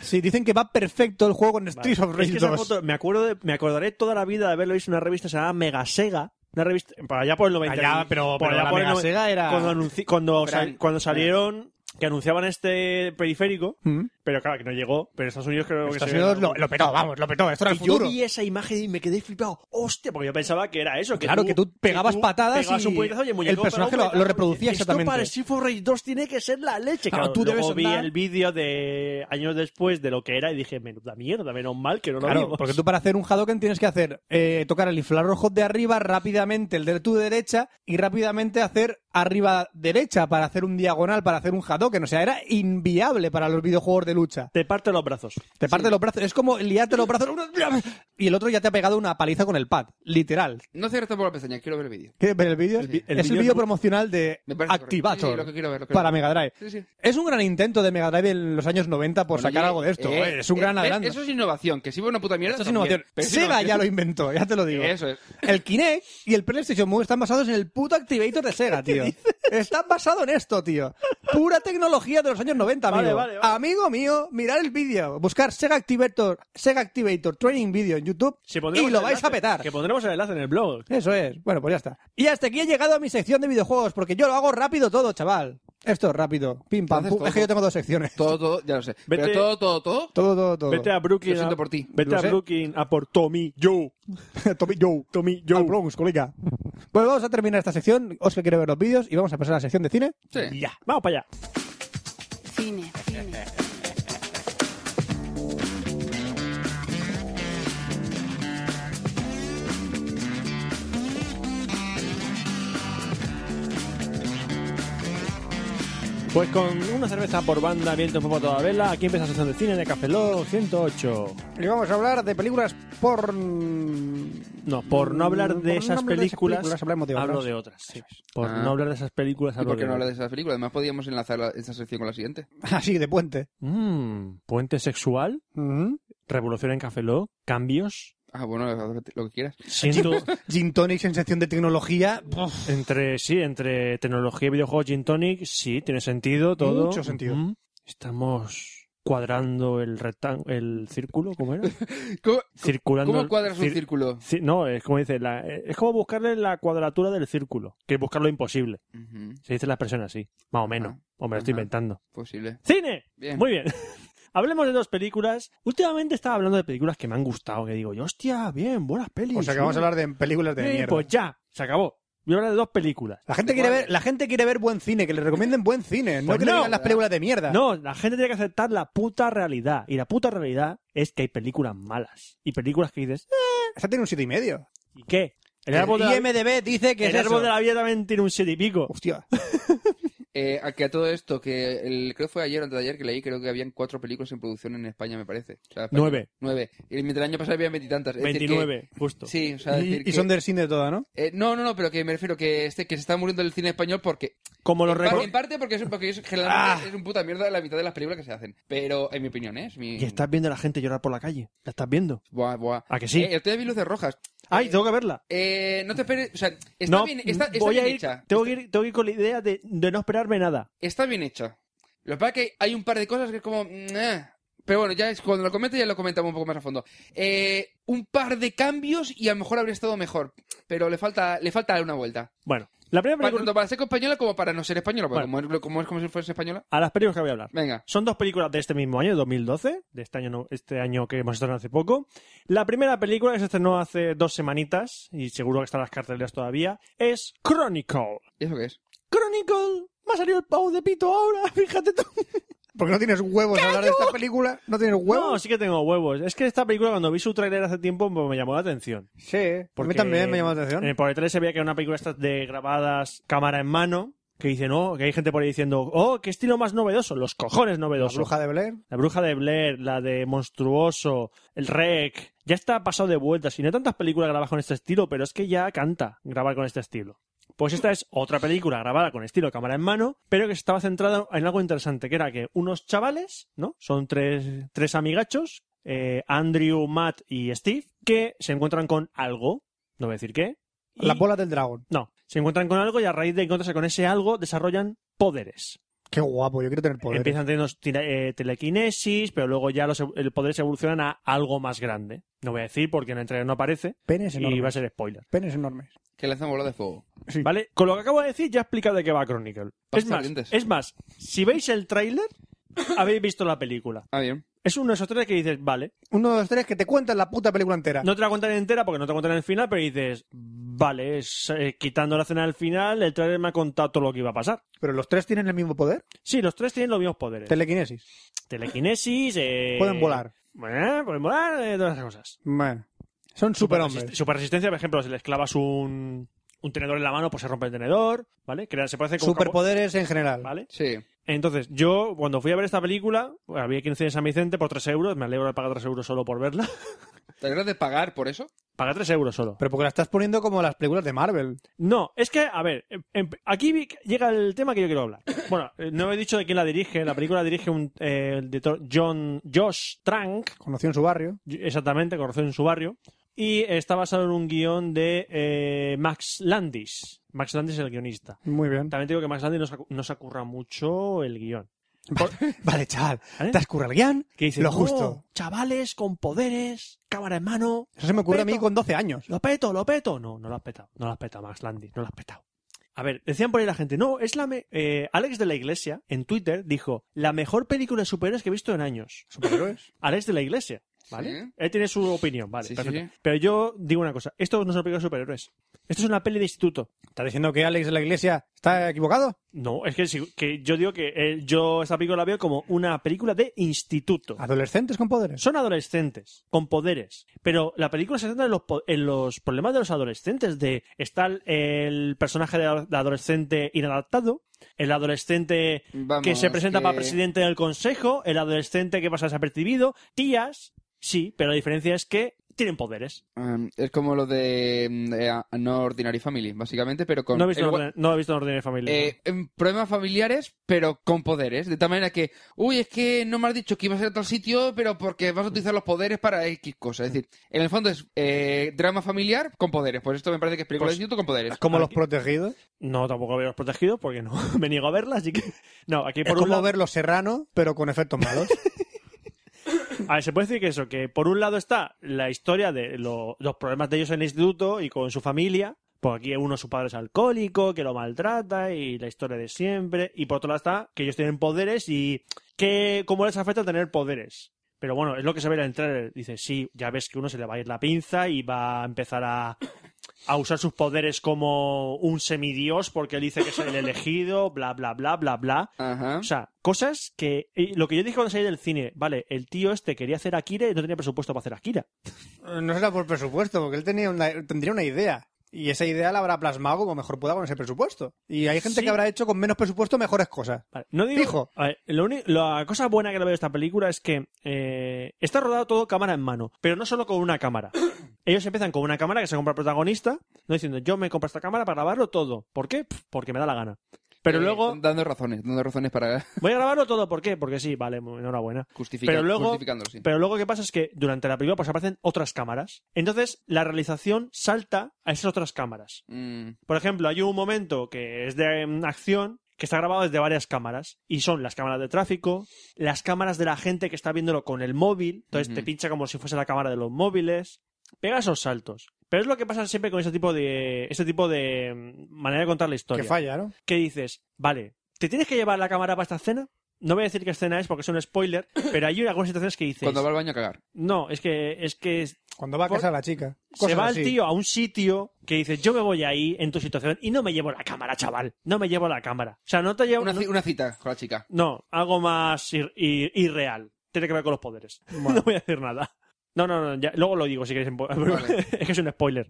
Speaker 4: Sí, dicen que va perfecto el juego con
Speaker 3: Vale.
Speaker 4: Street of Rage
Speaker 3: es que esa
Speaker 4: 2.
Speaker 3: foto, me, acuerdo de- me acordaré toda la vida de haberlo visto en una revista llamada Mega Sega. Una revista, para allá por el 90.
Speaker 4: Allá, pero- pero la Mega
Speaker 3: noven-
Speaker 4: Sega era-
Speaker 3: Cuando, anunci- cuando,
Speaker 5: Frank,
Speaker 3: sal- cuando
Speaker 5: Frank.
Speaker 3: salieron, que anunciaban este periférico,
Speaker 4: Mm.
Speaker 3: pero claro, que no llegó. Pero en Estados Unidos creo que
Speaker 4: Estados
Speaker 3: se
Speaker 4: Unidos lo, lo petó, vamos, lo petó, esto era el
Speaker 3: Y yo
Speaker 4: futuro.
Speaker 3: vi esa imagen y me quedé flipado. ¡Hostia! Porque yo pensaba que era eso. Que
Speaker 4: Claro, que tú pegabas patadas
Speaker 3: pegabas
Speaker 4: y
Speaker 3: un puñetazo y el, muñeco
Speaker 4: el personaje
Speaker 3: pegaba un puñetazo
Speaker 4: lo- lo reproducía
Speaker 3: y dices,
Speaker 4: exactamente.
Speaker 3: Esto para Street for Rage 2 tiene que ser la leche.
Speaker 4: Claro,
Speaker 3: Claro,
Speaker 4: tú
Speaker 3: luego
Speaker 4: debes
Speaker 3: vi
Speaker 4: andar-
Speaker 3: el vídeo de años después de lo que era y dije, menuda mierda, menos mal que no lo
Speaker 4: Claro,
Speaker 3: vimos.
Speaker 4: porque tú para hacer un Hadoken tienes que hacer eh, tocar el infrarrojo de arriba rápidamente, el de tu derecha y rápidamente hacer arriba derecha para hacer un diagonal, para hacer un que O sea, era inviable para los videojuegos de lucha.
Speaker 3: Te parte los brazos.
Speaker 4: Te parte los brazos. Es como liarte los brazos. Y el otro ya te ha pegado una paliza con el pad. Literal.
Speaker 5: No cierres por la pestaña, quiero ver el vídeo.
Speaker 4: ¿Quieres ver el vídeo?
Speaker 5: Sí, sí.
Speaker 3: El
Speaker 4: es el
Speaker 3: vídeo
Speaker 4: vídeo
Speaker 3: es-
Speaker 4: promocional de
Speaker 5: Me parece correcto.
Speaker 4: Activator
Speaker 5: Sí, lo que quiero ver, lo que
Speaker 4: para
Speaker 5: quiero
Speaker 4: Mega Drive.
Speaker 5: Sí, sí.
Speaker 4: Es un gran intento de Mega Drive en los años 90 por
Speaker 5: Oye,
Speaker 4: sacar algo de esto.
Speaker 5: eh,
Speaker 4: eh, es un
Speaker 5: eh,
Speaker 4: gran
Speaker 5: ¿ves?
Speaker 4: adelanto.
Speaker 5: Eso es innovación, que sirve una puta mierda.
Speaker 4: Esto es
Speaker 5: también,
Speaker 4: innovación.
Speaker 5: pero es
Speaker 4: Sega
Speaker 5: innovación.
Speaker 4: ya lo inventó, ya te lo digo.
Speaker 5: Eso es.
Speaker 4: El Kinect y el PlayStation Move están basados en el puto Activator de Sega, tío. Están basados en esto, tío. Pura tecnología de los años 90, amigo.
Speaker 3: Vale, vale, vale.
Speaker 4: Amigo mío, mirad el vídeo. Buscar Sega Activator, Sega Activator Training Video en YouTube
Speaker 3: Si
Speaker 4: y
Speaker 3: pondremos
Speaker 4: lo
Speaker 3: el
Speaker 4: vais a
Speaker 3: enlace,
Speaker 4: petar.
Speaker 3: Que pondremos el enlace en el blog.
Speaker 4: Eso es. Bueno, pues ya está. Y hasta aquí he llegado a mi sección de videojuegos, porque yo lo hago rápido todo, chaval. Esto es rápido. Pim, pam,
Speaker 5: Entonces,
Speaker 4: pum.
Speaker 5: todo,
Speaker 4: Es que yo tengo dos secciones.
Speaker 5: Todo, todo, ya lo sé.
Speaker 3: Vete-
Speaker 5: Pero todo, todo, todo.
Speaker 4: Todo, todo, todo.
Speaker 3: Vete a Brooklyn.
Speaker 5: Lo siento
Speaker 3: a-
Speaker 5: por ti.
Speaker 3: Vete
Speaker 4: Lo
Speaker 3: a
Speaker 4: sé.
Speaker 3: Brooklyn a por Tommy Joe.
Speaker 4: Tommy Joe.
Speaker 3: Tommy Joe.
Speaker 4: Al Bronx, colega. Bueno, vamos a terminar esta sección. Oscar quiere ver los vídeos y vamos a pasar a la sección de cine.
Speaker 5: Sí.
Speaker 3: Ya. Vamos para allá.
Speaker 7: Cine, cine.
Speaker 3: Pues con una cerveza por banda, viento en popa toda vela, aquí empieza la sección de cine de Café Lock 108.
Speaker 4: Y vamos a hablar de películas por...
Speaker 3: No, por no hablar de
Speaker 4: Por no
Speaker 3: esas
Speaker 4: hablar de esas
Speaker 3: películas,
Speaker 4: películas, hablamos de
Speaker 3: hablo
Speaker 4: otras.
Speaker 3: de otras. sí.
Speaker 4: es.
Speaker 3: Por
Speaker 5: Ah.
Speaker 3: no hablar de esas películas,
Speaker 5: ¿Y
Speaker 3: hablo
Speaker 5: por qué
Speaker 3: de
Speaker 5: no hablas de
Speaker 3: otras.
Speaker 5: esas películas? Además, podíamos enlazar la- esta sección con la siguiente.
Speaker 4: Así, de puente.
Speaker 3: Mm, Puente sexual,
Speaker 4: Ujú.
Speaker 3: revolución en Café Lock, cambios,
Speaker 5: Ah, bueno, lo que- lo que quieras.
Speaker 3: siento
Speaker 4: Gin Tonic en sección de tecnología. Uf.
Speaker 3: entre sí, entre tecnología y videojuegos Gin Tonic, sí, tiene sentido todo.
Speaker 4: Mucho sentido.
Speaker 3: Mm. Estamos cuadrando el rectán- el círculo, ¿cómo era?
Speaker 5: ¿Cómo,
Speaker 3: Circulando.
Speaker 5: cómo
Speaker 3: el-
Speaker 5: cuadras un
Speaker 3: cir-
Speaker 5: círculo?
Speaker 3: ci- no, es como dice, la- eh, es como buscarle la cuadratura del círculo, que es buscar lo imposible.
Speaker 5: Ujú,
Speaker 3: Se dice las personas así, más o menos.
Speaker 5: Ah,
Speaker 3: o me lo estoy
Speaker 5: ajá.
Speaker 3: inventando.
Speaker 5: Posible.
Speaker 3: ¡Cine!
Speaker 5: Bien.
Speaker 3: Muy bien. Hablemos de dos películas. Últimamente estaba hablando de películas que me han gustado, que digo, yo, hostia, bien, buenas pelis.
Speaker 4: O sea que vamos a hablar de películas de
Speaker 3: Sí,
Speaker 4: mierda.
Speaker 3: Pues ya, se acabó. Voy a hablar de dos películas.
Speaker 4: La gente,
Speaker 5: ¿De
Speaker 4: quiere
Speaker 5: cuál?
Speaker 4: ver, la gente quiere ver buen cine, que le recomienden buen cine, no
Speaker 3: Pues
Speaker 4: que le
Speaker 3: no.
Speaker 4: digan las películas de mierda.
Speaker 3: No, la gente tiene que aceptar la puta realidad. Y la puta realidad es que hay películas malas. Y películas que dices, "Eh,
Speaker 4: Esa tiene un sitio y medio.
Speaker 3: ¿y qué? El
Speaker 4: El
Speaker 3: árbol, de la,
Speaker 4: IMDB dice que es
Speaker 3: el árbol
Speaker 4: eso.
Speaker 3: de la vida también tiene un siete y pico.
Speaker 4: Hostia.
Speaker 5: Eh, a que a todo esto, que el, creo que fue ayer o antes de ayer que leí, creo que habían cuatro películas en producción en España, me parece. O sea, España-
Speaker 3: Nueve.
Speaker 5: Nueve. Y mientras el año pasado había veintitantas. Es decir que-
Speaker 3: 29, justo.
Speaker 5: Sí, o sea, decir
Speaker 4: Y, y
Speaker 5: que-
Speaker 4: son del cine toda, ¿no?
Speaker 5: eh, no, no, no, pero que me refiero que este que se está muriendo el cine español porque
Speaker 3: Como los
Speaker 5: en, par-
Speaker 3: recortes.
Speaker 5: en parte porque es porque es,
Speaker 3: Ah.
Speaker 5: generalmente es un puta mierda la mitad de las películas que se hacen, pero en mi opinión, ¿eh? es mi
Speaker 3: Y estás viendo a la gente llorar por la calle. La estás viendo.
Speaker 5: Buah, buah.
Speaker 3: ¿A que sí?
Speaker 5: Eh, estoy de luces rojas.
Speaker 3: Ay, tengo que verla.
Speaker 5: Eh, no te esperes, o sea, está
Speaker 3: no,
Speaker 5: bien, está, está
Speaker 3: voy
Speaker 5: bien
Speaker 3: a ir,
Speaker 5: hecha.
Speaker 3: Tengo que ir, tengo que ir con la idea de, de no esperarme nada.
Speaker 5: Está bien hecha. Lo que pasa es que hay un par de cosas que es como. "Nah". Pero bueno, ya es, cuando lo comente ya lo comentamos un poco más a fondo. Eh, un par de cambios y a lo mejor habría estado mejor. Pero le falta, le falta darle una vuelta.
Speaker 3: Bueno, la primera
Speaker 5: Pa-
Speaker 3: película.
Speaker 5: Tanto para ser española como para no ser española. porque
Speaker 3: Bueno.
Speaker 5: Como, es, como es como si fuese española.
Speaker 3: A las películas que voy a hablar.
Speaker 5: Venga.
Speaker 3: Son dos películas de este mismo año, de 2012, de este año, no- este año que hemos estrenado hace poco. La primera película que se estrenó hace dos semanitas, y seguro que están las carteleras todavía, es Chronicle.
Speaker 5: ¿Y eso qué es?
Speaker 3: Chronicle, me ha salido el pau de pito ahora, fíjate tú.
Speaker 4: Porque no tienes huevos a hablar de esta película. No tienes
Speaker 3: No,
Speaker 4: huevos.
Speaker 3: sí que tengo huevos. Es que esta película, cuando vi su tráiler hace tiempo, pues, me llamó la atención.
Speaker 4: sí. Por
Speaker 3: Porque
Speaker 4: mí también me llamó la atención.
Speaker 3: eh, por el tele se veía que era una película estas de grabadas cámara en mano, que dice, no, que hay gente por ahí diciendo, oh, qué estilo más novedoso, los cojones
Speaker 4: La
Speaker 3: novedosos.
Speaker 4: bruja de Blair.
Speaker 3: La bruja de Blair, la de Monstruoso, el Rec. Ya está pasado de vueltas y no hay tantas películas grabadas con este estilo, pero es que ya canta grabar con este estilo. Pues esta es otra película grabada con estilo cámara en mano, pero que estaba centrada en algo interesante, que era que unos chavales, ¿no? Son tres, tres amigachos, eh, Andrew, Matt y Steve, que se encuentran con algo, no voy a decir qué. y-
Speaker 4: Las bolas del dragón.
Speaker 3: No, se encuentran con algo y a raíz de encontrarse con ese algo desarrollan poderes.
Speaker 4: Qué guapo, yo quiero tener poder.
Speaker 3: Empiezan teniendo tira- eh, telequinesis, pero luego ya los, el poder se evoluciona a algo más grande. No voy a decir porque en el trailer no aparece
Speaker 4: Penes
Speaker 3: y
Speaker 4: enormes.
Speaker 3: va a ser spoiler.
Speaker 4: Penes enormes.
Speaker 5: Que lanzan bola de fuego.
Speaker 4: Sí.
Speaker 3: ¿Vale? Con lo que acabo de decir ya he explicado de qué va Chronicle. Es
Speaker 5: Pasta
Speaker 3: más,
Speaker 5: dientes.
Speaker 3: es más, si veis el tráiler, habéis visto la película.
Speaker 5: Ah, bien.
Speaker 3: Es uno de esos trailers que dices, vale,
Speaker 4: Uno, dos, tres, que te cuentan la puta película entera.
Speaker 3: no te la contaré entera porque no te la contaré en el final, pero dices, vale, es, eh, quitando la escena del final, el tráiler me ha contado todo lo que iba a pasar.
Speaker 4: Pero los tres tienen el mismo poder.
Speaker 3: Sí, los tres tienen los mismos poderes.
Speaker 4: Telequinesis.
Speaker 3: Telequinesis, eh,
Speaker 4: Pueden volar.
Speaker 3: eh, pueden volar, eh, todas esas cosas.
Speaker 4: Bueno. Son superhombres.
Speaker 3: Super resistencia, por ejemplo, si les clavas un, un tenedor en la mano, pues se rompe el tenedor, ¿vale? Crea- se parece como...
Speaker 4: Superpoderes en general.
Speaker 3: ¿Vale?
Speaker 5: Sí.
Speaker 3: Entonces, yo cuando fui a ver esta película, bueno, había 15 en San Vicente por 3 euros, me alegro de pagar 3 euros solo por verla.
Speaker 5: ¿Te alegras de pagar por eso?
Speaker 3: Pagué 3 euros solo.
Speaker 4: Pero porque la estás poniendo como las películas de Marvel.
Speaker 3: No, es que, a ver, em- em- aquí vi- llega el tema que yo quiero hablar. Bueno, eh, no he dicho de quién la dirige, la película la dirige un, eh, el director John, Josh Trank,
Speaker 4: Conoció en su barrio.
Speaker 3: exactamente, conocido en su barrio, y está basado en un guión de eh, Max Landis. Max Landis es el guionista.
Speaker 4: Muy bien.
Speaker 3: También te digo que Max Landis no se ha cu- no se ha currado mucho el guión.
Speaker 4: Vale, chaval.
Speaker 3: ¿Vale?
Speaker 4: Te has currado el guión.
Speaker 3: Que dice,
Speaker 4: Lo
Speaker 3: "No,
Speaker 4: justo.
Speaker 3: chavales con poderes, cámara en mano,
Speaker 4: Eso se me ocurre a mí
Speaker 3: Peto.
Speaker 4: con 12 años.
Speaker 3: lo peto, lo peto. No, no lo has petado, no lo has petado, Max Landis, no lo has petado. A ver, decían por ahí la gente, no, es la... me- eh, Alex de la Iglesia, en Twitter, dijo, la mejor película de superhéroes que he visto en años.
Speaker 4: Superhéroes.
Speaker 3: Alex de la Iglesia, ¿vale?
Speaker 5: Sí.
Speaker 3: Él tiene su opinión, vale,
Speaker 5: Sí, sí,
Speaker 3: perfecto.
Speaker 5: sí.
Speaker 3: Pero yo digo una cosa, esto no es una película de superhéroes. Esto es una peli de instituto.
Speaker 4: ¿Estás diciendo que Alex de la iglesia está equivocado?
Speaker 3: No, es que, si- que yo digo que eh, yo esta película la veo como una película de instituto.
Speaker 4: Adolescentes con poderes.
Speaker 3: Son adolescentes, con poderes. Pero la película se centra en los, po- en los problemas de los adolescentes. De está el, el personaje de, ad- de adolescente inadaptado, el adolescente
Speaker 5: Vamos,
Speaker 3: que se presenta
Speaker 5: que-
Speaker 3: para presidente del consejo, el adolescente que pasa desapercibido, tías, sí, pero la diferencia es que tienen poderes.
Speaker 5: Um, es como lo de, mm, de, ah, No Ordinary Family, básicamente, pero con...
Speaker 3: No he visto,
Speaker 5: el
Speaker 3: en
Speaker 5: gua-
Speaker 3: orden- no he visto en orden de familia.
Speaker 5: Eh, en problemas familiares, pero con poderes. De tal manera que, uy, es que no me has dicho que ibas a ir a tal sitio, pero porque vas a utilizar los poderes para X cosas. Es decir, en el fondo es eh, drama familiar con poderes. Pues esto me parece que es película
Speaker 3: Pues-
Speaker 5: de instituto con poderes.
Speaker 4: Como los
Speaker 3: Aquí-
Speaker 4: protegidos.
Speaker 3: No, tampoco veo los protegidos porque no me niego a verlas, así que. No, aquí
Speaker 4: Es
Speaker 3: por un
Speaker 4: como
Speaker 3: lado-
Speaker 4: ver los serranos, pero con efectos malos.
Speaker 3: A ver, se puede decir que eso, que por un lado está la historia de lo- los problemas de ellos en el instituto y con su familia. Por aquí uno, su padre es alcohólico, que lo maltrata y la historia de siempre. Y por otro lado está que ellos tienen poderes y que cómo les afecta tener poderes. Pero bueno, es lo que se ve en el trailer. Dice, sí, ya ves que uno se le va a ir la pinza y va a empezar a, a usar sus poderes como un semidios porque él dice que es el elegido, bla, bla, bla, bla, bla.
Speaker 5: Ajá.
Speaker 3: O sea, cosas que. y Lo que yo dije cuando salí del cine, vale, el tío este quería hacer Akira y no tenía presupuesto para hacer Akira.
Speaker 4: no será por presupuesto, porque él tenía una- tendría una idea. Y esa idea la habrá plasmado como mejor pueda con ese presupuesto. Y hay gente
Speaker 3: Sí.
Speaker 4: que habrá hecho con menos presupuesto mejores cosas.
Speaker 3: Vale, no digo.
Speaker 4: Fijo.
Speaker 3: A ver, lo uni- la cosa buena que le veo a esta película es que eh, está rodado todo cámara en mano, pero no solo con una cámara. Ellos empiezan con una cámara que se compra el protagonista, no diciendo yo me compro esta cámara para grabarlo todo. ¿Por qué? Pff, Porque me da la gana. Pero
Speaker 5: Eh,
Speaker 3: luego
Speaker 5: Dando razones, dando razones para
Speaker 3: voy a grabarlo todo, ¿por qué? Porque sí, vale, enhorabuena.
Speaker 5: justificar,
Speaker 3: Pero luego-
Speaker 5: justificándolo, sí.
Speaker 3: Pero luego qué pasa es que durante la película pues aparecen otras cámaras. Entonces la realización salta a esas otras cámaras.
Speaker 5: Mm,
Speaker 3: Por ejemplo, hay un momento que es de mm, acción que está grabado desde varias cámaras y son las cámaras de tráfico, las cámaras de la gente que está viéndolo con el móvil, entonces
Speaker 5: Ujú.
Speaker 3: te pincha como si fuese la cámara de los móviles, pega esos saltos. Pero es lo que pasa siempre con este tipo de este tipo de mm, manera de contar la historia.
Speaker 4: Que falla, ¿no?
Speaker 3: que dices, vale, ¿te tienes que llevar la cámara para esta escena? No voy a decir qué escena es porque es un spoiler, pero hay algunas situaciones que dices,
Speaker 5: Cuando va al baño a cagar.
Speaker 3: no, es que es que es-
Speaker 4: Cuando va a
Speaker 3: Por-
Speaker 4: casa la chica.
Speaker 3: se
Speaker 4: Cosas
Speaker 3: va
Speaker 4: así.
Speaker 3: el tío a un sitio que dice yo me voy ahí en tu situación y no me llevo la cámara, chaval. No me llevo la cámara. O sea, no te llevo...
Speaker 5: Una,
Speaker 3: no,
Speaker 5: ci- una cita con la chica.
Speaker 3: no, algo más ir- ir- irreal. Tiene que ver con los poderes. No voy a decir nada. No, no, no. ya- luego lo digo si queréis. en po-
Speaker 5: Vale.
Speaker 3: es que es un spoiler.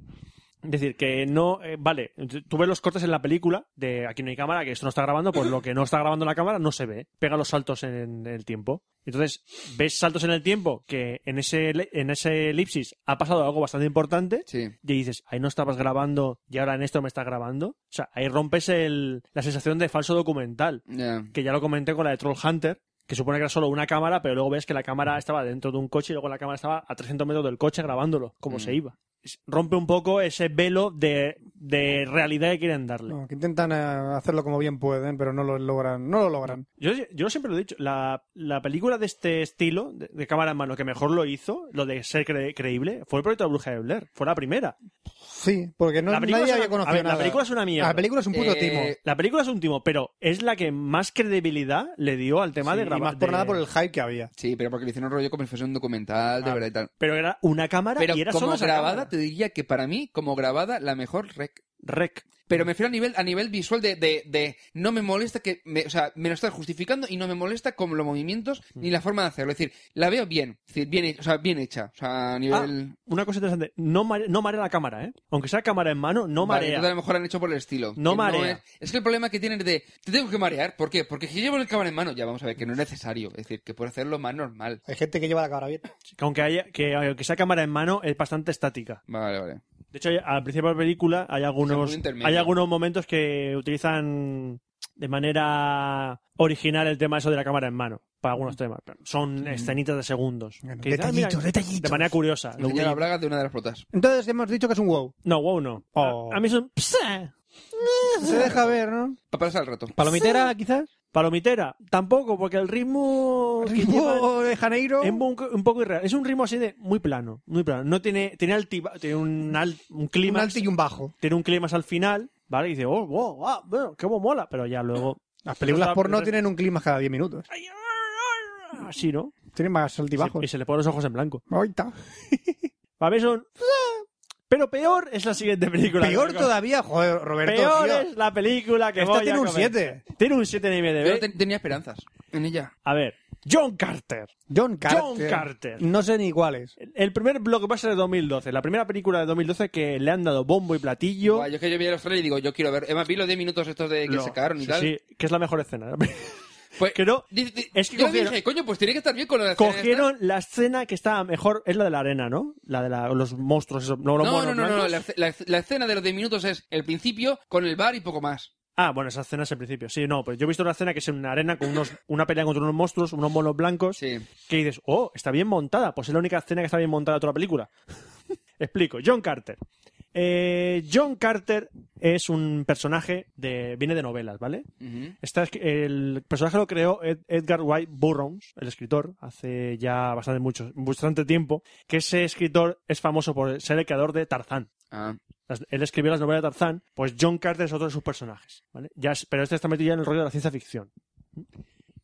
Speaker 3: Es decir, que no... eh, vale, tú ves los cortes en la película de aquí no hay cámara, que esto no está grabando, pues lo que no está grabando la cámara no se ve. Pega los saltos en el tiempo. Entonces, ves saltos en el tiempo que en ese, le- en ese elipsis ha pasado algo bastante importante
Speaker 5: Sí.
Speaker 3: y dices, ahí no estabas grabando y ahora en esto me estás grabando. O sea, ahí rompes el, la sensación de falso documental,
Speaker 5: Ya.
Speaker 3: que ya lo comenté con la de Troll Hunter, que supone que era solo una cámara, pero luego ves que la cámara estaba dentro de un coche y luego la cámara estaba a 300 metros del coche grabándolo, como
Speaker 5: Mm.
Speaker 3: se iba. Es- Rompe un poco ese velo de, de realidad que quieren darle.
Speaker 4: No, que intentan eh, hacerlo como bien pueden, pero no lo logran. No lo logran.
Speaker 3: Yo, yo siempre lo he dicho, la, la película de este estilo, de, de cámara en mano, que mejor lo hizo, lo de ser cre- creíble, fue el proyecto de Bruja de Blair. Fue la primera.
Speaker 4: Sí, porque no,
Speaker 3: la película
Speaker 4: nadie
Speaker 3: es una-
Speaker 4: había conocido
Speaker 3: a ver,
Speaker 4: nada.
Speaker 3: La película es una mierda.
Speaker 4: La película es un puto
Speaker 5: Eh,
Speaker 4: timo.
Speaker 3: La película es un timo, pero es la que más credibilidad le dio al tema
Speaker 4: Sí,
Speaker 3: de
Speaker 4: y
Speaker 3: grabar.
Speaker 4: más por
Speaker 3: de-
Speaker 4: nada por el hype que había.
Speaker 5: Sí, pero porque le hicieron rollo como si fuese un documental, de
Speaker 3: Ah,
Speaker 5: verdad y tal.
Speaker 3: Pero era una cámara
Speaker 5: Pero
Speaker 3: y era
Speaker 5: como
Speaker 3: solo esa
Speaker 5: grabada,
Speaker 3: cámara.
Speaker 5: te diría que para mí, como grabada, la mejor rec.
Speaker 3: Rec.
Speaker 5: Pero me refiero a nivel, a nivel visual de, de, de no me molesta que, me, o sea, me lo estás justificando y no me molesta con los movimientos
Speaker 3: Mm.
Speaker 5: ni la forma de hacerlo. Es decir, la veo bien, es decir, bien, he- o sea, bien hecha, o sea, a nivel...
Speaker 3: Ah, una cosa interesante, no, mare- no marea la cámara, ¿eh? Aunque sea cámara en mano, no
Speaker 5: Vale,
Speaker 3: marea.
Speaker 5: entonces a lo mejor han hecho por el estilo.
Speaker 3: No
Speaker 5: que
Speaker 3: marea.
Speaker 5: es, es que el problema que tienen de, te tengo que marear, ¿por qué? Porque si llevo el cámara en mano, ya vamos a ver que no es necesario, es decir, que puedes hacerlo más normal.
Speaker 9: Hay gente que lleva la cámara abierta.
Speaker 3: Que Aunque, haya, que, aunque sea cámara en mano, es bastante estática.
Speaker 5: Vale, vale.
Speaker 3: De hecho, hay- al principio de la película hay
Speaker 5: algún
Speaker 3: algunos,
Speaker 5: intermedio.
Speaker 3: hay algunos momentos que utilizan de manera original el tema eso de la cámara en mano para
Speaker 4: Mm.
Speaker 3: algunos temas. Pero Son escenitas de segundos. Que dices, ah, mira,
Speaker 1: Detallitos, detallitos.
Speaker 3: De manera curiosa. Lo
Speaker 5: Señala
Speaker 3: utili-
Speaker 5: Bragas de una de las protas.
Speaker 4: Entonces hemos dicho que es un wow.
Speaker 3: No, wow, no.
Speaker 4: Oh.
Speaker 3: A, a mí son... Psa.
Speaker 4: Se deja ver, ¿no?
Speaker 5: Para pasar el rato.
Speaker 4: Palomitera, quizás.
Speaker 3: Palomitera, tampoco, porque el ritmo... que llevan-
Speaker 4: Ritmo de Janeiro.
Speaker 3: Es un, un poco irreal. Es un ritmo así de muy plano, muy plano. No tiene, tiene, altiva- tiene un, al- un
Speaker 9: Un
Speaker 3: clima.
Speaker 9: alto y un bajo.
Speaker 3: Tiene un clima al final, ¿vale? Y dice, oh, wow, ah, bueno, qué mola. Pero ya luego.
Speaker 4: Las películas
Speaker 3: No está-
Speaker 4: porno
Speaker 3: no-
Speaker 4: tienen un clima cada 10 minutos.
Speaker 3: Así, ¿no?
Speaker 4: Tienen más
Speaker 3: Y se-
Speaker 4: altibajos.
Speaker 3: y se le ponen los ojos en blanco.
Speaker 4: Ahí está.
Speaker 3: Para mí son. Pero peor es la siguiente película.
Speaker 4: Peor todavía, joder, Roberto.
Speaker 3: Peor
Speaker 4: tío.
Speaker 3: es la película que
Speaker 4: Esta
Speaker 3: voy
Speaker 4: tiene
Speaker 3: a
Speaker 4: un
Speaker 3: comer.
Speaker 4: 7.
Speaker 3: Tiene un 7 en
Speaker 5: Yo
Speaker 3: IMDb.
Speaker 5: ten- tenía esperanzas en ella.
Speaker 3: A ver, John Carter.
Speaker 4: John Carter.
Speaker 3: John Carter. Este
Speaker 4: No sé ni cuál es.
Speaker 3: El- El primer blockbuster de 2012. La primera película de 2012 que le han dado bombo y platillo.
Speaker 5: Guau, yo es que yo vi a los trailers y digo, yo quiero ver. Además, vi los 10 minutos estos de que
Speaker 3: Lo-
Speaker 5: sacaron y
Speaker 3: sí,
Speaker 5: tal.
Speaker 3: Sí, que es la mejor escena.
Speaker 5: Pues,
Speaker 3: que no-
Speaker 5: di- di-
Speaker 3: es que
Speaker 5: yo
Speaker 3: cogieron-
Speaker 5: dije, coño, pues tiene que estar bien con la escena
Speaker 3: Cogieron la escena que está mejor, es la de la arena, ¿no? La de la- los monstruos, esos, no, los
Speaker 5: esta. No, no,
Speaker 3: monos
Speaker 5: no, no,
Speaker 3: blancos.
Speaker 5: La, la- la escena de los 10 minutos es el principio con el bar y poco más.
Speaker 3: Ah, bueno, esa escena es el principio. Sí, no, pero yo he visto una escena que es en una arena con unos, una pelea contra unos monstruos, unos monos blancos,
Speaker 5: Sí.
Speaker 3: que dices, oh, está bien montada. Pues es la única escena que está bien montada de toda la película. Explico. John Carter. Eh, John Carter es un personaje de. viene de novelas, ¿vale?
Speaker 5: Ujú.
Speaker 3: Está esqui- el personaje lo creó Ed- Edgar White Burroughs, el escritor, hace ya bastante, mucho, bastante tiempo, que ese escritor es famoso por ser el creador de Tarzán.
Speaker 5: Ah,
Speaker 3: Las- Él escribió las novelas de Tarzán, pues John Carter es otro de sus personajes. ¿vale? Ya es- pero este está metido ya en el rollo de la ciencia ficción.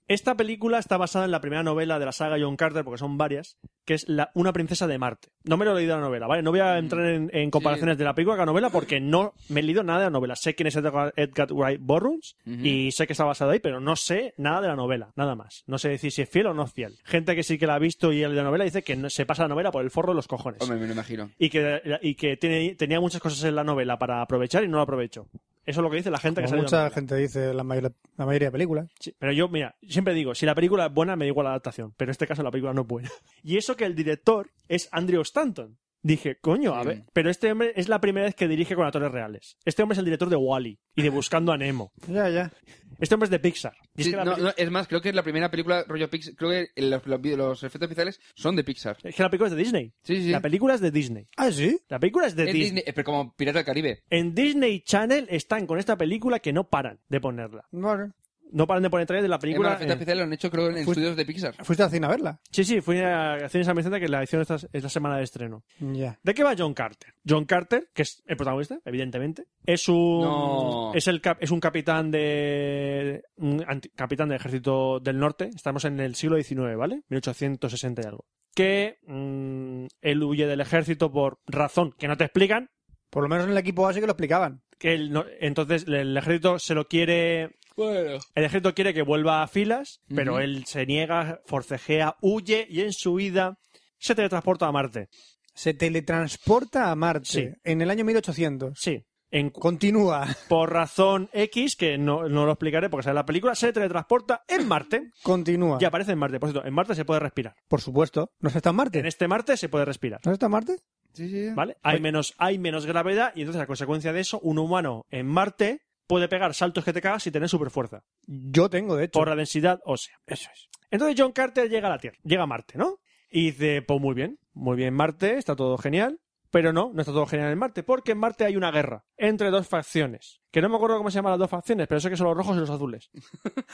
Speaker 3: Esta película está basada en la primera novela de la saga John Carter, porque son varias, que es la- Una princesa de Marte. No me lo he leído la novela, ¿vale? No voy a entrar en, en comparaciones de la película con la novela porque no me he leído nada de la novela. Sé quién es Edgar, Edgar Wright Burroughs
Speaker 5: Ujú.
Speaker 3: y sé que está basado ahí, pero no sé nada de la novela, nada más. No sé decir si es fiel o no es fiel. Gente que sí que la ha visto y el de la novela dice que no- se pasa la novela por el forro de los cojones
Speaker 5: hombre, me lo imagino.
Speaker 3: y que, y que tiene- tenía muchas cosas en la novela para aprovechar y no lo aprovechó. Eso es lo que dice la gente que
Speaker 9: Como
Speaker 3: sale de la
Speaker 9: mucha
Speaker 3: novela.
Speaker 9: gente dice la mayoría, la mayoría de películas.
Speaker 3: Sí, pero yo, mira, siempre digo, si la película es buena, me da igual la adaptación. Pero en este caso la película no es buena. Y eso que el director es Andrew Stanton. Dije, coño, a
Speaker 5: Sí.
Speaker 3: ver. Pero este hombre es la primera vez que dirige con actores reales. Este hombre es el director de Wally y de Buscando a Nemo.
Speaker 9: Ya, ya.
Speaker 3: Este hombre es de Pixar. Y es
Speaker 5: Sí,
Speaker 3: que la
Speaker 5: no,
Speaker 3: peli-
Speaker 5: no, es más, creo que es la primera película rollo Pixar. Creo que los, los- los efectos especiales son de Pixar.
Speaker 3: es que la película es de Disney.
Speaker 5: Sí, sí, sí.
Speaker 3: La película es de Disney.
Speaker 9: Ah, sí.
Speaker 3: La película es de
Speaker 5: Es
Speaker 3: Disney.
Speaker 5: Disney, eh, pero como Pirata del Caribe.
Speaker 3: En Disney Channel están con esta película que no paran de ponerla.
Speaker 9: Bueno,
Speaker 3: No paran de poner trailers de la
Speaker 5: Además, los
Speaker 3: película.
Speaker 5: efectos
Speaker 3: en-
Speaker 5: especiales lo han hecho, creo, en
Speaker 9: Fuiste-
Speaker 5: estudios de Pixar.
Speaker 9: fuiste al cine a verla.
Speaker 3: Sí, sí, fui a Cine San Vicente que la edición esta es la semana de estreno.
Speaker 9: Ya.
Speaker 3: ¿De qué va John Carter? John Carter, que es el protagonista, evidentemente, es un
Speaker 5: No.
Speaker 3: es el cap- es un capitán de un anti- capitán del ejército del norte. Estamos en el siglo XIX, ¿vale? 1860 y algo. Que mm, él huye del ejército por razón que no te explican.
Speaker 9: Por lo menos en el equipo base que lo explicaban.
Speaker 3: Que él no- entonces el ejército se lo quiere
Speaker 5: Bueno.
Speaker 3: El ejército quiere que vuelva a filas, pero
Speaker 5: Ujú.
Speaker 3: él se niega, forcejea, huye y en su vida se teletransporta a Marte.
Speaker 9: Se teletransporta a Marte
Speaker 3: Sí.
Speaker 9: en el año 1800.
Speaker 3: Sí. En, cu-
Speaker 9: Continúa
Speaker 3: por razón X, que no, no lo explicaré porque sale en la película, se teletransporta en Marte
Speaker 9: Continúa.
Speaker 3: y aparece en Marte. Por cierto, en Marte se puede respirar.
Speaker 9: Por supuesto. ¿No se está en
Speaker 3: En
Speaker 9: Marte?
Speaker 3: este Marte se puede respirar.
Speaker 9: ¿No se está en Marte?
Speaker 5: Sí, sí, sí.
Speaker 3: ¿Vale? Hay menos, hay menos gravedad y entonces a consecuencia de eso, un humano en Marte puede pegar saltos que te cagas y tener superfuerza.
Speaker 9: Yo tengo, de hecho.
Speaker 3: Por la densidad ósea. Eso es. Entonces John Carter llega a la Tierra, llega a Marte, ¿no? Y dice, pues muy bien, muy bien Marte, está todo genial. Pero no, no está todo genial en Marte, porque en Marte hay una guerra entre dos facciones. Que no me acuerdo cómo se llaman las dos facciones, pero sé que son los rojos y los azules.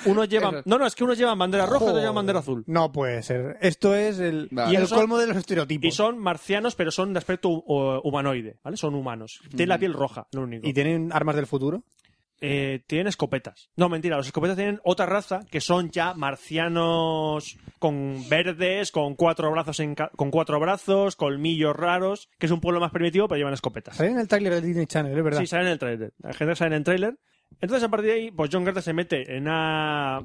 Speaker 3: Unos llevan...
Speaker 5: Eso.
Speaker 3: No, no, es que unos llevan bandera roja y otros
Speaker 9: Joder.
Speaker 3: llevan bandera azul.
Speaker 9: No puede ser. Esto es el,
Speaker 5: Vale.
Speaker 9: y
Speaker 3: Y
Speaker 9: el
Speaker 3: son-
Speaker 9: colmo de los estereotipos.
Speaker 3: Y son marcianos, pero son de aspecto hu- humanoide, ¿vale? Son humanos. Tienen la piel roja, lo único.
Speaker 9: ¿Y tienen armas del futuro.
Speaker 3: eh, tienen escopetas. No, mentira, los escopetas tienen otra raza que son ya marcianos con verdes, con cuatro brazos, en ca- con cuatro brazos, colmillos raros, que es un pueblo más primitivo, pero llevan escopetas.
Speaker 9: Sale en el trailer de Disney Channel, es verdad.
Speaker 3: Sí, sale en el trailer. La gente sale en el trailer. Entonces, a partir de ahí, pues John Carter se mete en, una-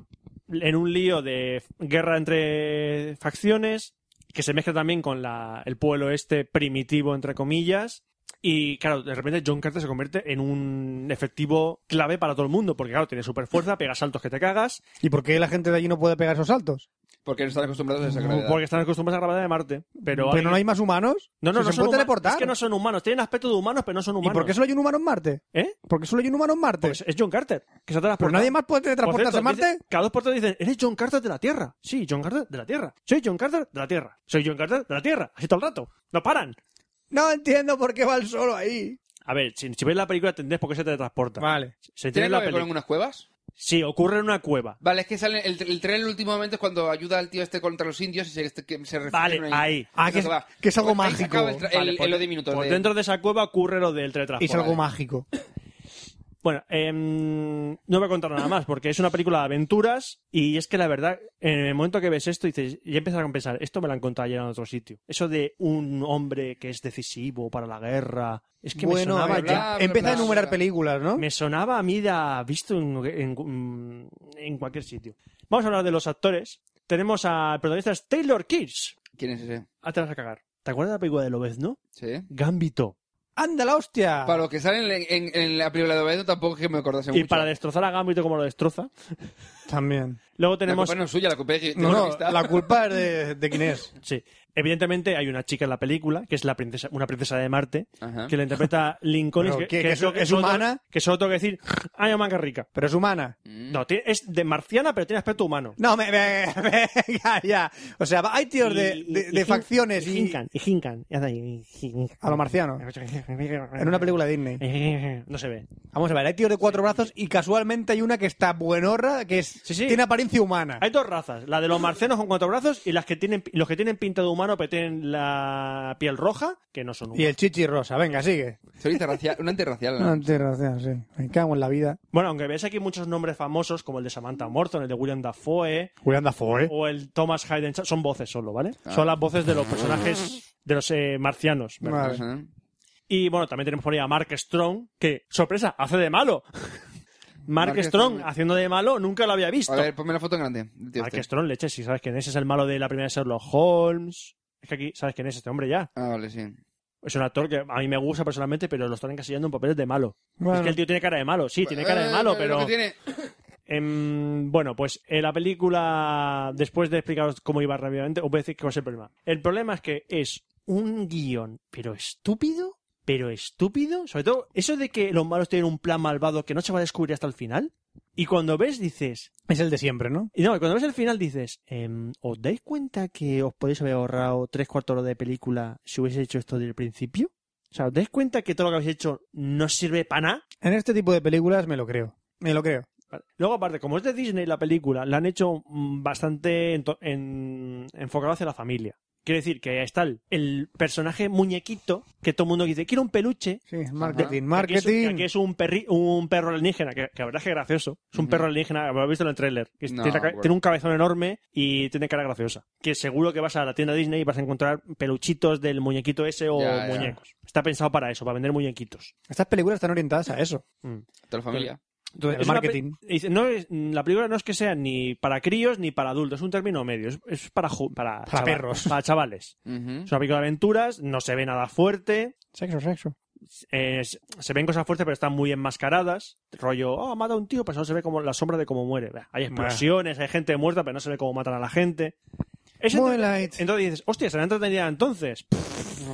Speaker 3: en un lío de guerra entre facciones, que se mezcla también con la- el pueblo este primitivo, entre comillas. Y claro, de repente John Carter se convierte en un efectivo clave para todo el mundo, porque claro, tiene super fuerza, pega saltos que te cagas,
Speaker 9: ¿Y por qué la gente de allí no puede pegar esos saltos?
Speaker 5: Porque no están acostumbrados a esa gravedad.
Speaker 3: porque están acostumbrados a la gravedad de Marte. Pero,
Speaker 9: ¿Pero no hay más humanos?
Speaker 3: no, no,
Speaker 9: Si
Speaker 3: no
Speaker 9: se
Speaker 3: son
Speaker 9: puede
Speaker 3: huma-
Speaker 9: teleportar.
Speaker 3: Es que no son humanos, tienen aspecto de humanos, pero no son
Speaker 9: ¿Y
Speaker 3: humanos.
Speaker 9: por qué solo hay un humano en Marte?
Speaker 3: ¿Eh?
Speaker 9: ¿Por qué solo hay un humano en Marte?
Speaker 3: Pues es John Carter, que se ha
Speaker 9: ¿Pero
Speaker 3: transportado.
Speaker 9: nadie más puede
Speaker 3: Por
Speaker 9: teletransportarse
Speaker 3: cierto,
Speaker 9: a Marte?
Speaker 3: dice- cada dos por tres dicen, eres John Carter de la Tierra. Sí, John Carter de la Tierra. Soy John Carter de la Tierra. Soy John Carter de la Tierra. Así todo el rato. No paran.
Speaker 9: No entiendo por qué va el solo ahí.
Speaker 3: A ver, si, si ves la película tendés por qué se teletransporta.
Speaker 9: Vale.
Speaker 3: Se entiende
Speaker 5: ¿Tienen
Speaker 3: la
Speaker 5: que ver con
Speaker 3: película.
Speaker 5: unas cuevas?
Speaker 3: Sí, ocurre en una cueva.
Speaker 5: Vale, es que sale el, el tren últimamente es cuando ayuda al tío este contra los indios y se, este, que se refugian
Speaker 3: Vale, ahí.
Speaker 9: Ah, que es-
Speaker 5: Eso va. Pues
Speaker 9: que es algo
Speaker 5: Ahí se acaba
Speaker 9: mágico.
Speaker 5: El, tra- el-
Speaker 3: Vale, por-
Speaker 5: el lo de minutos.
Speaker 3: por
Speaker 5: de-
Speaker 3: dentro de esa cueva ocurre lo del teletransporte.
Speaker 9: Es algo
Speaker 5: Vale.
Speaker 9: mágico.
Speaker 3: Bueno, em, no voy a contar nada más porque es una película de aventuras y es que la verdad, en el momento que ves esto, dices, ya empiezas a pensar, esto me lo han contado ayer en otro sitio. Eso de un hombre que es decisivo para la guerra, es que
Speaker 9: bueno,
Speaker 3: me sonaba
Speaker 5: bla,
Speaker 3: ya.
Speaker 5: bla,
Speaker 9: empieza
Speaker 5: bla,
Speaker 9: a enumerar
Speaker 5: bla.
Speaker 9: películas, ¿no?
Speaker 3: Me sonaba a mí de haber visto en, en- en cualquier sitio. Vamos a hablar de los actores. Tenemos al protagonista es Taylor Kirsch.
Speaker 5: ¿Quién es ese?
Speaker 3: Ah, te vas a cagar. ¿Te acuerdas de la película de Lobezno?
Speaker 5: Sí.
Speaker 3: Gambito.
Speaker 9: ¡Anda la
Speaker 4: Ah.
Speaker 9: hostia!
Speaker 5: Para los que salen en, en- en la película de Obedo tampoco es que me acordase
Speaker 3: Y
Speaker 5: mucho.
Speaker 3: para destrozar a Gambito como lo destroza.
Speaker 9: También.
Speaker 3: Luego
Speaker 5: La
Speaker 3: tenemos...
Speaker 5: culpa no es suya, la culpa es de- de
Speaker 9: No,
Speaker 5: una
Speaker 9: no,
Speaker 5: amistad.
Speaker 9: la culpa es de, de quién es.
Speaker 3: Sí. Evidentemente hay una chica en la película, que es la princesa, una princesa de Marte,
Speaker 5: Ajá.
Speaker 3: que la interpreta Lincoln.
Speaker 9: Pero,
Speaker 3: que,
Speaker 9: ¿qué-
Speaker 3: que
Speaker 9: que
Speaker 3: eso-
Speaker 9: es- es
Speaker 3: solo-
Speaker 9: humana?
Speaker 3: Que solo tengo que decir, ay, manga rica.
Speaker 9: Pero es humana.
Speaker 5: Mm.
Speaker 3: No, tiene- es de marciana, pero tiene aspecto humano.
Speaker 9: No, me, me- me- ya, ya. O sea, hay tíos de, de- de facciones y,
Speaker 1: Hincan, y Hincan. y haz ahí, y Hincan.
Speaker 9: a lo marciano. En una Eh. película de Disney.
Speaker 3: No se ve.
Speaker 9: Vamos a ver, hay tíos de cuatro brazos y casualmente hay una que está buenorra, que es,
Speaker 3: Sí, sí.
Speaker 9: tiene apariencia humana.
Speaker 3: Hay dos razas, la de los marcianos con cuatro brazos y las que tienen, los que tienen pinta de humano pero tienen la piel roja, que no
Speaker 9: Y
Speaker 3: son humanos.
Speaker 9: el chichi rosa. Venga, sigue.
Speaker 5: Soy interracial, una interracial. ¿no?
Speaker 9: Antirracial, sí. Me cago en la vida.
Speaker 3: Bueno, aunque veáis aquí muchos nombres famosos, como el de Samantha Morton, el de William Dafoe,
Speaker 9: Julián Dafoe. ¿eh?
Speaker 3: o el Thomas Hayden Ch- son voces solo, ¿vale?
Speaker 5: Ah.
Speaker 3: Son las voces de los personajes de los eh, marcianos. ¿verdad?
Speaker 9: Vale.
Speaker 5: Ajá.
Speaker 3: Y bueno, también tenemos por ahí a Mark Strong, que, sorpresa, hace de malo. Mark,
Speaker 5: Mark
Speaker 3: Strong
Speaker 5: Strong.
Speaker 3: haciendo de malo, nunca lo había visto.
Speaker 5: A ver, ponme la foto en grande. del tío
Speaker 3: Mark
Speaker 5: este.
Speaker 3: Strong, leche, si sabes quién es, es el malo de la primera de Sherlock Holmes. Es que aquí sabes quién es este hombre ya.
Speaker 5: Ah, vale, sí.
Speaker 3: Es un actor que a mí me gusta personalmente, pero lo están encasillando en papeles de malo.
Speaker 9: Bueno.
Speaker 3: Es que el tío tiene cara de malo, sí, tiene cara de malo,
Speaker 5: Eh,
Speaker 3: pero...
Speaker 5: lo que tiene-
Speaker 3: Em, bueno, pues eh, la película, después de explicaros cómo iba rápidamente, os voy a decir cuál es el problema. El problema es que es un guión, pero estúpido, pero estúpido. Sobre todo, eso de que los malos tienen un plan malvado que no se va a descubrir hasta el final. Y cuando ves, dices.
Speaker 9: Es el de siempre, ¿no?
Speaker 3: Y no, y cuando ves el final, dices. em, ¿Os dais cuenta que os podéis haber ahorrado tres cuartos de hora de película si hubiese hecho esto desde el principio? O sea, ¿os dais cuenta que todo lo que habéis hecho no sirve para nada?
Speaker 9: En este tipo de películas me lo creo. Me lo creo.
Speaker 3: Vale. Luego, aparte, como es de Disney la película, la han hecho mm, bastante ento- en- enfocada hacia la familia. Quiere decir que está el, el personaje muñequito que todo el mundo dice, quiero un peluche.
Speaker 9: Sí, marketing,
Speaker 3: Que aquí es un-
Speaker 9: marketing.
Speaker 3: Que aquí es un, perri- un perro alienígena, que, que la verdad es que es gracioso. Es un
Speaker 5: Ujú.
Speaker 3: perro alienígena, lo habéis visto en el tráiler. que es-
Speaker 5: No,
Speaker 3: tiene, la ca-
Speaker 5: bueno.
Speaker 3: tiene un cabezón enorme y tiene cara graciosa. Que seguro que vas a la tienda Disney y vas a encontrar peluchitos del muñequito ese o
Speaker 5: Ya, ya.
Speaker 3: muñecos. Está pensado para eso, para vender muñequitos.
Speaker 9: Estas películas están orientadas a eso.
Speaker 5: Toda la familia.
Speaker 9: Entonces, el
Speaker 3: Es una pe-
Speaker 9: marketing.
Speaker 3: y dice, no es- la película no es que sea ni para críos ni para adultos, es un término medio, es, es para, ju- para, chaval-
Speaker 9: perros.
Speaker 3: Para chavales.
Speaker 5: Ujú.
Speaker 3: Es una película de aventuras, no se ve nada fuerte,
Speaker 9: Sexo, sexo.
Speaker 3: es- eh, se ven cosas fuertes pero están muy enmascaradas. Rollo, oh, mata a un tío, pero no se ve como la sombra de cómo muere. Bah, Hay explosiones, hay gente muerta, pero no se ve cómo matan a la gente. Es entre-
Speaker 9: Moonlight.
Speaker 3: entonces dices, hostia, ¿será entretenida entonces?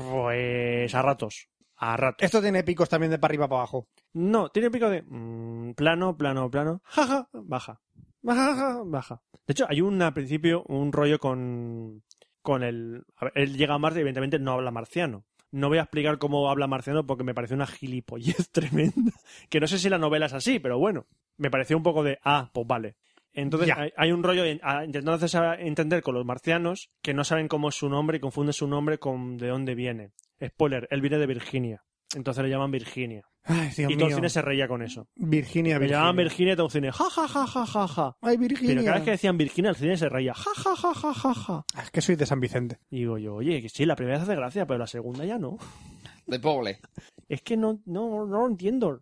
Speaker 3: Pues a ratos. A ratos.
Speaker 9: Esto tiene picos también de para arriba para abajo.
Speaker 3: No, tiene un pico de mm, plano, plano, plano, jaja, baja, baja, jaja, baja. De hecho, hay un al principio un rollo con con el a ver, él llega a Marte y evidentemente no habla marciano. No voy a explicar cómo habla marciano porque me parece una gilipollez tremenda. Que no sé si la novela es así, pero bueno, me pareció un poco de ah, pues vale. Entonces hay, hay un rollo en- a- intentando hacerse a- entender con los marcianos que no saben cómo es su nombre y confunden su nombre con de dónde viene. Spoiler, él viene de Virginia. Entonces le llaman Virginia.
Speaker 4: Ay, Dios
Speaker 3: y
Speaker 4: mío.
Speaker 3: Taucine se reía con eso.
Speaker 4: Virginia,
Speaker 3: Le
Speaker 4: Virginia.
Speaker 3: llamaban Virginia y Taucine, ja, ja, ja, ja, ja, ja.
Speaker 4: Ay, Virginia.
Speaker 3: Pero cada vez que decían Virginia, el cine se reía, ja, ja, ja, ja, ja, ja.
Speaker 4: Ah, Es que soy de San Vicente.
Speaker 3: Y digo yo, oye, que sí, la primera vez hace gracia, pero la segunda ya no.
Speaker 5: De Poble.
Speaker 3: Es que no, no, no lo entiendo.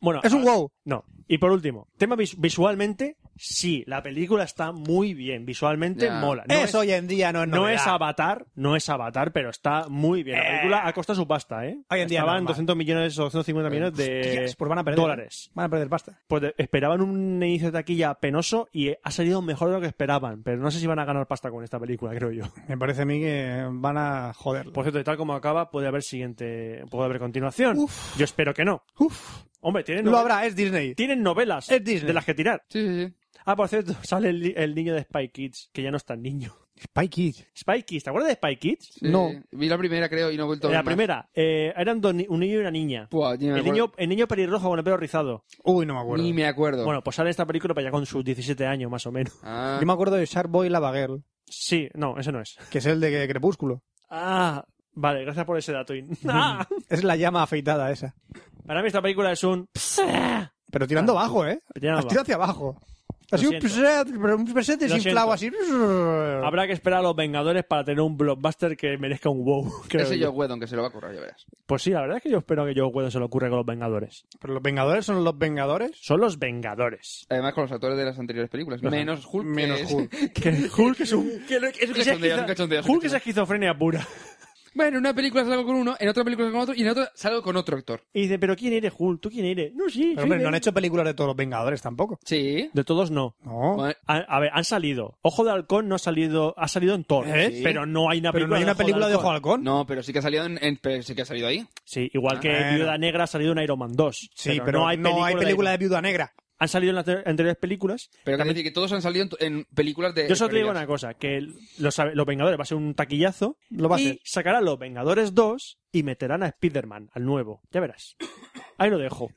Speaker 3: Bueno,
Speaker 4: Es un
Speaker 3: ah,
Speaker 4: wow.
Speaker 3: No. Y por último, tema vis- visualmente, sí, la película está muy bien. Visualmente
Speaker 5: Ya.
Speaker 3: mola. No
Speaker 4: es, hoy en día, no es
Speaker 3: No
Speaker 4: novedad. Eh.
Speaker 3: es Avatar, no es Avatar, pero está muy bien. La película ha costado su pasta, ¿eh?
Speaker 4: Hoy en día
Speaker 3: Estaban
Speaker 4: normal.
Speaker 3: 200 millones o 250 millones de
Speaker 4: Hostias, pues van a perder,
Speaker 3: dólares.
Speaker 4: Van a perder pasta.
Speaker 3: Pues de- esperaban un inicio de taquilla penoso y eh, ha salido mejor de lo que esperaban, pero no sé si van a ganar pasta con esta película, creo yo.
Speaker 4: Me parece a mí que van a joderlo.
Speaker 3: Por cierto, y tal como acaba, puede haber siguiente, puede haber continuación. Yo espero que no.
Speaker 4: Uf.
Speaker 3: Hombre, tienen,
Speaker 4: Lo
Speaker 3: nove-
Speaker 4: habrá, es Disney.
Speaker 3: tienen novelas
Speaker 4: Es Disney.
Speaker 3: de las que tirar.
Speaker 5: Sí, sí, sí.
Speaker 3: Ah, por cierto, sale el, li- el niño de Spy Kids, que ya no es tan niño.
Speaker 4: Spy Kids.
Speaker 3: Spy Kids, ¿te acuerdas de Spy Kids?
Speaker 5: Sí.
Speaker 4: No.
Speaker 5: Vi la primera, creo, y no he vuelto a ver
Speaker 3: La
Speaker 5: más.
Speaker 3: primera, eh, eran dos ni- un niño y una niña.
Speaker 5: Buah, ni me
Speaker 3: El
Speaker 5: acuerdo.
Speaker 3: niño, el niño pelirrojo con el pelo rizado.
Speaker 4: Uy, no me acuerdo.
Speaker 5: Ni me acuerdo.
Speaker 3: Bueno, pues sale esta película para allá con sus 17 años, más o menos.
Speaker 5: Ah,
Speaker 4: Yo me acuerdo de Shark Boy Lava Girl,
Speaker 3: Sí, no, ese no es.
Speaker 4: que es el de Crepúsculo.
Speaker 3: Ah, vale, gracias por ese dato. Y- Ah,
Speaker 4: Es la llama afeitada esa.
Speaker 3: para mí esta película es un...
Speaker 4: Pero tirando
Speaker 3: Ah.
Speaker 4: abajo, ¿eh?
Speaker 3: Tirando
Speaker 4: Has tirado hacia abajo. Ha
Speaker 3: Lo
Speaker 4: sido un
Speaker 3: siento.
Speaker 4: preset, pero un preset
Speaker 3: Lo
Speaker 4: desinflado así.
Speaker 3: Habrá que esperar a los Vengadores para tener un blockbuster que merezca un wow. creo
Speaker 5: ese
Speaker 3: yo.
Speaker 5: yo Whedon, que se lo va a currar, ya verás.
Speaker 3: Pues sí, la verdad es que yo espero que Joe Whedon se le ocurra con los Vengadores.
Speaker 4: Pero los Vengadores son los Vengadores.
Speaker 3: Son los Vengadores.
Speaker 5: Además, con los actores de las anteriores películas. Menos Hulk. que
Speaker 4: Menos
Speaker 5: es-
Speaker 4: Hulk.
Speaker 3: Que Hulk es un...
Speaker 5: es un cachondeo, es un cachondeo, es un
Speaker 3: Hulk es
Speaker 5: cachondeo.
Speaker 3: esquizofrenia pura.
Speaker 5: Bueno, en una película salgo con uno, en otra película salgo con otro, y en otra salgo con otro actor.
Speaker 3: Y dice, ¿pero quién eres, Hulk? ¿Tú quién eres? No, sí, soy
Speaker 4: Pero, hombre, no han
Speaker 3: Ben.
Speaker 4: hecho películas de todos los Vengadores tampoco.
Speaker 5: Sí.
Speaker 3: De todos no.
Speaker 4: No.
Speaker 5: Bueno,
Speaker 3: A, a ver, han salido. Ojo de Halcón no ha salido, ha salido en Thor,
Speaker 5: ¿Eh?
Speaker 3: pero no hay una
Speaker 4: Ah, pero no
Speaker 3: película,
Speaker 4: hay una película de Ojo de Halcón.
Speaker 5: No, pero sí que ha salido en, en- pero sí que ha salido ahí.
Speaker 3: Sí, igual que
Speaker 4: Bueno.
Speaker 3: Viuda Negra ha salido en Iron Man 2.
Speaker 4: Sí, pero, no hay película,
Speaker 3: de
Speaker 4: de,
Speaker 3: Iron-
Speaker 4: Viuda Negra.
Speaker 3: Han salido en las te- anteriores películas.
Speaker 5: Pero que
Speaker 3: También-
Speaker 5: decir que todos han salido en, en películas de.
Speaker 3: Yo solo te digo una
Speaker 5: previas.
Speaker 3: cosa, que el- los, los Vengadores va a ser un taquillazo
Speaker 4: Lo va a
Speaker 3: y
Speaker 4: ser.
Speaker 3: sacarán los Vengadores 2 y meterán a Spider-Man, al nuevo. Ya verás. Ahí lo dejo.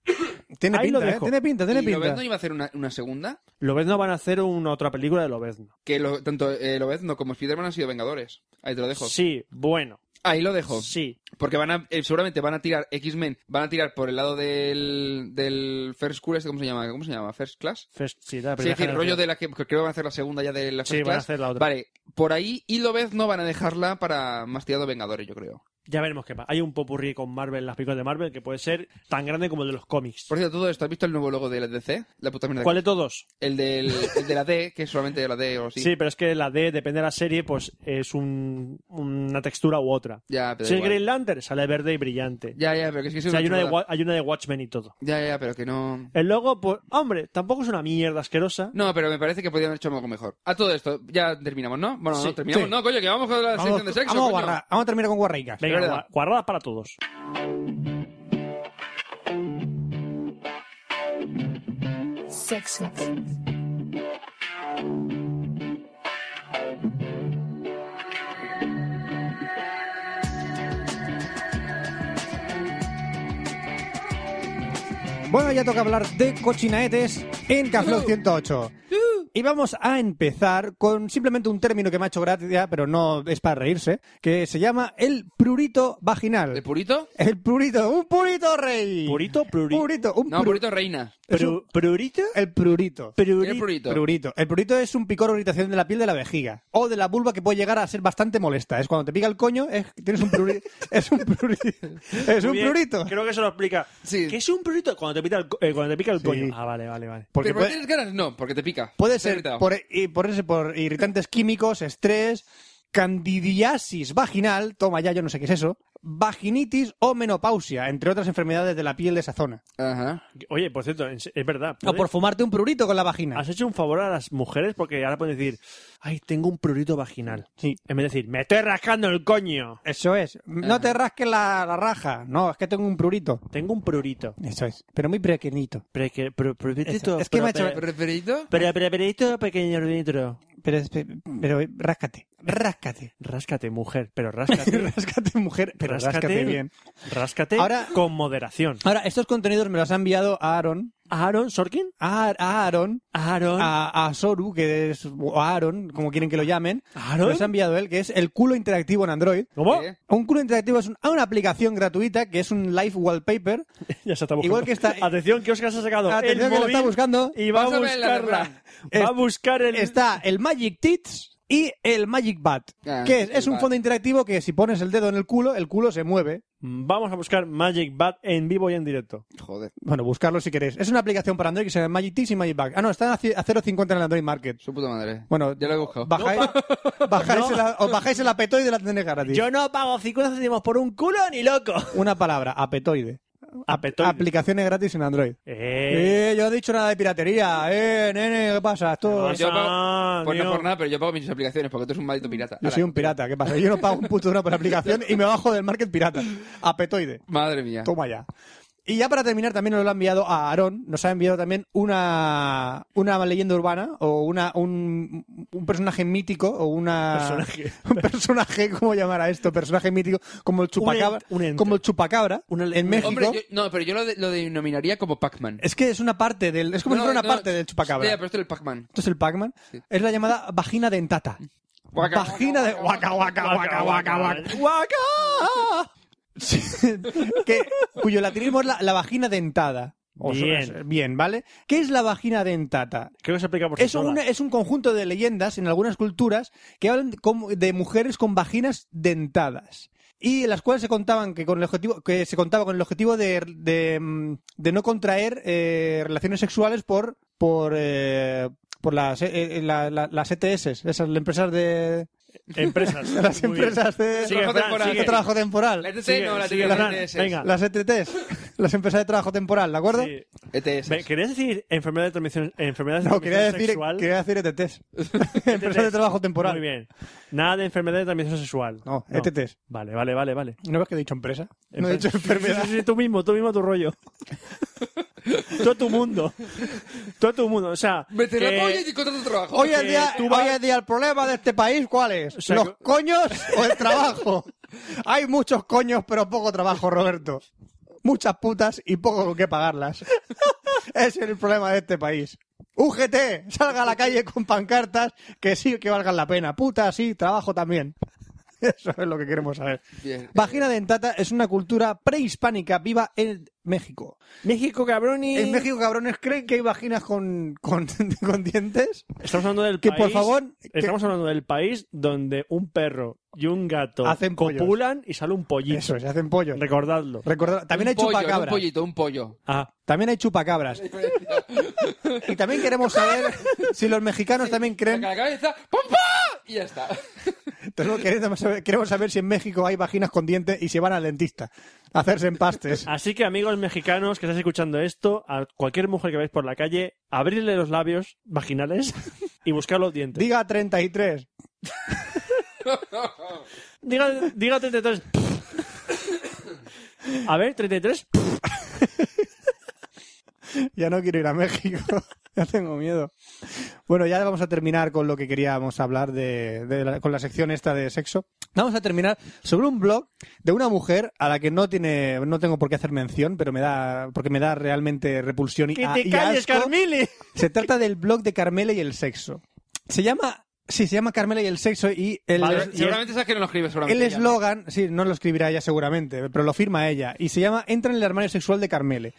Speaker 4: Tiene
Speaker 3: Ahí
Speaker 4: pinta,
Speaker 3: lo
Speaker 4: ¿eh?
Speaker 3: dejo.
Speaker 4: Tiene pinta, tiene
Speaker 5: ¿Y
Speaker 4: pinta.
Speaker 5: Lobezno iba a hacer una, una segunda?
Speaker 3: Lobezno van a hacer una otra película de Lobezno.
Speaker 5: Que lo- tanto eh, Lobezno como Spider-Man han sido Vengadores. Ahí te lo dejo.
Speaker 3: Sí, bueno,
Speaker 5: Ahí lo dejo.
Speaker 3: sí.
Speaker 5: Porque van a, eh, seguramente van a tirar X-Men, van a tirar por el lado del, del First School, este, ¿cómo se llama? ¿Cómo se llama? First Class.
Speaker 3: Fes- Sí, la
Speaker 5: Sí,
Speaker 3: primera
Speaker 5: es decir, rollo
Speaker 3: generación.
Speaker 5: de la que que creo que van a hacer la segunda ya de la First
Speaker 3: Sí, van a
Speaker 5: Class.
Speaker 3: hacer la otra.
Speaker 5: Vale, por ahí y Lobezno van a dejarla para más tirado Vengadores, yo creo.
Speaker 3: Ya veremos qué pasa. Hay un popurrí con Marvel, las películas de Marvel, que puede ser tan grande como el de los cómics.
Speaker 5: Por cierto, todo esto, ¿has visto el nuevo logo de la DC? La puta mierda.
Speaker 3: ¿Cuál de todos?
Speaker 5: El, del, el de la D, que es solamente la D o sí.
Speaker 3: Sí. pero es que la D, depende de la serie, pues es un- una textura u otra.
Speaker 5: Ya, pero
Speaker 3: si es
Speaker 5: igual.
Speaker 3: Green Lantern, sale verde y brillante.
Speaker 5: Ya, ya, pero que es que es
Speaker 3: O sea, hay, una de,
Speaker 5: chorrada.
Speaker 3: Wa- hay una de Watchmen y todo.
Speaker 5: Ya, ya, pero que no...
Speaker 3: El logo, pues, hombre, tampoco es una mierda asquerosa.
Speaker 5: No, pero me parece que podrían haber hecho algo mejor. A todo esto, ya terminamos, ¿no? Bueno, no
Speaker 3: Sí,
Speaker 5: terminamos,
Speaker 4: sí.
Speaker 5: no, coño, que vamos con la
Speaker 4: Vamos,
Speaker 5: sección de sexo.
Speaker 4: vamos a
Speaker 5: coño.
Speaker 4: guarrar- vamos a terminar con Guarraicas.
Speaker 3: Venga,
Speaker 5: verdad.
Speaker 3: gua- guardadas para todos.
Speaker 10: Sexo.
Speaker 4: Bueno, ya toca hablar de cochinaetes en Café 108. Y vamos a empezar con simplemente un término que me ha hecho gracia, pero no es para reírse, que se llama el prurito
Speaker 5: ¿El
Speaker 4: vaginal.
Speaker 5: purito?
Speaker 4: El prurito, un purito rey.
Speaker 3: ¿Purito? ¿Pruri?
Speaker 4: Purito, un
Speaker 5: No,
Speaker 4: pru-
Speaker 5: purito reina.
Speaker 4: es un-
Speaker 3: Pru- ¿Prurito?
Speaker 4: El prurito.
Speaker 3: Pruri-
Speaker 5: El purito.
Speaker 4: Prurito. El prurito es un picor o irritación de la piel de la vejiga o de la vulva que puede llegar a ser bastante molesta. Es cuando te pica el coño, es, tienes un prurito. es un prurito. Es un
Speaker 3: Muy bien,
Speaker 4: prurito.
Speaker 3: Creo que eso lo explica.
Speaker 5: Sí.
Speaker 3: ¿Qué es un prurito? Cuando te pica el, co- eh, cuando te pica el
Speaker 4: Sí.
Speaker 3: coño. Ah, vale, vale, vale.
Speaker 4: Porque
Speaker 5: ¿Pero por
Speaker 4: puede-
Speaker 5: qué tienes ganas? No, porque te pica.
Speaker 4: Puede
Speaker 5: Te
Speaker 4: ser
Speaker 5: irritado.
Speaker 4: por, y por, ese- por irritantes químicos, estrés, candidiasis vaginal, toma ya, yo no sé qué es eso, vaginitis o menopausia, entre otras enfermedades de la piel de esa zona.
Speaker 5: Ajá.
Speaker 3: Oye, por cierto, en se- es verdad.
Speaker 4: O por fumarte un prurito con la vagina.
Speaker 3: Has hecho un favor a las mujeres porque ahora pueden decir, ay, tengo un prurito vaginal.
Speaker 4: Sí.
Speaker 3: En vez de decir, me estoy rascando el coño.
Speaker 4: Eso es. No te rasques la, la raja. No, es que tengo un prurito.
Speaker 3: Tengo un prurito.
Speaker 4: Eso es. Pero muy pequeñito.
Speaker 3: Pero es que, pero, pero-
Speaker 4: Eso. Es que
Speaker 3: pero-
Speaker 4: me ha hecho-
Speaker 3: pero-
Speaker 5: ¿Pero purito?
Speaker 3: Pero, pero, pero, esto pequeño litro.
Speaker 4: Pero, es- pero, pero ráscate. Ráscate.
Speaker 3: Ráscate, mujer, pero ráscate.
Speaker 4: ráscate, mujer. Pero
Speaker 3: Ráscate.
Speaker 4: ráscate bien.
Speaker 3: ráscate
Speaker 4: Ahora-
Speaker 3: con moderación.
Speaker 4: Ahora, estos contenidos me los ha enviado a Aaron Ah,
Speaker 3: Aaron Sorkin.
Speaker 4: A, a Aaron,
Speaker 3: Aaron.
Speaker 4: a, a Soru, que es, o a Aaron, como quieren que lo llamen,
Speaker 3: ¿Aaron?
Speaker 4: nos ha enviado él, que es el culo interactivo en Android.
Speaker 3: ¿Cómo?
Speaker 5: ¿Qué?
Speaker 4: Un culo interactivo es un- ah, una aplicación gratuita que es un live wallpaper.
Speaker 3: Ya se está buscando.
Speaker 4: Igual que está-
Speaker 3: Atención, que Oscar se ha sacado
Speaker 4: Atención,
Speaker 3: el
Speaker 4: que lo
Speaker 3: móvil
Speaker 4: está buscando.
Speaker 3: y va a
Speaker 5: Pásame la de
Speaker 3: buscarla.
Speaker 4: Fran.
Speaker 3: Va a buscar el...
Speaker 4: Está el Magic Tits y el Magic Bat.
Speaker 5: Ah,
Speaker 4: que es,
Speaker 5: el
Speaker 4: es un
Speaker 5: bat.
Speaker 4: fondo interactivo que si pones el dedo en el culo, el culo se mueve.
Speaker 3: Vamos a buscar Magic Bat en vivo y en directo.
Speaker 5: Joder.
Speaker 4: Bueno, buscarlo si queréis. Es una aplicación para Android que se llama Magic Tits y Magic Bat. Ah, no, están a ci- a 0.50 en el Android Market.
Speaker 5: Su puta madre.
Speaker 4: Bueno,
Speaker 5: ya lo he buscado.
Speaker 4: Bajáis, bajáis el, a- os bajáis el apetoide y la tenéis gratis.
Speaker 3: Yo no pago 50 céntimos por un culo ni loco.
Speaker 4: Una palabra, apetoide.
Speaker 3: Apetoide.
Speaker 4: Aplicaciones gratis en Android.
Speaker 3: Eh,
Speaker 4: Eh, yo no he dicho nada de piratería. Eh, nene, ¿qué pasa? Esto...
Speaker 3: Pues
Speaker 5: yo
Speaker 3: ah,
Speaker 5: pago, pues
Speaker 3: tío.
Speaker 5: no por nada, pero yo pago mis aplicaciones porque tú eres un maldito pirata.
Speaker 4: Yo
Speaker 5: Ala.
Speaker 4: soy un pirata, ¿qué pasa? Yo no pago un puto duro por aplicación y me bajo del market pirata. Apetoide.
Speaker 5: Madre mía.
Speaker 4: Toma ya. Y ya para terminar, también nos lo ha enviado a Aarón. Nos ha enviado también una, una leyenda urbana o una, un, un personaje mítico o una.
Speaker 3: Personaje.
Speaker 4: Un personaje, ¿cómo llamar a esto? Personaje mítico como el chupacabra.
Speaker 3: ent- un ente.
Speaker 4: como el chupacabra
Speaker 3: Una le-
Speaker 4: en México.
Speaker 5: Hombre, yo- no, pero yo lo, de- lo denominaría como Pac-Man.
Speaker 4: Es que es una parte del. Es como
Speaker 5: No,
Speaker 4: si fuera una
Speaker 5: no,
Speaker 4: parte del
Speaker 5: hostia,
Speaker 4: chupacabra.
Speaker 5: pero esto es el Pac-Man.
Speaker 4: Esto es el Pac-Man.
Speaker 5: Sí.
Speaker 4: Es la llamada vagina dentata.
Speaker 5: Guaca,
Speaker 4: vagina de. Guaca, guaca, guaca, guaca, guaca. ¡Guaca! Sí, que, cuyo latinismo es la, la vagina dentada. O sea,
Speaker 3: Bien.
Speaker 4: es- Bien, ¿vale? ¿Qué es la vagina dentata?
Speaker 3: Creo que se aplica por sí
Speaker 4: Es un,
Speaker 3: sola.
Speaker 4: es un conjunto de leyendas en algunas culturas que hablan como- de mujeres con vaginas dentadas. Y en las cuales se contaban que con el objetivo, que se contaba con el objetivo de, de, mm, de no contraer eh, relaciones sexuales por por, eh, por las, eh, eh, la- la- las ETS, esas empresas de
Speaker 3: Empresas.
Speaker 4: las
Speaker 3: Muy bien.
Speaker 4: empresas de,
Speaker 3: Sigue, Fran,
Speaker 5: Trabajo temporal.
Speaker 3: sigue.
Speaker 4: de trabajo temporal.
Speaker 5: La ETC
Speaker 3: Sigue,
Speaker 5: no, la
Speaker 3: sigue,
Speaker 5: tiene
Speaker 3: Fran,
Speaker 5: la ETS.
Speaker 3: venga.
Speaker 4: Las ETTs, las empresas de trabajo temporal, ¿de acuerdo?
Speaker 3: Sí.
Speaker 5: ETS.
Speaker 3: Ve, ¿Querías decir enfermedad de transmisión, enfermedades de
Speaker 4: No,
Speaker 3: transmisión
Speaker 4: quería decir,
Speaker 3: sexual?
Speaker 4: quería decir E ETTs. empresas de
Speaker 3: ETTs.
Speaker 4: trabajo temporal.
Speaker 3: E Muy bien. Nada de enfermedad de transmisión sexual.
Speaker 4: No, ETTs.
Speaker 3: Vale, vale, vale, vale.
Speaker 4: ¿No ves que he dicho empresa? No he dicho
Speaker 3: Sí, sí,
Speaker 4: enfermedad.
Speaker 3: sí, sí, tú mismo, tú mismo a tu rollo. tú a tu mundo. Tú a tu mundo. O sea,
Speaker 5: Vete la
Speaker 3: que-
Speaker 5: polla y contrata trabajo.
Speaker 4: Hoy en
Speaker 3: que
Speaker 4: día,
Speaker 3: tú
Speaker 4: hoy
Speaker 3: vas-
Speaker 4: en día el problema de este país, ¿cuál es?
Speaker 3: sea,
Speaker 4: ¿Los
Speaker 3: que-
Speaker 4: coños o el trabajo? Hay muchos coños, pero poco trabajo, Roberto. Muchas putas y poco con qué pagarlas. Ese es el problema de este país. UGT, salga a la calle con pancartas que sí que valgan la pena. Putas sí, trabajo también. Eso es lo que queremos saber.
Speaker 3: eh.
Speaker 5: Bien.
Speaker 4: Vagina dentata es una cultura prehispánica viva en México.
Speaker 3: México, cabrón, y...
Speaker 4: En México, cabrones, ¿creen que hay vaginas con, con, con dientes?
Speaker 3: Estamos hablando del
Speaker 4: Que,
Speaker 3: país...
Speaker 4: por favor, que-
Speaker 3: Estamos hablando del país donde un perro y un gato
Speaker 4: Hacen pollos.
Speaker 3: copulan y sale un pollito.
Speaker 4: Eso, se hacen pollos.
Speaker 3: Recordadlo.
Speaker 4: Recordad- también
Speaker 5: Un
Speaker 4: hay
Speaker 5: pollo,
Speaker 4: chupacabras.
Speaker 5: Un pollito, un pollo.
Speaker 3: Ah,
Speaker 4: También hay chupacabras. Y también queremos saber si los mexicanos también creen.
Speaker 5: Saca la cabeza, ¡pumpa! Y ya está.
Speaker 4: Entonces, queremos saber- queremos saber si en México hay vaginas con dientes y si van al dentista a hacerse empastes.
Speaker 5: Ah.
Speaker 3: Así que amigos mexicanos que estáis escuchando esto, a cualquier mujer que veáis por la calle, abrirle los labios vaginales y buscar los dientes.
Speaker 4: Diga 33.
Speaker 3: Diga, diga 33. A ver, 33.
Speaker 4: Ya no quiero ir a México. ya tengo miedo. Bueno, ya vamos a terminar con lo que queríamos hablar de, de la- con la sección esta de sexo. Vamos a terminar sobre un blog de una mujer a la que no tiene, no tengo por qué hacer mención, pero me da, porque me da realmente repulsión y,
Speaker 3: ¡Que
Speaker 4: a-
Speaker 3: te
Speaker 4: y
Speaker 3: calles,
Speaker 4: asco.
Speaker 3: Carmili!
Speaker 4: Se trata del blog de Carmela y el sexo. Se llama, sí, se llama Carmela y el sexo y el,
Speaker 3: Vale,
Speaker 4: y
Speaker 5: Pero
Speaker 4: el-
Speaker 5: Seguramente sabes que no lo escribes,
Speaker 4: el
Speaker 5: seguramente. ya, ¿no?
Speaker 4: eslogan, sí, no lo escribirá ella seguramente, pero lo firma ella. Y se llama Entra en el armario sexual de Carmele.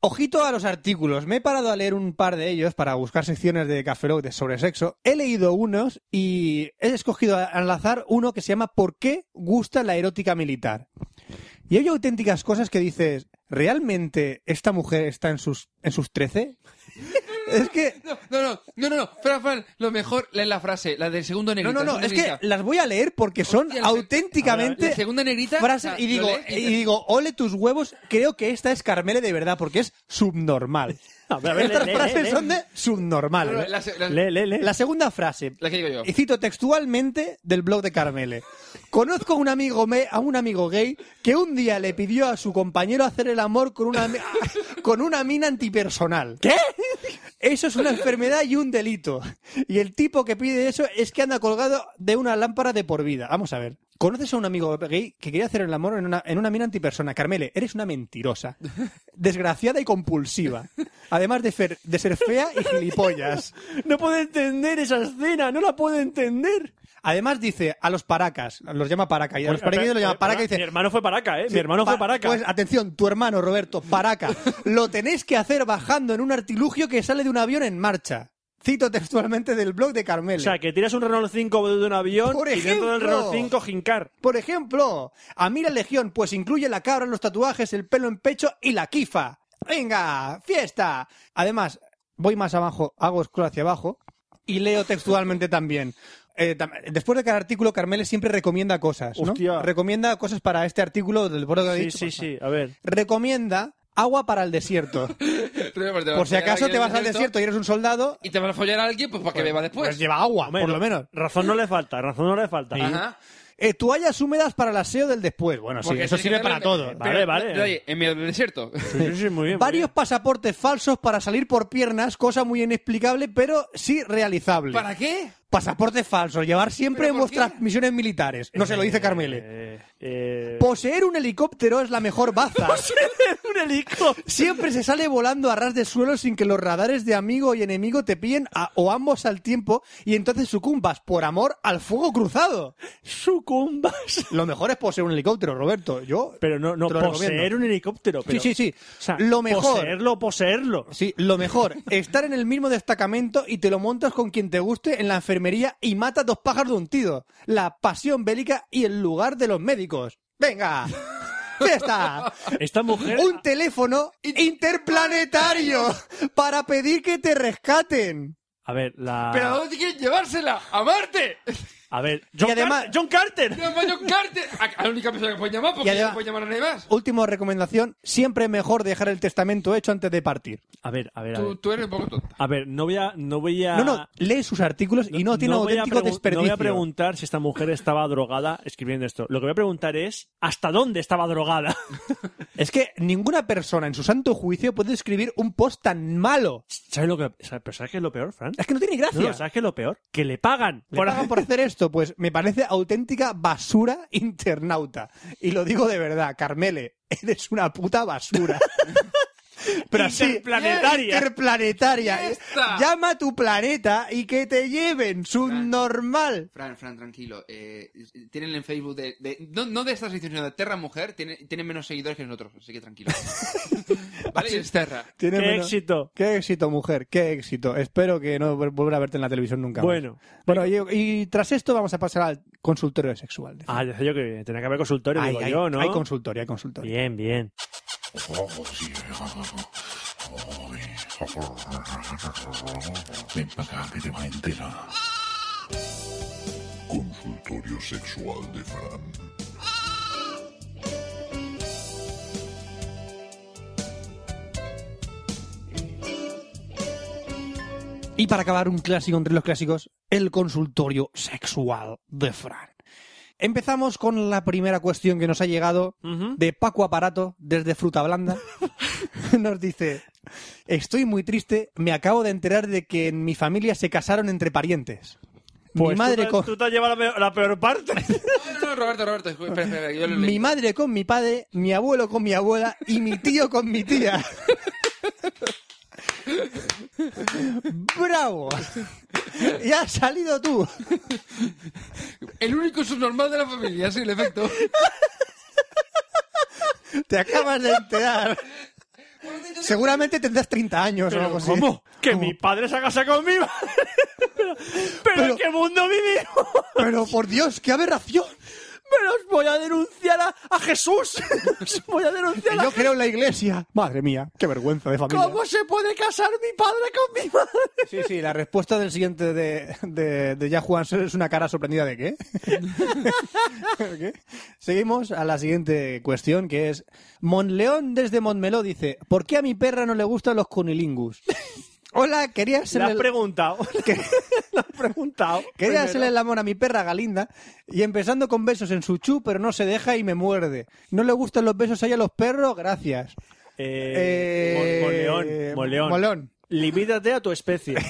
Speaker 4: Ojito a los artículos. Me he parado a leer un par de ellos para buscar secciones de Café Lock de sobre sexo. He leído unos y he escogido al azar uno que se llama ¿Por qué gusta la erótica militar? Y hay auténticas cosas que dices, ¿realmente esta mujer está en sus, en sus 13? es que...
Speaker 5: No, no, no, no, no. Fran, Fran, lo mejor es la frase, la del segundo
Speaker 4: No,
Speaker 5: negrita.
Speaker 4: no, no,
Speaker 5: segunda
Speaker 4: es que
Speaker 5: negrita.
Speaker 4: las voy a leer porque son
Speaker 5: Hostia, la-
Speaker 4: auténticamente
Speaker 5: la segunda negrita,
Speaker 4: frases
Speaker 5: o sea,
Speaker 4: y digo,
Speaker 5: lo lees y
Speaker 4: y
Speaker 5: dices-
Speaker 4: digo, ole tus huevos, creo que esta es Carmele de verdad porque es subnormal.
Speaker 3: A ver, a ver,
Speaker 4: Estas
Speaker 3: lee, lee,
Speaker 4: frases
Speaker 3: lee.
Speaker 4: son de subnormal.
Speaker 5: No, no, la se- la-
Speaker 3: Lee, lee, lee.
Speaker 4: La segunda frase,
Speaker 5: la que digo yo.
Speaker 4: y cito textualmente del blog de Carmele. Conozco a un amigo me- a un amigo gay que un día le pidió a su compañero hacer el amor con una mi- con una mina antipersonal. ¿Qué? Eso es una enfermedad y un delito. Y el tipo que pide eso es que anda colgado de una lámpara de por vida. Vamos a ver. ¿Conoces a un amigo gay que quería hacer el amor en una, en una mina antipersona? Carmele, eres una mentirosa. Desgraciada y compulsiva. Además de, fer- de ser fea y gilipollas.
Speaker 3: No puedo entender esa escena, no la puedo entender.
Speaker 4: Además dice a los paracas, los llama paraca. Y a los
Speaker 3: Oye,
Speaker 4: paracaídos los
Speaker 3: oye,
Speaker 4: llama paraca y
Speaker 3: Pues, eh, Mi
Speaker 4: dice...
Speaker 3: hermano fue paraca, ¿eh? mi hermano
Speaker 4: pa-
Speaker 3: fue paraca.
Speaker 4: Pues atención, tu hermano Roberto, paraca. Lo tenéis que hacer bajando en un artilugio que sale de un avión en marcha. Cito textualmente del blog de Carmele.
Speaker 3: o sea, que tiras un Renault 5 de un avión
Speaker 4: Por
Speaker 3: y dentro del
Speaker 4: ejemplo.
Speaker 3: Renault 5 jincar.
Speaker 4: Por ejemplo, a mí la legión pues incluye la cabra, los tatuajes, el pelo en pecho y la kifa. ¡Venga! ¡Fiesta! Además, voy más abajo, hago scroll hacia abajo y leo textualmente también. Eh, tam- después de cada artículo, Carmele siempre recomienda cosas, ¿no?
Speaker 3: Hostia.
Speaker 4: Recomienda cosas para este artículo del blog que ha
Speaker 3: Sí,
Speaker 4: dicho,
Speaker 3: sí,
Speaker 4: pues,
Speaker 3: sí, a ver.
Speaker 4: Recomienda agua para el desierto. Por si acaso te vas al desierto y eres un soldado,
Speaker 5: Y te vas a follar a alguien, pues para que beba después.
Speaker 4: pues lleva agua,
Speaker 3: Hombre,
Speaker 4: por
Speaker 3: no-
Speaker 4: lo menos.
Speaker 3: Razón no le falta, razón no le falta.
Speaker 5: Ajá.
Speaker 4: Eh, toallas húmedas para el aseo del después. Bueno, sí,
Speaker 5: Porque
Speaker 4: eso
Speaker 5: tienes
Speaker 4: sirve
Speaker 5: que
Speaker 4: para
Speaker 5: hacerlo
Speaker 4: todo.
Speaker 5: en-
Speaker 3: Vale,
Speaker 5: pero-
Speaker 3: vale.
Speaker 5: pero oye, en medio del desierto.
Speaker 3: Sí, sí, sí, muy bien. muy
Speaker 4: Varios pasaportes falsos para salir por piernas, cosa muy inexplicable, pero sí realizable.
Speaker 5: ¿Para qué?
Speaker 4: Pasaportes falsos, llevar siempre
Speaker 5: ¿Pero
Speaker 4: en
Speaker 5: por qué?
Speaker 4: vuestras misiones militares. No se lo dice
Speaker 3: bien.
Speaker 4: Carmele.
Speaker 3: Eh, eh,
Speaker 4: Poseer un helicóptero es la mejor baza.
Speaker 3: un helicóptero.
Speaker 4: Siempre se sale volando a ras de suelo sin que los radares de amigo y enemigo te pillen a- o ambos al tiempo y entonces sucumbas por amor al fuego cruzado.
Speaker 3: Sucumbas.
Speaker 4: Lo mejor es poseer un helicóptero, Roberto. Yo
Speaker 3: Pero no, no,
Speaker 4: te lo
Speaker 3: poseer
Speaker 4: recomiendo.
Speaker 3: un helicóptero. pero-
Speaker 4: sí, sí, sí.
Speaker 3: O sea,
Speaker 4: lo mejor.
Speaker 3: Poseerlo, poseerlo.
Speaker 4: Sí, lo mejor, estar en el mismo destacamento y te lo montas con quien te guste en la enfermería y matas dos pájaros de un tiro. La pasión bélica y el lugar de los médicos. ¡Venga! ¡Fiesta!
Speaker 3: Esta mujer.
Speaker 4: Un teléfono interplanetario para pedir que te rescaten.
Speaker 3: A ver, la.
Speaker 5: ¿Pero a dónde quieren llevársela? ¡A Marte!
Speaker 3: A ver, John,
Speaker 4: Y además-
Speaker 3: Carter, John Carter.
Speaker 5: ¡A Mario Carter! A- A la única persona que pueden llamar,
Speaker 4: Y
Speaker 5: porque
Speaker 4: además-
Speaker 5: ya no
Speaker 3: pues
Speaker 5: pueden llamar a nadie más.
Speaker 4: Última recomendación, siempre es mejor dejar el testamento hecho antes de partir.
Speaker 3: A ver, a ver, a
Speaker 5: Tú,
Speaker 3: ver.
Speaker 5: tú eres un poco tonto.
Speaker 3: A ver, no voy a. No, voy a...
Speaker 4: No, no, lee sus artículos y no, tiene
Speaker 3: Ah. voy a
Speaker 4: auténtico
Speaker 3: pregun- No
Speaker 4: desperdicio.
Speaker 3: voy a preguntar si esta mujer estaba drogada escribiendo esto. Lo que voy a preguntar es ¿hasta dónde estaba drogada?
Speaker 4: Es que ninguna persona en su santo juicio puede escribir un post tan malo.
Speaker 3: ¿Sabes lo que, sa- pero ¿sabes qué es lo peor, Fran?
Speaker 4: Es que no tiene gracia.
Speaker 3: No, no, ¿Sabes qué es lo peor? Que le pagan.
Speaker 4: ¿Le
Speaker 3: por
Speaker 4: pagan por hacer esto? Pues me parece auténtica basura internauta. Y lo digo de verdad, Carmele, eres una puta basura. Pero así,
Speaker 3: Interplanetaria.
Speaker 4: interplanetaria. ¿eh?
Speaker 5: ¡Fiesta!
Speaker 4: Llama a tu planeta y que te lleven, subnormal.
Speaker 5: Fran, Fran, tranquilo. Eh, tienen en Facebook de... de- no, no de esta sección, sino de Terra Mujer. Tienen, tienen menos seguidores que nosotros, así que tranquilo. ¿Vale? Es Terra.
Speaker 4: Tiene
Speaker 3: ¡Qué
Speaker 4: menos-
Speaker 3: éxito!
Speaker 4: Qué éxito, mujer, qué éxito. Espero que no vu- volver a verte en la televisión nunca. más.
Speaker 3: Bueno.
Speaker 4: Bueno, y, y tras esto vamos a pasar al consultorio sexual.
Speaker 3: Ah, decía yo que tenía que haber consultorio,
Speaker 4: Hay-
Speaker 3: digo
Speaker 4: hay-
Speaker 3: yo, ¿no?
Speaker 4: hay consultorio, hay consultorio.
Speaker 3: Bien, bien.
Speaker 6: Ven para acá que te va a enterar. Consultorio sexual de Fran.
Speaker 4: Y para acabar, un clásico entre los clásicos, el consultorio sexual de Fran. Empezamos con la primera cuestión que nos ha llegado
Speaker 3: Ujú.
Speaker 4: de Paco Aparato desde Fruta Blanda. nos dice, estoy muy triste, me acabo de enterar de que en mi familia se casaron entre parientes. mi,
Speaker 3: Pues
Speaker 4: madre
Speaker 3: tú,
Speaker 4: con,
Speaker 3: te- tú te has llevado la peor, la peor parte.
Speaker 5: No, no, no, Roberto, Roberto. escu- Espera, espera, espera, yo lo leí.
Speaker 4: mi madre con mi padre, mi abuelo con mi abuela y mi tío con mi tía. ¡Bravo! ¡Y has salido tú!
Speaker 5: El único subnormal de la familia, sí, el efecto.
Speaker 4: Te acabas de enterar. Seguramente tendrás 30 años o algo así.
Speaker 3: pues ¿Cómo? Que mi padre se casa con mi madre. pero, pero
Speaker 4: Pero-
Speaker 3: ¿en qué mundo vivimos?
Speaker 4: Pero por Dios, qué aberración.
Speaker 3: Pero os voy a denunciar a, a Jesús. Os voy a denunciar a
Speaker 4: Yo creo en la iglesia. Madre mía, qué vergüenza de familia.
Speaker 3: ¿Cómo se puede casar mi padre con mi madre?
Speaker 4: Sí, sí, la respuesta del siguiente de, de, de Ya Juan es una cara sorprendida de qué. ¿Qué? Seguimos a la siguiente cuestión que es Monleón desde Montmeló dice ¿Por qué a mi perra no le gustan los cunilingus? Hola, quería
Speaker 3: Le has
Speaker 4: ser...
Speaker 3: preguntado. Le has preguntado.
Speaker 4: Quería
Speaker 3: primero.
Speaker 4: hacerle el amor a mi perra Galinda y empezando con besos en su chu, pero no se deja y me muerde. No le gustan los besos ahí a los perros, gracias.
Speaker 3: Eh, Mon- Monleón, Monleón.
Speaker 4: Moleón.
Speaker 3: Limítate a tu especie.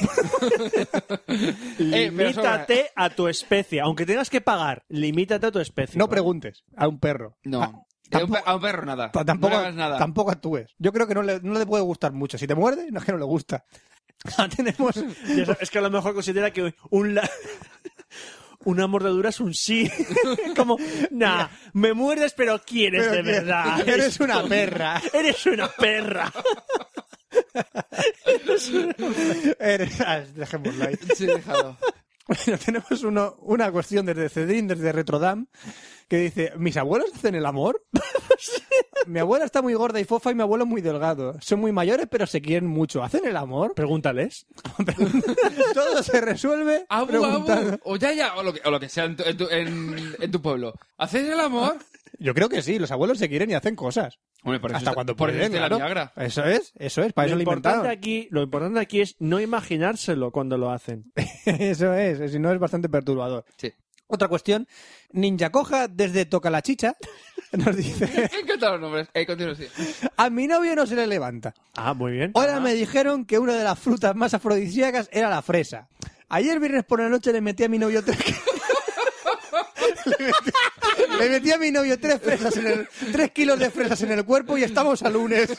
Speaker 5: Eh, pero eso-
Speaker 3: Limítate a tu especie. Aunque tengas que pagar, limítate a tu especie.
Speaker 4: No preguntes a un perro.
Speaker 5: No.
Speaker 4: Ta-
Speaker 5: A un pe-
Speaker 4: tampoco-
Speaker 5: a un perro nada.
Speaker 4: Ta- Tampoco,
Speaker 5: no le hagas nada.
Speaker 4: tampoco actúes. Yo creo que no le, no le puede gustar mucho. Si te muerde, no es que no le gusta. Tenemos...
Speaker 3: Ya sabes, Es que a lo mejor considera que un la- una mordedura es un sí. Como, nah, me muerdes, pero quieres
Speaker 4: Pero
Speaker 3: de
Speaker 4: quieres-
Speaker 3: verdad.
Speaker 4: eres una perra.
Speaker 3: Eres una perra.
Speaker 4: Eres- ah, Dejémoslo ahí.
Speaker 5: Sí, déjalo.
Speaker 4: Bueno, Pues tenemos uno- una cuestión desde Cedrín, desde Retrodam, que dice, ¿mis abuelos hacen el amor? mi abuela está muy gorda y fofa y mi abuelo muy delgado. Son muy mayores pero se quieren mucho. ¿Hacen el amor?
Speaker 3: Pregúntales.
Speaker 4: Todo se resuelve
Speaker 5: Abu,
Speaker 4: preguntando.
Speaker 5: abu. O ya, ya. O lo que, o lo que sea en tu, en tu- en- en tu pueblo. ¿Hacéis el amor?
Speaker 4: Yo creo que sí, los abuelos se quieren y hacen cosas.
Speaker 5: Hombre, por eso
Speaker 4: Hasta
Speaker 5: está-
Speaker 4: cuando
Speaker 5: por eso
Speaker 4: pueden,
Speaker 5: existe la
Speaker 4: claro.
Speaker 5: Viagra.
Speaker 4: Eso es, eso es, para eso
Speaker 3: lo,
Speaker 4: lo
Speaker 3: importante
Speaker 4: inventaron.
Speaker 3: aquí, lo importante aquí es no imaginárselo cuando lo hacen.
Speaker 4: Eso es, si no es bastante perturbador.
Speaker 5: Sí.
Speaker 4: Otra cuestión, Ninja Coja desde Toca la Chicha nos dice,
Speaker 5: Me encantan los nombres. Eh, continúo, sí.
Speaker 4: a mi novio no se le levanta.
Speaker 3: Ah, muy bien.
Speaker 4: Ahora me dijeron que una de las frutas más afrodisíacas era la fresa. Ayer viernes por la noche le metí a mi novio tres... le, metí, le metí a mi novio tres fresas en el- tres kilos de fresas en el cuerpo y estamos a lunes.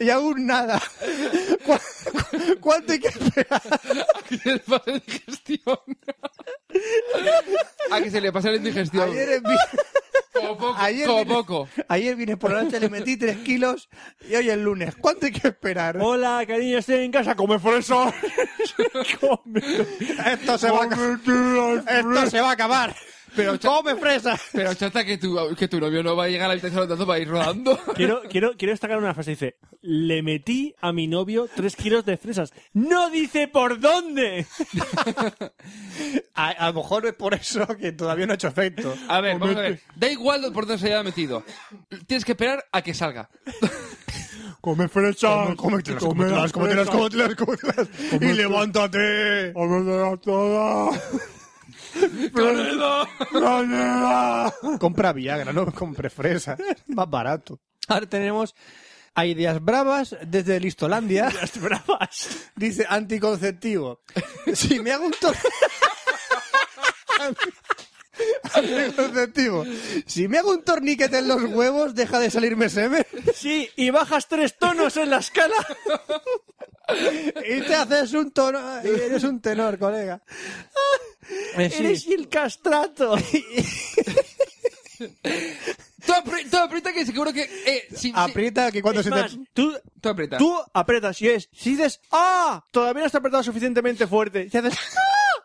Speaker 4: y aún nada. ¿Cu- cu- ¿Cuánto hay que esperar?
Speaker 5: Que se le pase la digestión. A que se le pase la indigestión.
Speaker 4: Ayer, en vi-
Speaker 5: Como poco.
Speaker 4: ayer
Speaker 5: como
Speaker 4: viernes-
Speaker 5: poco.
Speaker 4: ayer viernes por la noche le metí tres kilos y hoy es lunes. ¿Cuánto hay que esperar?
Speaker 3: Hola, cariño, estoy en casa. Come fresa. Come.
Speaker 4: Esto se va a aca- Esto se va a acabar. Pero come fresa.
Speaker 5: Pero chata que tu, que tu novio no va a llegar a la habitación tanto para ir rodando.
Speaker 3: Quiero, quiero, quiero destacar una frase. Dice, le metí a mi novio tres kilos de fresas. No dice por dónde.
Speaker 4: A, a lo mejor es por eso que todavía no ha hecho efecto.
Speaker 5: A ver, vamos a ver. Da igual por dónde se haya metido. Tienes que esperar a que salga.
Speaker 4: Come fresa. Cómetelas, cómetelas, cómetelas, cómetelas, cómetelas. Y levántate. Compra Viagra, no compre fresa. Más barato. Ahora tenemos a Ideas Bravas desde Listolandia.
Speaker 3: Las bravas.
Speaker 4: Dice anticonceptivo. Si me hago un toro. anticonceptivo. Si me hago un torniquete en los huevos, deja de salirme semen.
Speaker 3: Sí, y bajas tres tonos en la escala.
Speaker 4: Y te haces un tono. y Eres un tenor, colega. Eh, sí.
Speaker 3: Eres el castrato.
Speaker 5: Tú, apri- tú aprieta que seguro que... eh, si- si-
Speaker 4: Aprieta que cuando
Speaker 3: Es
Speaker 4: se
Speaker 3: más,
Speaker 4: te.
Speaker 3: tú,
Speaker 5: tú aprieta.
Speaker 3: tú apretas y es. Si dices, ¡ah! Todavía no está apretado suficientemente fuerte. Si haces, ¡ah!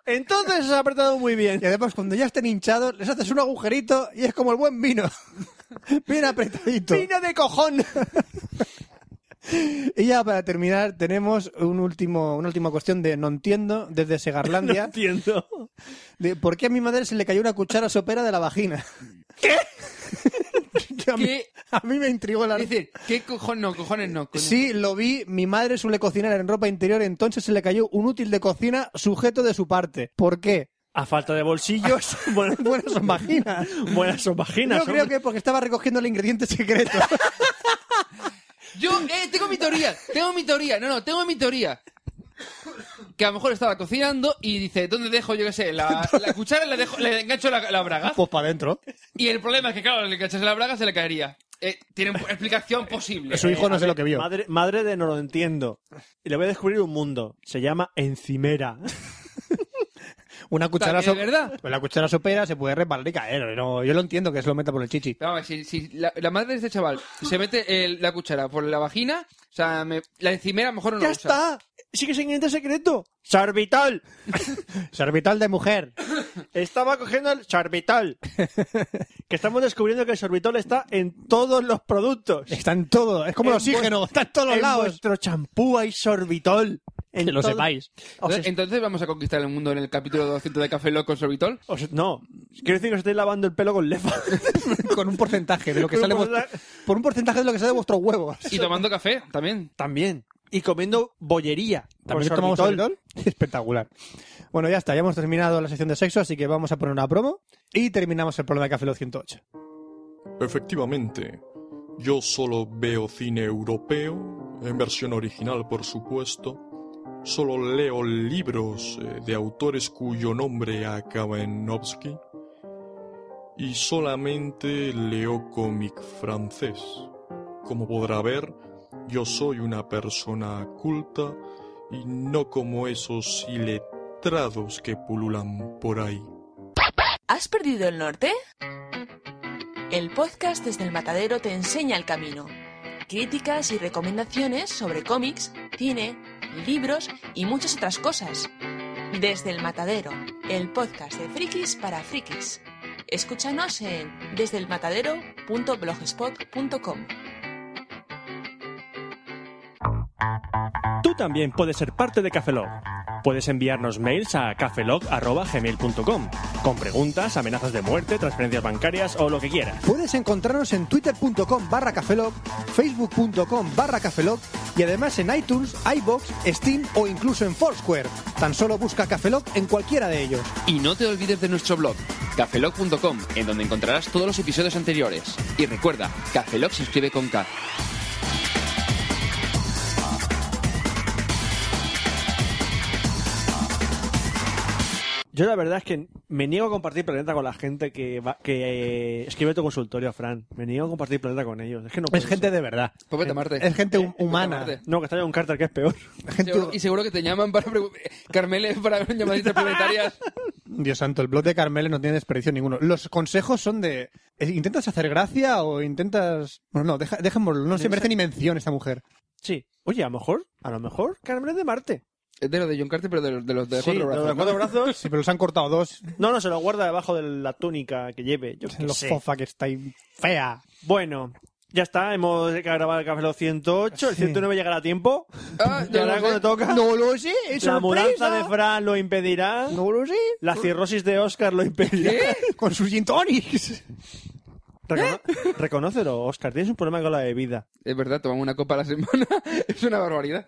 Speaker 3: Entonces has apretado muy bien.
Speaker 4: Y además, cuando ya estén hinchados, les haces un agujerito y es como el buen vino. Bien apretadito.
Speaker 3: ¡Pina de cojón!
Speaker 4: Y ya para terminar, tenemos un último, una última cuestión de No entiendo desde Segarlandia.
Speaker 3: Entiendo.
Speaker 4: De por qué a mi madre se le cayó una cuchara sopera de la vagina. ¿Qué? a, mí,
Speaker 5: ¿Qué?
Speaker 4: a mí me intrigó la...
Speaker 5: Es decir, ¿qué cojones no? Cojones no. coño.
Speaker 4: Sí, lo vi. Mi madre suele cocinar en ropa interior, entonces se le cayó un útil de cocina sujeto de su parte. ¿Por qué?
Speaker 3: A falta de bolsillos, bueno,
Speaker 4: Buenas son vaginas.
Speaker 3: buenas son vaginas.
Speaker 4: Yo creo
Speaker 3: hombre.
Speaker 4: que porque estaba recogiendo el ingrediente secreto.
Speaker 5: Yo, eh, tengo mi teoría. Tengo mi teoría. No, no, tengo mi teoría. Que a lo mejor estaba cocinando y dice, ¿dónde dejo, yo qué sé, la, la cuchara? La dejo, le engancho la, la braga.
Speaker 4: pues para adentro.
Speaker 5: Y el problema es que, claro, le enganchas la braga, se le caería. Eh, tiene explicación posible.
Speaker 4: Su hijo no sé lo que vio.
Speaker 3: Madre, madre de no lo entiendo. Y le voy a descubrir un mundo. Se llama encimera.
Speaker 4: Una cuchara
Speaker 5: ¿De
Speaker 4: so-
Speaker 5: verdad?
Speaker 4: Pues la cuchara sopera se puede reparar y caer. No, yo lo entiendo que se lo meta por el chichi.
Speaker 5: Pero vamos, si, si la, la madre de este chaval se mete el- la cuchara por la vagina, o sea, me- la encimera a lo mejor no
Speaker 3: ¡Ya
Speaker 5: la usa.
Speaker 3: está! Sigue sin ingrediente secreto. ¡Sarvital!
Speaker 4: Servital de mujer.
Speaker 3: Estaba cogiendo el sorbitol. que estamos descubriendo que el sorbitol está en todos los productos.
Speaker 4: Está en todo. Es como el
Speaker 3: En
Speaker 4: oxígeno.
Speaker 3: vuest-
Speaker 4: Está en todos los
Speaker 3: en
Speaker 4: lados.
Speaker 3: vuestro champú hay sorbitol. En
Speaker 4: Que lo
Speaker 3: todo-
Speaker 4: sepáis.
Speaker 3: Os
Speaker 5: Entonces,
Speaker 3: es-
Speaker 5: entonces vamos a conquistar el mundo en el capítulo 200 de Café Loco con Sorbitol.
Speaker 3: os- no, quiero decir que os estáis lavando el pelo con lefa.
Speaker 4: con un porcentaje de lo que
Speaker 3: Con un
Speaker 4: sale vuestro,
Speaker 3: porcentaje.
Speaker 4: por un porcentaje de lo que sale de vuestros huevos.
Speaker 5: Y tomando café también.
Speaker 3: También. Y comiendo bollería. con
Speaker 4: ¿También tomamos
Speaker 3: sorbitol.
Speaker 4: alcohol? Espectacular. Bueno, ya está, ya hemos terminado la sección de sexo, así que vamos a poner una promo y terminamos el programa de Café Lock 108.
Speaker 11: Efectivamente, yo solo veo cine europeo en versión original por supuesto, solo leo libros eh, de autores cuyo nombre acaba en Novsky y solamente leo cómic francés. Como podrá ver, yo soy una persona culta y no como esos iletrados que pululan por ahí.
Speaker 12: ¿Has perdido el norte? El podcast desde el matadero te enseña el camino. Críticas y recomendaciones sobre cómics, cine, libros y muchas otras cosas. Desde el matadero, el podcast de frikis para frikis. Escúchanos en desdeelmatadero.blogspot.com.
Speaker 3: Tú también puedes ser parte de Cafelog. Puedes enviarnos mails a cafelog.gmail.com con preguntas, amenazas de muerte, transferencias bancarias o lo que quieras.
Speaker 4: Puedes encontrarnos en twitter.com barra cafelog, facebook.com barra cafelog y además en iTunes, iBox, Steam o incluso en Foursquare. Tan solo busca cafelog en cualquiera de ellos.
Speaker 5: Y no te olvides de nuestro blog, cafelog.com, en donde encontrarás todos los episodios anteriores. Y recuerda, Cafelog se escribe con K.
Speaker 3: Yo la verdad es que me niego a compartir planeta con la gente que, va- que eh, escribe tu consultorio, Fran. Me niego a compartir planeta con ellos. Es que no puede
Speaker 4: Es gente
Speaker 3: ser.
Speaker 4: de verdad.
Speaker 5: Pues vete a Marte.
Speaker 4: Es gente hum-
Speaker 5: Eh,
Speaker 4: humana.
Speaker 5: vete a Marte.
Speaker 3: No, que está ya un Carter que es peor.
Speaker 5: Seguro- y seguro que te llaman para pregun- Carmele para llamaditas planetarias.
Speaker 4: Dios santo, el blog de Carmele no tiene desperdicio ninguno. Los consejos son de... eh, ¿Intentas hacer gracia o intentas...? Bueno, no, deja, dejémoslo. No se merece ni mención esta mujer.
Speaker 3: Sí. Oye, a lo mejor, a lo mejor, Carmen es de Marte.
Speaker 5: Es de los de John Carter, pero de los de, los de
Speaker 3: Sí,
Speaker 5: cuatro brazos.
Speaker 3: lo de
Speaker 5: ¿no?
Speaker 3: cuatro brazos.
Speaker 4: Sí, pero los han cortado dos.
Speaker 3: No, no, se lo guarda debajo de la túnica que lleve. Yo qué
Speaker 4: Los
Speaker 3: sé.
Speaker 4: fofa que está ahí fea.
Speaker 3: Bueno, ya está, hemos grabado el Café Lock 108, el 109 llegará a tiempo.
Speaker 5: Ah, yo
Speaker 3: Llegará
Speaker 5: no
Speaker 3: cuando
Speaker 5: sé.
Speaker 3: toca.
Speaker 4: No lo sé, es
Speaker 3: la mudanza de
Speaker 4: sorpresa.
Speaker 3: Fran lo impedirá.
Speaker 4: No lo sé.
Speaker 3: La cirrosis de Oscar lo impedirá.
Speaker 4: Con sus gin tonics.
Speaker 3: Recono- Reconócelo, Oscar, tienes un problema con la bebida.
Speaker 5: Es verdad, tomamos una copa a la semana. es una barbaridad.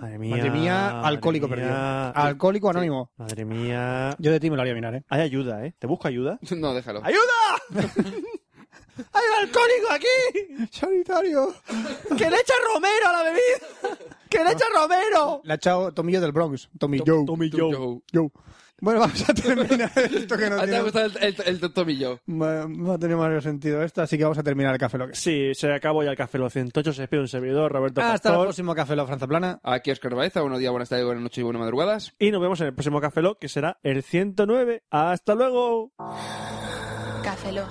Speaker 3: Madre mía.
Speaker 4: Madre mía, alcohólico
Speaker 3: madre
Speaker 4: perdido.
Speaker 3: mía.
Speaker 4: Alcohólico anónimo.
Speaker 3: Madre mía.
Speaker 4: Yo de ti me lo haría mirar, ¿eh?
Speaker 3: Hay ayuda, ¿eh? ¿Te busco ayuda?
Speaker 5: No, déjalo.
Speaker 3: ¡Ayuda! ¡Hay un alcohólico aquí!
Speaker 4: ¡Sanitario!
Speaker 3: ¡Que le echa Romero a la bebida! ¡Que le echa Romero!
Speaker 4: La ha echado Tomillo del Bronx. Tommy
Speaker 5: Tom-
Speaker 4: Joe.
Speaker 5: Tommy Joe. Joe.
Speaker 4: Joe. Bueno, vamos a terminar esto que no
Speaker 5: Ah, ¿Te ha
Speaker 4: tiene...
Speaker 5: gustado el, el, el Tommy Joe?
Speaker 4: Ma- No ha tenido más sentido esto, así que vamos a terminar el café lo que
Speaker 3: Sí, se acabó ya el Café Lock 108, se despide un servidor, Roberto
Speaker 4: Hasta el
Speaker 3: Pastor.
Speaker 4: próximo café lo Franza Plana.
Speaker 5: Aquí Oscar Baeza, buenos días, buenas tardes, buenas noches y buenas madrugadas.
Speaker 3: Y nos vemos en el próximo Café Lock, que será el 109. ¡Hasta luego!
Speaker 7: Café Lock.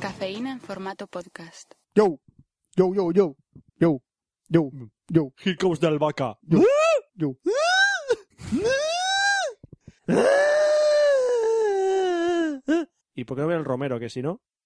Speaker 7: Cafeína en formato podcast.
Speaker 4: Yo. Yo, yo, yo. Yo. Yo. Yo.
Speaker 3: Here comes the albahaca.
Speaker 4: Yo.
Speaker 3: ¿Y por qué no ver el Romero? Que si no.